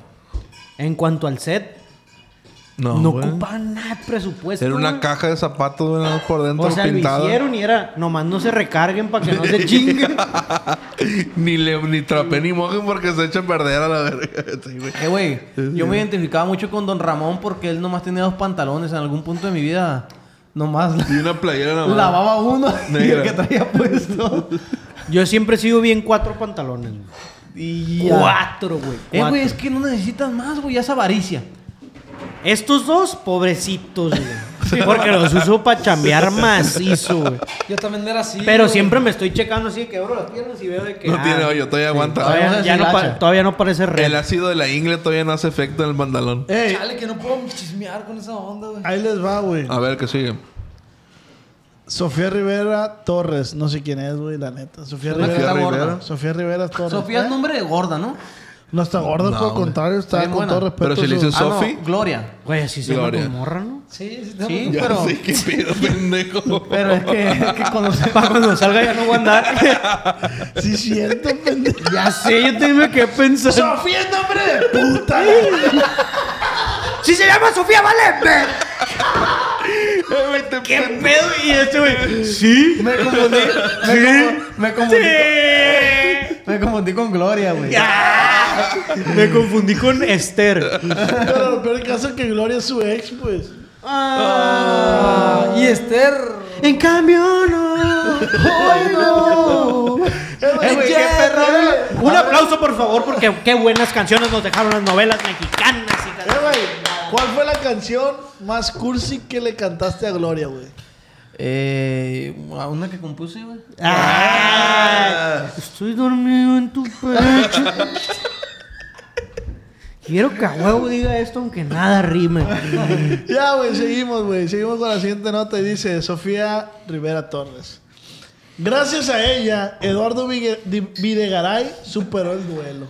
en cuanto al set, no, güey. ocupaban nada de presupuesto. Era una güey. caja de zapatos güey, nada más por dentro O sea, pintada. lo hicieron y era, nomás no se recarguen para que no se chinguen. ni le ni trapé ni mojen porque se echa a perder a la verga. Sí, güey. Eh, güey, yo me identificaba mucho con Don Ramón porque él nomás tenía dos pantalones. En algún punto de mi vida, nomás la- Y una playera nada más. lavaba uno y el Negra. que traía puesto. Yo siempre he sido bien cuatro pantalones. güey. Y ya. Cuatro, güey. Eh, cuatro. güey, es que no necesitas más, güey. Ya es avaricia. Estos dos, pobrecitos, güey. Porque los uso para chambear macizo, güey. Yo también era así. Pero güey. siempre me estoy checando así, que abro las piernas y veo de que. No ah, tiene hoyo, todavía aguanta. Todavía, Todavía ya se no pa- lacha. todavía no parece El real. ácido de la ingle todavía no hace efecto en el pantalón. Ey, Chale, que no puedo chismear con esa onda, güey. ahí les va, güey. A ver, ¿qué sigue? Sofía Rivera Torres. No sé quién es, güey, la neta. Sofía Suena que Rivera. está gorda. Rivera. Sofía Rivera Torres. Sofía es ¿Eh? nombre de gorda, ¿no? No está gordo, No, por el güey. contrario, está con Está bien buena. todo respeto. Pero si le su- hizo- Ah, no, ¿Sofi? Gloria. Güey, así se llama Gloria. tu morra, ¿no? Sí, sí, Sí, Ya pero, sé qué pedo, pendejo. pero es que, es que cuando se- Para cuando salga ya no voy a andar. Sí, cierto, pendejo. ya sé, yo tengo que pensar. Sofía es nombre de puta. ¡Si se llama Sofía, vale! Ay, güey, te ¿Qué pendejo. pedo? Y este, güey. ¿Sí? me confundí. Me, confu- me confundí. Me confundí con Gloria, güey. Me confundí con Esther. Pero lo peor caso es que Gloria es su ex, pues. Ah, y Esther. En cambio, no. Hoy no. Eh, güey, qué perro, güey. Un aplauso, por favor, porque qué buenas canciones nos dejaron las novelas mexicanas. hija Eh, de- güey, ¿cuál fue la canción más cursi que le cantaste a Gloria, güey? Eh, a una que compuse, güey. Ay, estoy dormido en tu pecho. Quiero que a huevo diga esto, aunque nada rime. Ya, güey, seguimos, güey. Seguimos con la siguiente nota y dice Sofía Rivera Torres. Gracias a ella, Eduardo Vigue- Di- Videgaray superó el duelo.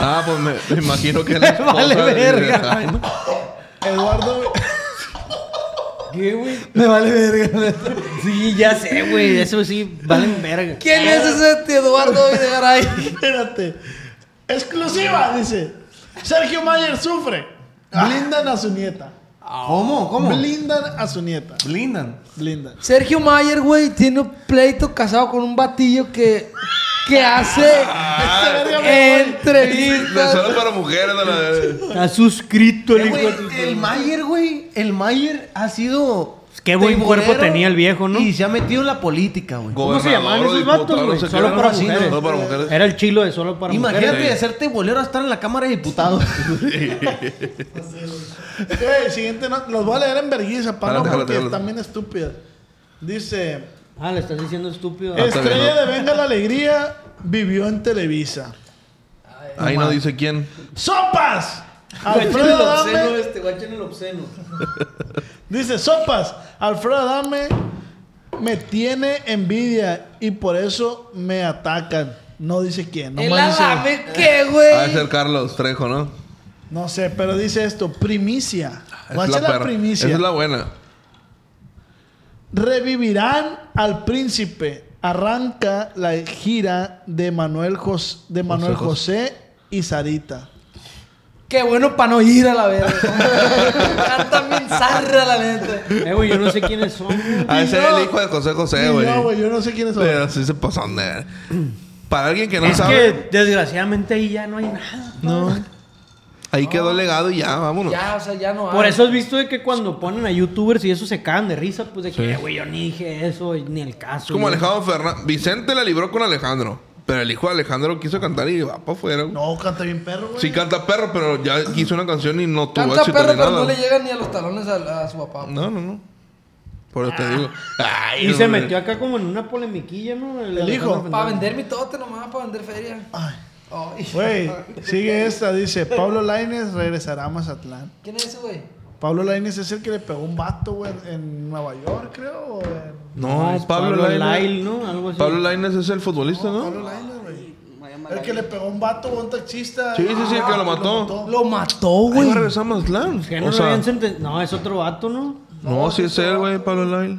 Ah, pues me, me imagino que la esposa Vale de- verga. Ay, no. Eduardo, Me vale verga. Sí, ya sé, güey. Eso sí, valen verga. ¿Quién es ese Eduardo Videgaray? espérate. Exclusiva, dice. Sergio Mayer sufre. Ah. Blindan a su nieta. Ah. ¿Cómo? ¿Cómo? Blindan a su nieta. Blindan. Blindan. Sergio Mayer, güey, tiene un pleito casado con un batillo que, que hace Ah, De entrevistas. solo para mujeres, a la verga. Está suscrito el Eh, hijo güey, de tu- el Mayer, güey. El Mayer ha sido. Qué buen teibolero cuerpo tenía el viejo, ¿no? Y se ha metido en la política, güey. ¿Cómo se Gobernador llamaban o esos diputado, vatos, no güey? sé qué, Solo ¿no? para Sí, mujeres. Solo para mujeres. Era el chilo de solo para Imagínate mujeres. de ser tebolero a estar en la Cámara de Diputados. Eh, siguiente nota. Los voy a leer en vergüenza, para no Jálate, jálate, porque jálate. también estúpidas. Dice. Ah, le estás diciendo estúpido. Ah, está bien, Estrella ¿no? de Venga la Alegría vivió en Televisa. Ahí no dice quién. ¡Sopas! Guachen el Alfredo obsceno Adame, este, guachen el obsceno. Dice, sopas, Alfredo Adame me tiene envidia y por eso me atacan. No dice quién. El nomás dice- Adame, ¿qué, Va a ser Carlos Trejo, ¿no? No sé, pero dice esto, primicia. Es Guacha la, perra. primicia. Esa es la buena. Revivirán al príncipe. Arranca la gira de Manuel, Jos- de Manuel José, y Sarita. Qué bueno para no ir a la verga. Cantan bien zarra, la neta. Eh, güey, yo no sé quiénes son. güey. A Ah, ese es el hijo de José José, güey. No, güey, yo no sé quién es. Pero sí se pasan de... Para alguien que no Es sabe, que desgraciadamente ahí ya no hay nada. ahí quedó legado y ya, vámonos. Ya, Ah, o sea, ya no hay. Por eso has visto de que cuando ponen a youtubers y eso se cagan de risa, pues de que, "Eh, güey, yo ni dije eso, ni el caso. Es como güey". Alejandro Fernández. Vicente la libró con Alejandro. Pero el hijo de Alejandro quiso cantar y va para afuera. güey. No, canta bien perro, güey. Sí canta perro, pero ya hizo una canción y no tuvo Canta éxito perro, ni pero nada. no le llegan ni a los talones a, a su papá. No, no, no. Por eso te digo. Ay, Y se hombre. metió acá como en una polemiquilla, ¿no? El hijo. Alejandro Para Fernández. vender mi tote nomás, para vender feria. Ay. Güey, sigue esta, dice, Pablo Laines regresará a Mazatlán. ¿Quién es ese, güey? Pablo Laines es el que le pegó un vato, güey, en Nueva York, creo. o en- No, Ah, Es Pablo, Lainez. Lyle, ¿no? Algo así. Pablo Lainez es el futbolista, ¿no? Pablo Laines, güey. El que le pegó un vato, güey, un taxista. Ah, Sí, sí, sí, el que lo mató. Lo mató, Ahí va a güey. regresar a Mazatlán. Que no, O lo sea, habían senten- no, es otro vato, ¿no? no, sí es él, güey, Pablo Lainez.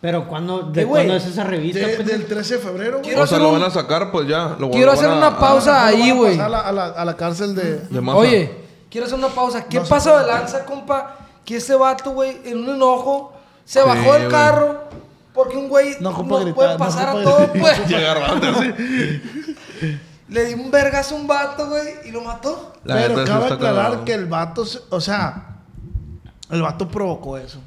Pero cuando, ¿de Eh, güey, cuándo es esa revista? De- pendejo? del 13 de febrero, güey. Quiero O sea, hacer lo un- van a sacar, pues ya. Lo, Quiero lo hacer van a- una a- pausa Lo van a ahí, güey. pasar A la, a, la, a la cárcel de... de Maza. Oye, quiero hacer una pausa. ¿Qué pasa de lanza, compa? Que ese vato, güey, en un enojo, se bajó del güey. carro porque un güey no, No ocupa gritar, puede no pasar a ocupa todo, gritar. pues. Llega Rato, así. Le dio un vergazo a un vato, güey, y lo mató. La pero neta, eso cabe está aclarar cagado. que el vato, se- o sea, el vato provocó eso.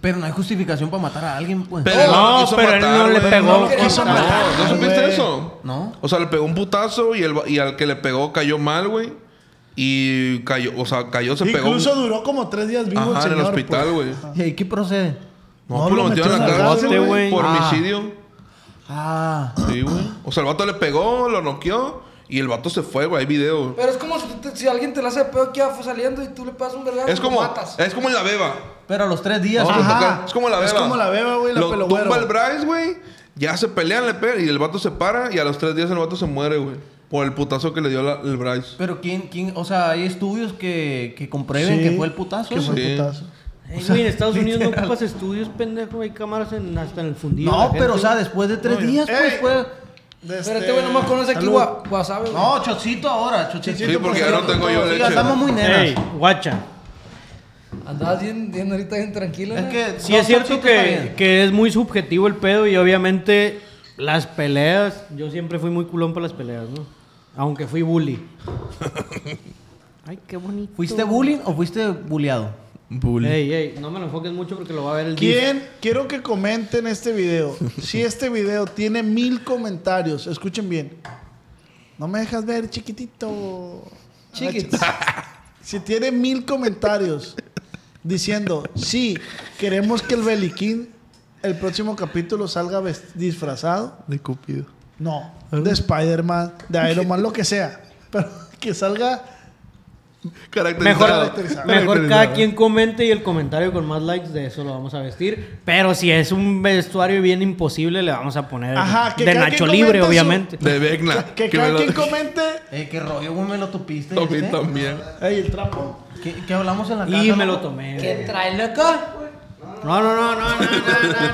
Pero no hay justificación para matar a alguien, pues. Pero él No, quiso pero él no matar, le güey. pegó. No, lo quiso No, matar, Ah, ¿no güey. supiste eso? No. O sea, le pegó un putazo y, el, va- y al que le pegó cayó mal, güey. Y cayó, o sea, cayó, se pegó. Incluso un- duró como tres días vivo el Ajá, en señor. el hospital, pues. güey. ¿Y ahí qué procede? No, pues lo metieron en la cárcel, cárcel, güey. güey. Por Ah. homicidio. Ah. Sí, güey. O sea, el vato le pegó, lo noqueó y el vato se fue, güey. Hay video. güey. Pero es como si, tú te- si alguien te la hace de pedo aquí abajo saliendo y tú le pegas un vergazo Es y como, lo matas. es como en la beba. Pero a los tres días. Vamos pues, a Ajá. tocar. Es como la beba. Es como la beba, güey, la Lo pelo tumba güero. el Bryce, güey. Ya se pelean, le pegan. Y el vato se para. Y a los tres días el vato se muere, güey. Por el putazo que le dio la- el Bryce. Pero quién, quién, o sea, hay estudios que, que comprueben Sí, que fue el putazo. que ese? fue el Sí. putazo. Ey, Eh, güey, en Estados Unidos no ocupas estudios, pendejo. Hay cámaras en- hasta en el fundido. No, la gente, pero o sea, güey. después de tres días, pues Ey. fue. este este Espérate, este güey, nomás conoce aquí Salud. gua- Wasabi, güey. No, chocito ahora, chocito. Sí, porque ya no tengo yo Sí, leche. Estamos muy nenas. Ey, guacha. Andabas bien, bien ahorita bien tranquilo, Es ¿no? que Sí, no, es cierto Chocito está que, bien. que es muy subjetivo el pedo y obviamente las peleas. Yo siempre fui muy culón para las peleas, ¿no? Aunque fui bully. Ay, qué bonito. ¿Fuiste bullying o fuiste bulleado? Ey, ey, no me lo enfoques mucho porque lo va a ver el día. ¿Quién? Quiero que comenten este video. Si este video tiene mil comentarios, escuchen bien. No me dejas ver, chiquitito. Chiquits. Si tiene mil comentarios diciendo, sí, queremos que el Beliquín el próximo capítulo salga ves- disfrazado. De Cupido. No, de Spider-Man, de Iron Man, lo que sea. Pero que salga Caracterizado. Mejor, Caracterizado. mejor cada quien comente y el comentario con más likes de eso lo vamos a vestir. Pero si es un vestuario bien imposible, le vamos a poner Ajá, que de cada Nacho quien comente Libre, su- obviamente. De Vecna. que me cada lo- quien ¿eh? comente. Eh, qué rollo, güey, me lo topiste. A mí ¿viste? también. Ey, el trapo. ¿Qué, qué hablamos en la casa? Y me no? lo tomé. ¿Qué güey. trae, loco? No, no, no, no, no, no,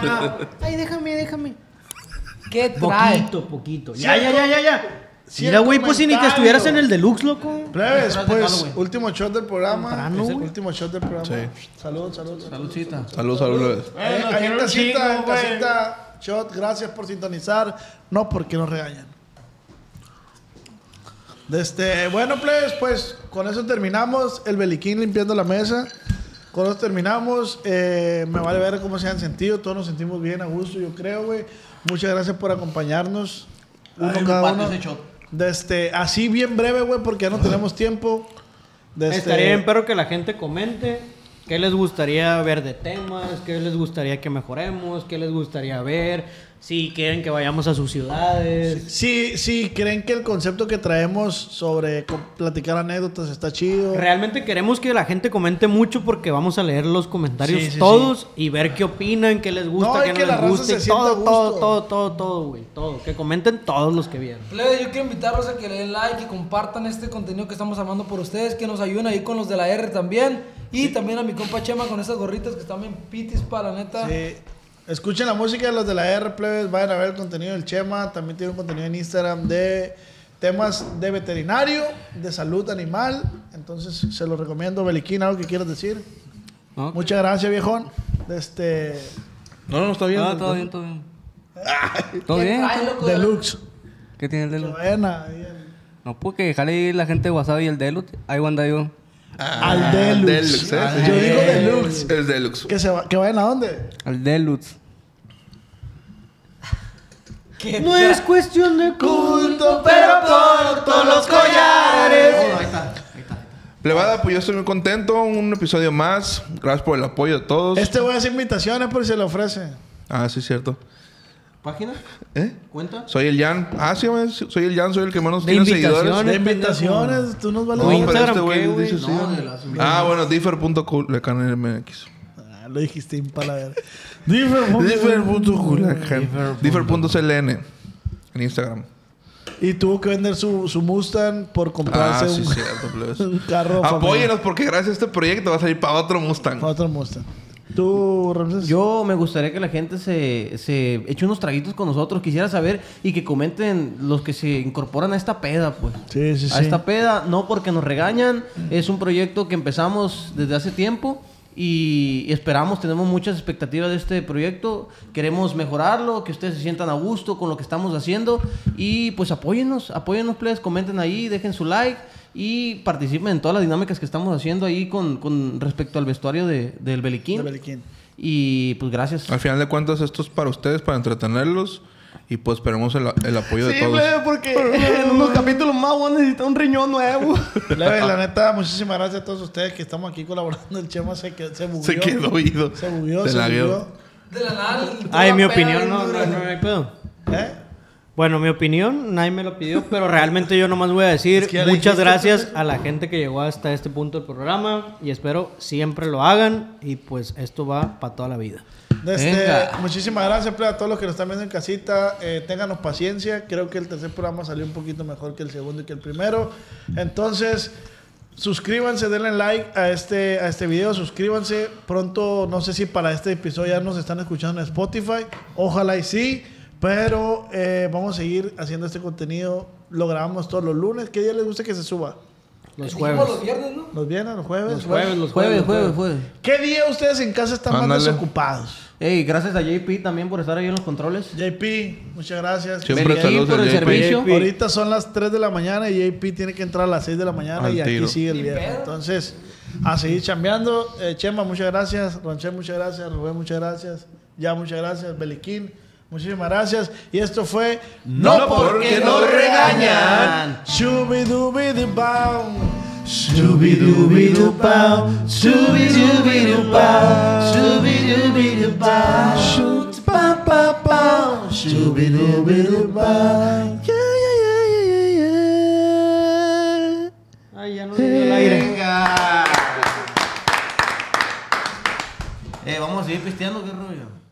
no, no. Ay, déjame, déjame. ¿Qué trae? Poquito, poquito. Ya, Cierto- ya, ya, ya, ya. cierto Mira, güey, pues si ni que comentario. estuvieras en el deluxe, loco. Breves, Detrás de pues, Halloween. último shot del programa. Temprano, Es el güey. último shot del programa. Sí. Salud, salud. salud. Saludcita. Saludos, saludos. Eh, Bueno, ahí en quiero un casita, chingo, en güey. casita, shot, gracias por sintonizar. No, porque nos regañan. Desde, Este, bueno, plebes, pues con eso terminamos. El Beliquín limpiando la mesa. Con eso terminamos. Eh, me vale ver cómo se han sentido. Todos nos sentimos bien, a gusto, yo creo, güey. Muchas gracias por acompañarnos. Uno Ay, me cada parte uno. ese shot. Desde, así bien breve, güey, porque ya no tenemos tiempo. este, Desde, Estaría bien, pero que la gente comente qué les gustaría ver de temas, qué les gustaría que mejoremos, qué les gustaría ver, Si quieren que vayamos a sus ciudades. Si, si creen que el concepto que traemos sobre co- platicar anécdotas está chido. Realmente queremos que la gente comente mucho porque vamos a leer los comentarios Sí, sí, todos y ver qué opinan, qué les gusta, No, y qué no que la les raza gusta. se y sienta a todo, gusto. todo, todo, todo, todo, güey. Todo. Que comenten todos los que vieron. Plebe, yo quiero invitarlos a que le den like, que compartan este contenido que estamos armando por ustedes, que nos ayuden ahí con los de la R también. Y también a mi compa Chema con esas gorritas que están bien pitis para la neta. Sí. Escuchen la música de los de la R, plebes. Vayan a ver el contenido del Chema. También tiene un contenido en Instagram de temas de veterinario, de salud animal. Entonces se los recomiendo. Beliquín, algo que quieras decir. Muchas gracias, viejón. Este. No, no, está bien. No, todo bien, todo bien. ¿Todo ¿Qué bien? trae, loco? Deluxe. ¿Qué tiene el Deluxe? Buena. No, pues que dejarle ir la gente de WhatsApp y el Deluxe. Ahí voy a andar yo. Al Deluxe. Ah, Deluxe, ¿eh? Yo digo Deluxe. El deluxe. Que, se va- que vayan a dónde. Al Deluxe. No es cuestión de culto, pero todos los collares. Plebada, pues yo estoy muy contento. Un episodio más. Gracias por el apoyo de todos. Este voy a hacer invitaciones por si se le ofrece. Ah, sí, cierto. ¿Página? ¿Eh? ¿Cuenta? Soy el Jan. Ah, sí, güey, sí, soy el Jan, soy el que menos De tiene invitaciones, seguidores. De invitaciones, pendejo. tú nos vales No, madre. pero Instagram, este ¿qué, güey güey? dice sí, No, güey. de las Ah, invitaciones. bueno, differ.cool, le canal MX. Ah, lo dijiste impaladero. Differ.cool, differ.cln en Instagram. Y tuvo que vender su, su Mustang por comprarse Ah, sí, un, cierto, plebes. un carro. Apóyenos porque gracias a este proyecto va a salir para otro Mustang. Para otro Mustang. ¿Tú, Ramses? Yo me gustaría que la gente se, se eche unos traguitos con nosotros. Quisiera saber y que comenten los que se incorporan a esta peda, pues. Sí, sí, a sí. esta peda, no porque nos regañan. Es un proyecto que empezamos desde hace tiempo y esperamos, tenemos muchas expectativas de este proyecto. Queremos mejorarlo, que ustedes se sientan a gusto con lo que estamos haciendo y pues apóyennos, apóyennos, please, comenten ahí, dejen su like. Y participen en todas las dinámicas que estamos haciendo ahí con, con respecto al vestuario de- del Beliquín. De Beliquín. Y pues gracias. Al final de cuentas, esto es para ustedes, para entretenerlos. Y pues esperemos el, el apoyo de Sí, todos. plebe, porque en unos capítulos más voy a necesitar un riñón nuevo. Plebe, la neta, muchísimas gracias a todos ustedes que estamos aquí colaborando. El Chema se, quedó, se bugueó. Se quedó oído. Se bugueó, Se se lagueó. bugueó. De la nada. Ah, en mi la peda opinión, bien no, no, dura. no, no hay pedo. ¿Eh? Bueno, mi opinión, nadie me lo pidió, pero realmente yo nomás voy a decir Es que ya le muchas dijiste, gracias a la gente que llegó hasta este punto del programa y espero siempre lo hagan y pues esto va para toda la vida. Este, Venga. muchísimas gracias plebe, a todos los que nos están viendo en casita. Eh, ténganos paciencia. Creo que el tercer programa salió un poquito mejor que el segundo y que el primero. Entonces, suscríbanse, denle like a este, a este video. Suscríbanse. Pronto, no sé si para este episodio ya nos están escuchando en Spotify. Ojalá y sí. Pero eh, vamos a seguir haciendo este contenido. Lo grabamos todos los lunes. ¿Qué día les gusta que se suba? Los Dijimos jueves. los viernes, ¿no? ¿Los viernes, los jueves? Los jueves, los Jueves, jueves, jueves. jueves. ¿Qué día ustedes en casa están más Ándale. desocupados? Ey, gracias a JP también por estar ahí en los controles. JP, muchas gracias. Siempre Beliquín saludos por al el JP. servicio. Ahorita- Ahorita son las 3 de la mañana y JP tiene que entrar a las 6 de la mañana Al y tiro. aquí sigue el video. Entonces, a seguir chambeando. Eh, Chema, muchas gracias. Ronche, muchas gracias. Rubén, muchas gracias. Ya, muchas gracias. Beliquín, muchísimas gracias. Y esto fue No porque no nos regañan. Shubidubidubau. Shubidubidubau. Shubidubidubau. Ay, ya no le dio el aire. Eh, vamos a seguir pisteando, qué rollo.